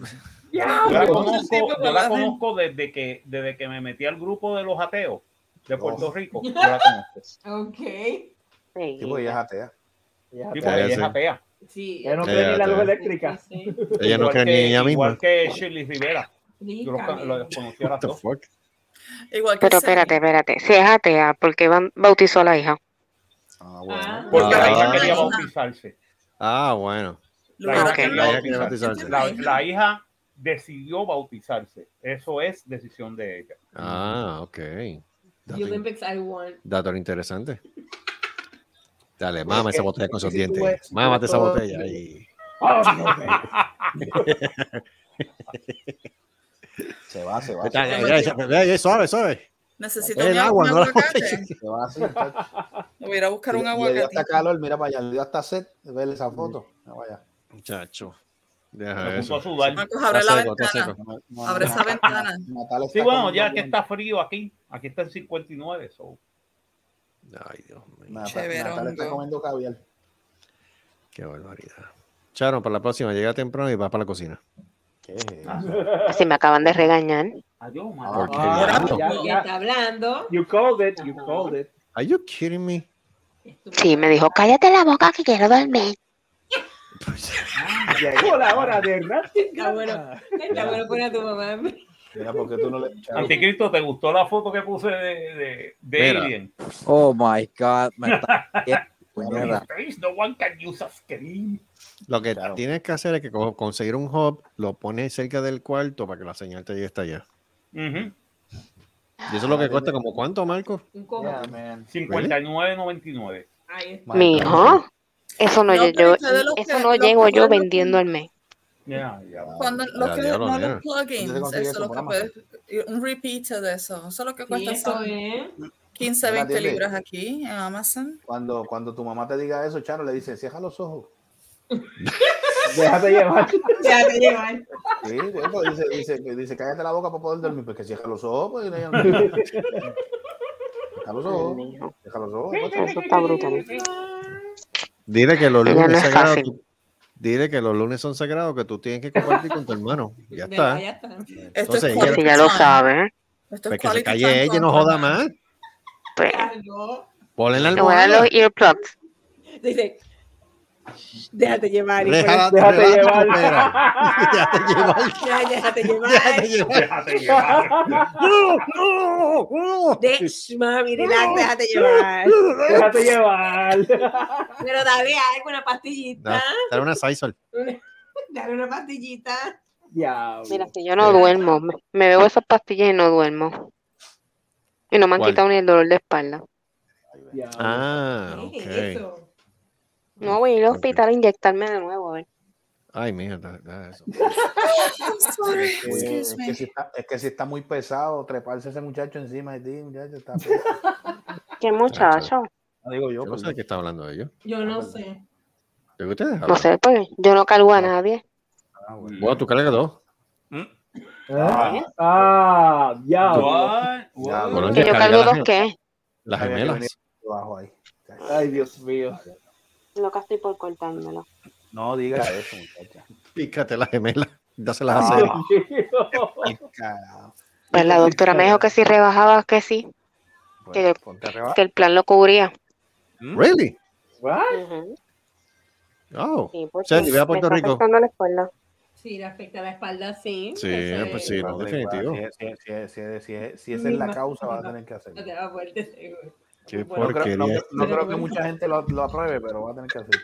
Yo la Sí, conozco, pero yo la la hacen- conozco desde que, desde que me metí al grupo de los ateos de Puerto Oh. Rico. Yo la conozco. Ok. Sí. Tipo, pues, ella es atea. Sí, porque ella es sí. atea. Sí. Ya no Sí, cree ni la ya, luz ya. eléctrica. Sí. Ella no Igual cree ni que- ella misma. Igual que Shirley Rivera. Yo los, Dígame. los conocí a What las the dos. fuck? Igual que Pero Sally. espérate, espérate. Si es atea, porque bautizó a la hija. Ah, Ah. bueno. Porque la hija Ah. quería bautizarse. Ah, bueno. La Lugar hija Ok. que- quería La hija quería bautizarse. bautizarse. La, la hija decidió bautizarse. Eso es decisión de ella. Ah, ok. The Dato, in- Olympics I won. dato interesante. Dale, mama Es esa que- botella con es que esos si tú ves- dientes. si tú Mámate ves esa todo- botella. ahí. Se va, se va. Se Está- va, ya, ya, ya, ya, ya, Suave, suave. Necesito El mi- agua, un no la aguacate. botella. se va así, muchacho. Voy a ir a buscar un Le- Le dio aguacate. hasta calor, mira para allá, le dio hasta sed, verle esa foto. No vaya. Muchacho. Me Deja puso a eso. sudar. Marcos, abre Está la seco, está ventana. seco. Pues, No- no- Abre esa ventana. Natal está Sí, bueno, como ya un que avión. está frío aquí. Aquí está en 59. so. Ay, Dios mío. Natal- Chévere, Natal está hongo. comiendo caviar. Qué barbaridad. Charon, para la próxima, llega temprano y va para la cocina. ¿Qué es eso? Así me acaban de regañar. Adiós, ¿Por mano. qué? Ah, diablo? ya, Y ya. está hablando. You called it, you called it. Are you kidding me? Sí, me dijo, cállate la boca que quiero dormir. Llegó la hora de Está bueno. Está bueno poner a tu mamá. Mira, porque tú no le. Charon, Anticristo, ¿te gustó la foto que puse de, de, de Mira. Alien? Oh my God, me está puñeta. There is no one can use a screen. Lo que Claro. tienes que hacer es que co- conseguir un hub, lo pones cerca del cuarto para que la señal te llegue hasta allá. Ujú. Y eso es lo que cuesta como cuánto, Marco? Un cojo. yeah, man. 59.99. Ahí está. Mi hijo. Eso no, No, yo- pero yo- ustedes los eso que- no los llego que yo van a- vendiendo al mes. Ya, ya. Cuando los que diablo, no, nena. los ¿Dónde se plugins, consigue eso es eso lo por que Amazon? puedes. Un repeater de eso. Eso es lo que Sí, cuesta eso son es. 15, ¿La 20 tiene? libras aquí en Amazon. Cuando, cuando tu mamá te diga eso, Charo, le dice, cierra los ojos. Déjate llevar. Déjate llevar. Sí, bueno, dice, dice, dice, cállate la boca para poder dormir, pues que cierra los ojos, pues. no hay- Cierra los ojos, cierra los ojos. pues. Eso está brutal. Dile que los Ella lunes no es sagrados. fácil. tú- Dile que los lunes son sagrados que tú tienes que compartir con tu hermano. Ya está. Esto es Entonces, quality ella- Porque ya lo time. sabe. Esto Pues que es se quality calle time ella, con no tu joda hermano. más. Pues, Ponle la le voy a dar almohada. los earplugs. Dice, déjate llevar. Déjala- hijo. Déjate Déjate llevar. Ya, Déjate llevar. Déjate llevar. Déjate llevar. No, no, no. De, sh, mami, relax, déjate llevar. Déjate llevar. Pero dale algo, una pastillita. Da- Dale una Saisol. Dale una pastillita. Ya. Mira, si yo no duermo, me, me bebo esas pastillas y no duermo. Y no me han ¿Cuál? quitado ni el dolor de espalda. Ah, ¿Qué es ok. eso? No voy a ir al Ok. hospital a inyectarme de nuevo. a ver. Ay, mija, da- da eso. I'm sorry, Eh, excuse Es que, me. si está, es que si está muy pesado treparse ese muchacho encima de ti, muchacho, está pesado. Qué muchacho. No digo Yo yo, no sé de perdón. qué está hablando ellos. Yo no sé. ¿De qué ustedes hablan? No sé, pues yo no cargo a nadie. Ah, bueno. Bueno, tú cargas dos. ¿Eh? Ah, ah, ya. What? Ya, What? bueno, Que yo Carga cargo las dos gem- qué. Las Había que venir gemelas. abajo ahí. Ay, Dios mío. Loca estoy por cortármelo. No diga eso, muchacha. Pícate las gemelas. Dáselas a Ah. hacer. Dios mío. Carajo. Pues la doctora me dijo que si rebajaba, que sí, Bueno, Que- pues, ponte arriba. que el plan lo cubría. ¿Really? What? Ujú. Oh. Sí, porque Sandy, ve a Puerto me está Rico. afectando la espalda. Sí, le afecta la espalda, sí. Sí, Eso pues es- sí, no, Va a tener que- definitivo. Si, es- si es- si es- si es- si esa es la causa, va a tener que hacerlo. No te va a poder de seguro. Qué Bueno, No creo, no- porquería. no creo que mucha gente lo, lo apruebe, pero va a tener que hacerlo.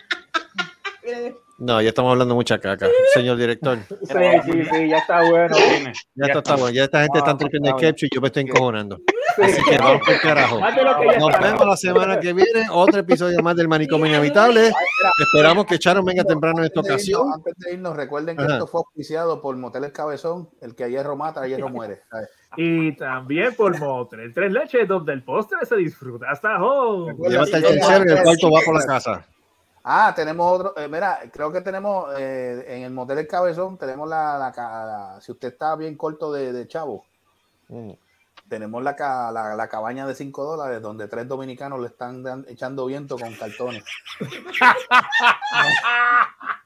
mira, No, ya estamos hablando mucha caca. Señor director, Sí, sí, sí, ya está bueno. ya está, está bueno. Ya esta gente está Ah, tripiendo el está bien. ketchup y yo me estoy encojonando. Así Sí. que vamos por carajo. Más de lo que ya Nos está. vemos la semana que viene. Otro episodio más del manicomio inevitable. Esperamos que Charon venga temprano en esta Antes de irnos- ocasión. Antes de irnos, recuerden que Ajá. esto fue auspiciado por Moteles Cabezón. El que a hierro mata, a hierro muere. ¿sabes? Y también por Motrel Tres Leches, donde el postre se disfruta hasta home. Llévate el tercero y el cuarto va por la casa. Ah, tenemos otro. eh, mira, creo que tenemos eh, en el Motel El Cabezón, tenemos la, la ca- la- Si usted está bien corto de, de chavo, Mm. tenemos la, ca- la, la cabaña de 5 dólares donde tres dominicanos le están dan- echando viento con cartones.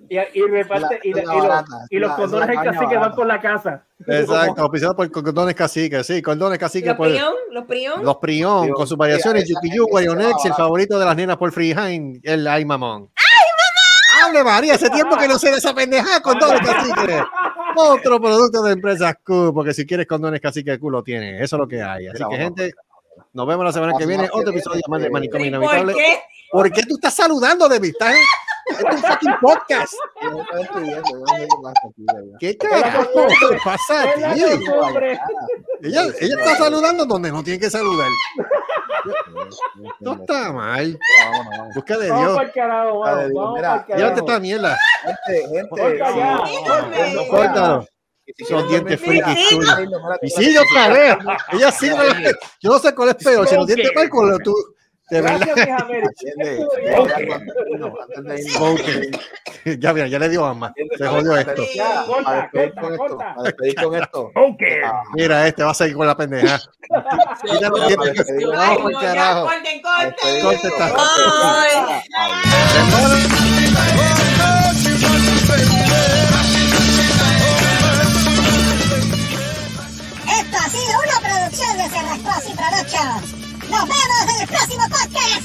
Y, y reparte, y, la- y los- y los condones en casi que van por la casa. Exacto, auspiciado por condones caciques. Sí, condones caciques Los por prión, los prión. los Prión, con sus variaciones. Mira, esa Yukiyu, gente se Guayonex, va el a- favorito de las nenas por Freehind, el Ay Mamón. ¡Ay Mamón! ¡Hable María! Hace tiempo que no sé de esa pendejada condones caciques. Otro producto de empresas Q, porque si quieres condones cacique Q lo tienes. Eso es lo que hay. Así Mira, que, vamos. gente, nos vemos la semana que Así viene. más que Otro viene, episodio más de eh, Manicomio ¿Y Inevitable. ¿Por qué? ¿Por qué tú estás saludando, de ¿Estás en... Este es un fucking podcast. Yo me estoy despidiendo, yo no sé qué pasa aquí, de verdad. ¿Qué carajo te pasa Es a la ti? costumbre. Ella, ella está saludando donde no tiene que saludar. No está mal. Mira, vámonos, vámonos. Busca de Vamos Dios. para el carajo, vamos, Adiós, vamos mira, pa'l Llévate carajo. esta mierda. Gente, gente, Corta sí, ya, vamos, corta. vamos, vamos, Córtalo. Y si Son quieres dientes dormir, frikis mira, tuyos. Islo, espérate, Y sigue otra vez. Ella sigue otra vez. Yo no sé cuál es peor. Si no tienes mal con lo tú. De verdad. Gracias, mis américas. atiende, Ok. atiende, antes de irnos, antes de irnos. Ya, mira, ya le dio ama. Se jodió esto. Ya, Corta, para despedir corta, con esto, corta. para despedir con esto. Ah, Mira, este va a seguir con la pendeja. Ella no tiene que Ay, Vamos por no, ya, carajo. corten, para corten. despedir Corta esto. esta. Ay. Esto ha sido una producción de Cerrascos y Productions. Nos vemos en el próximo podcast.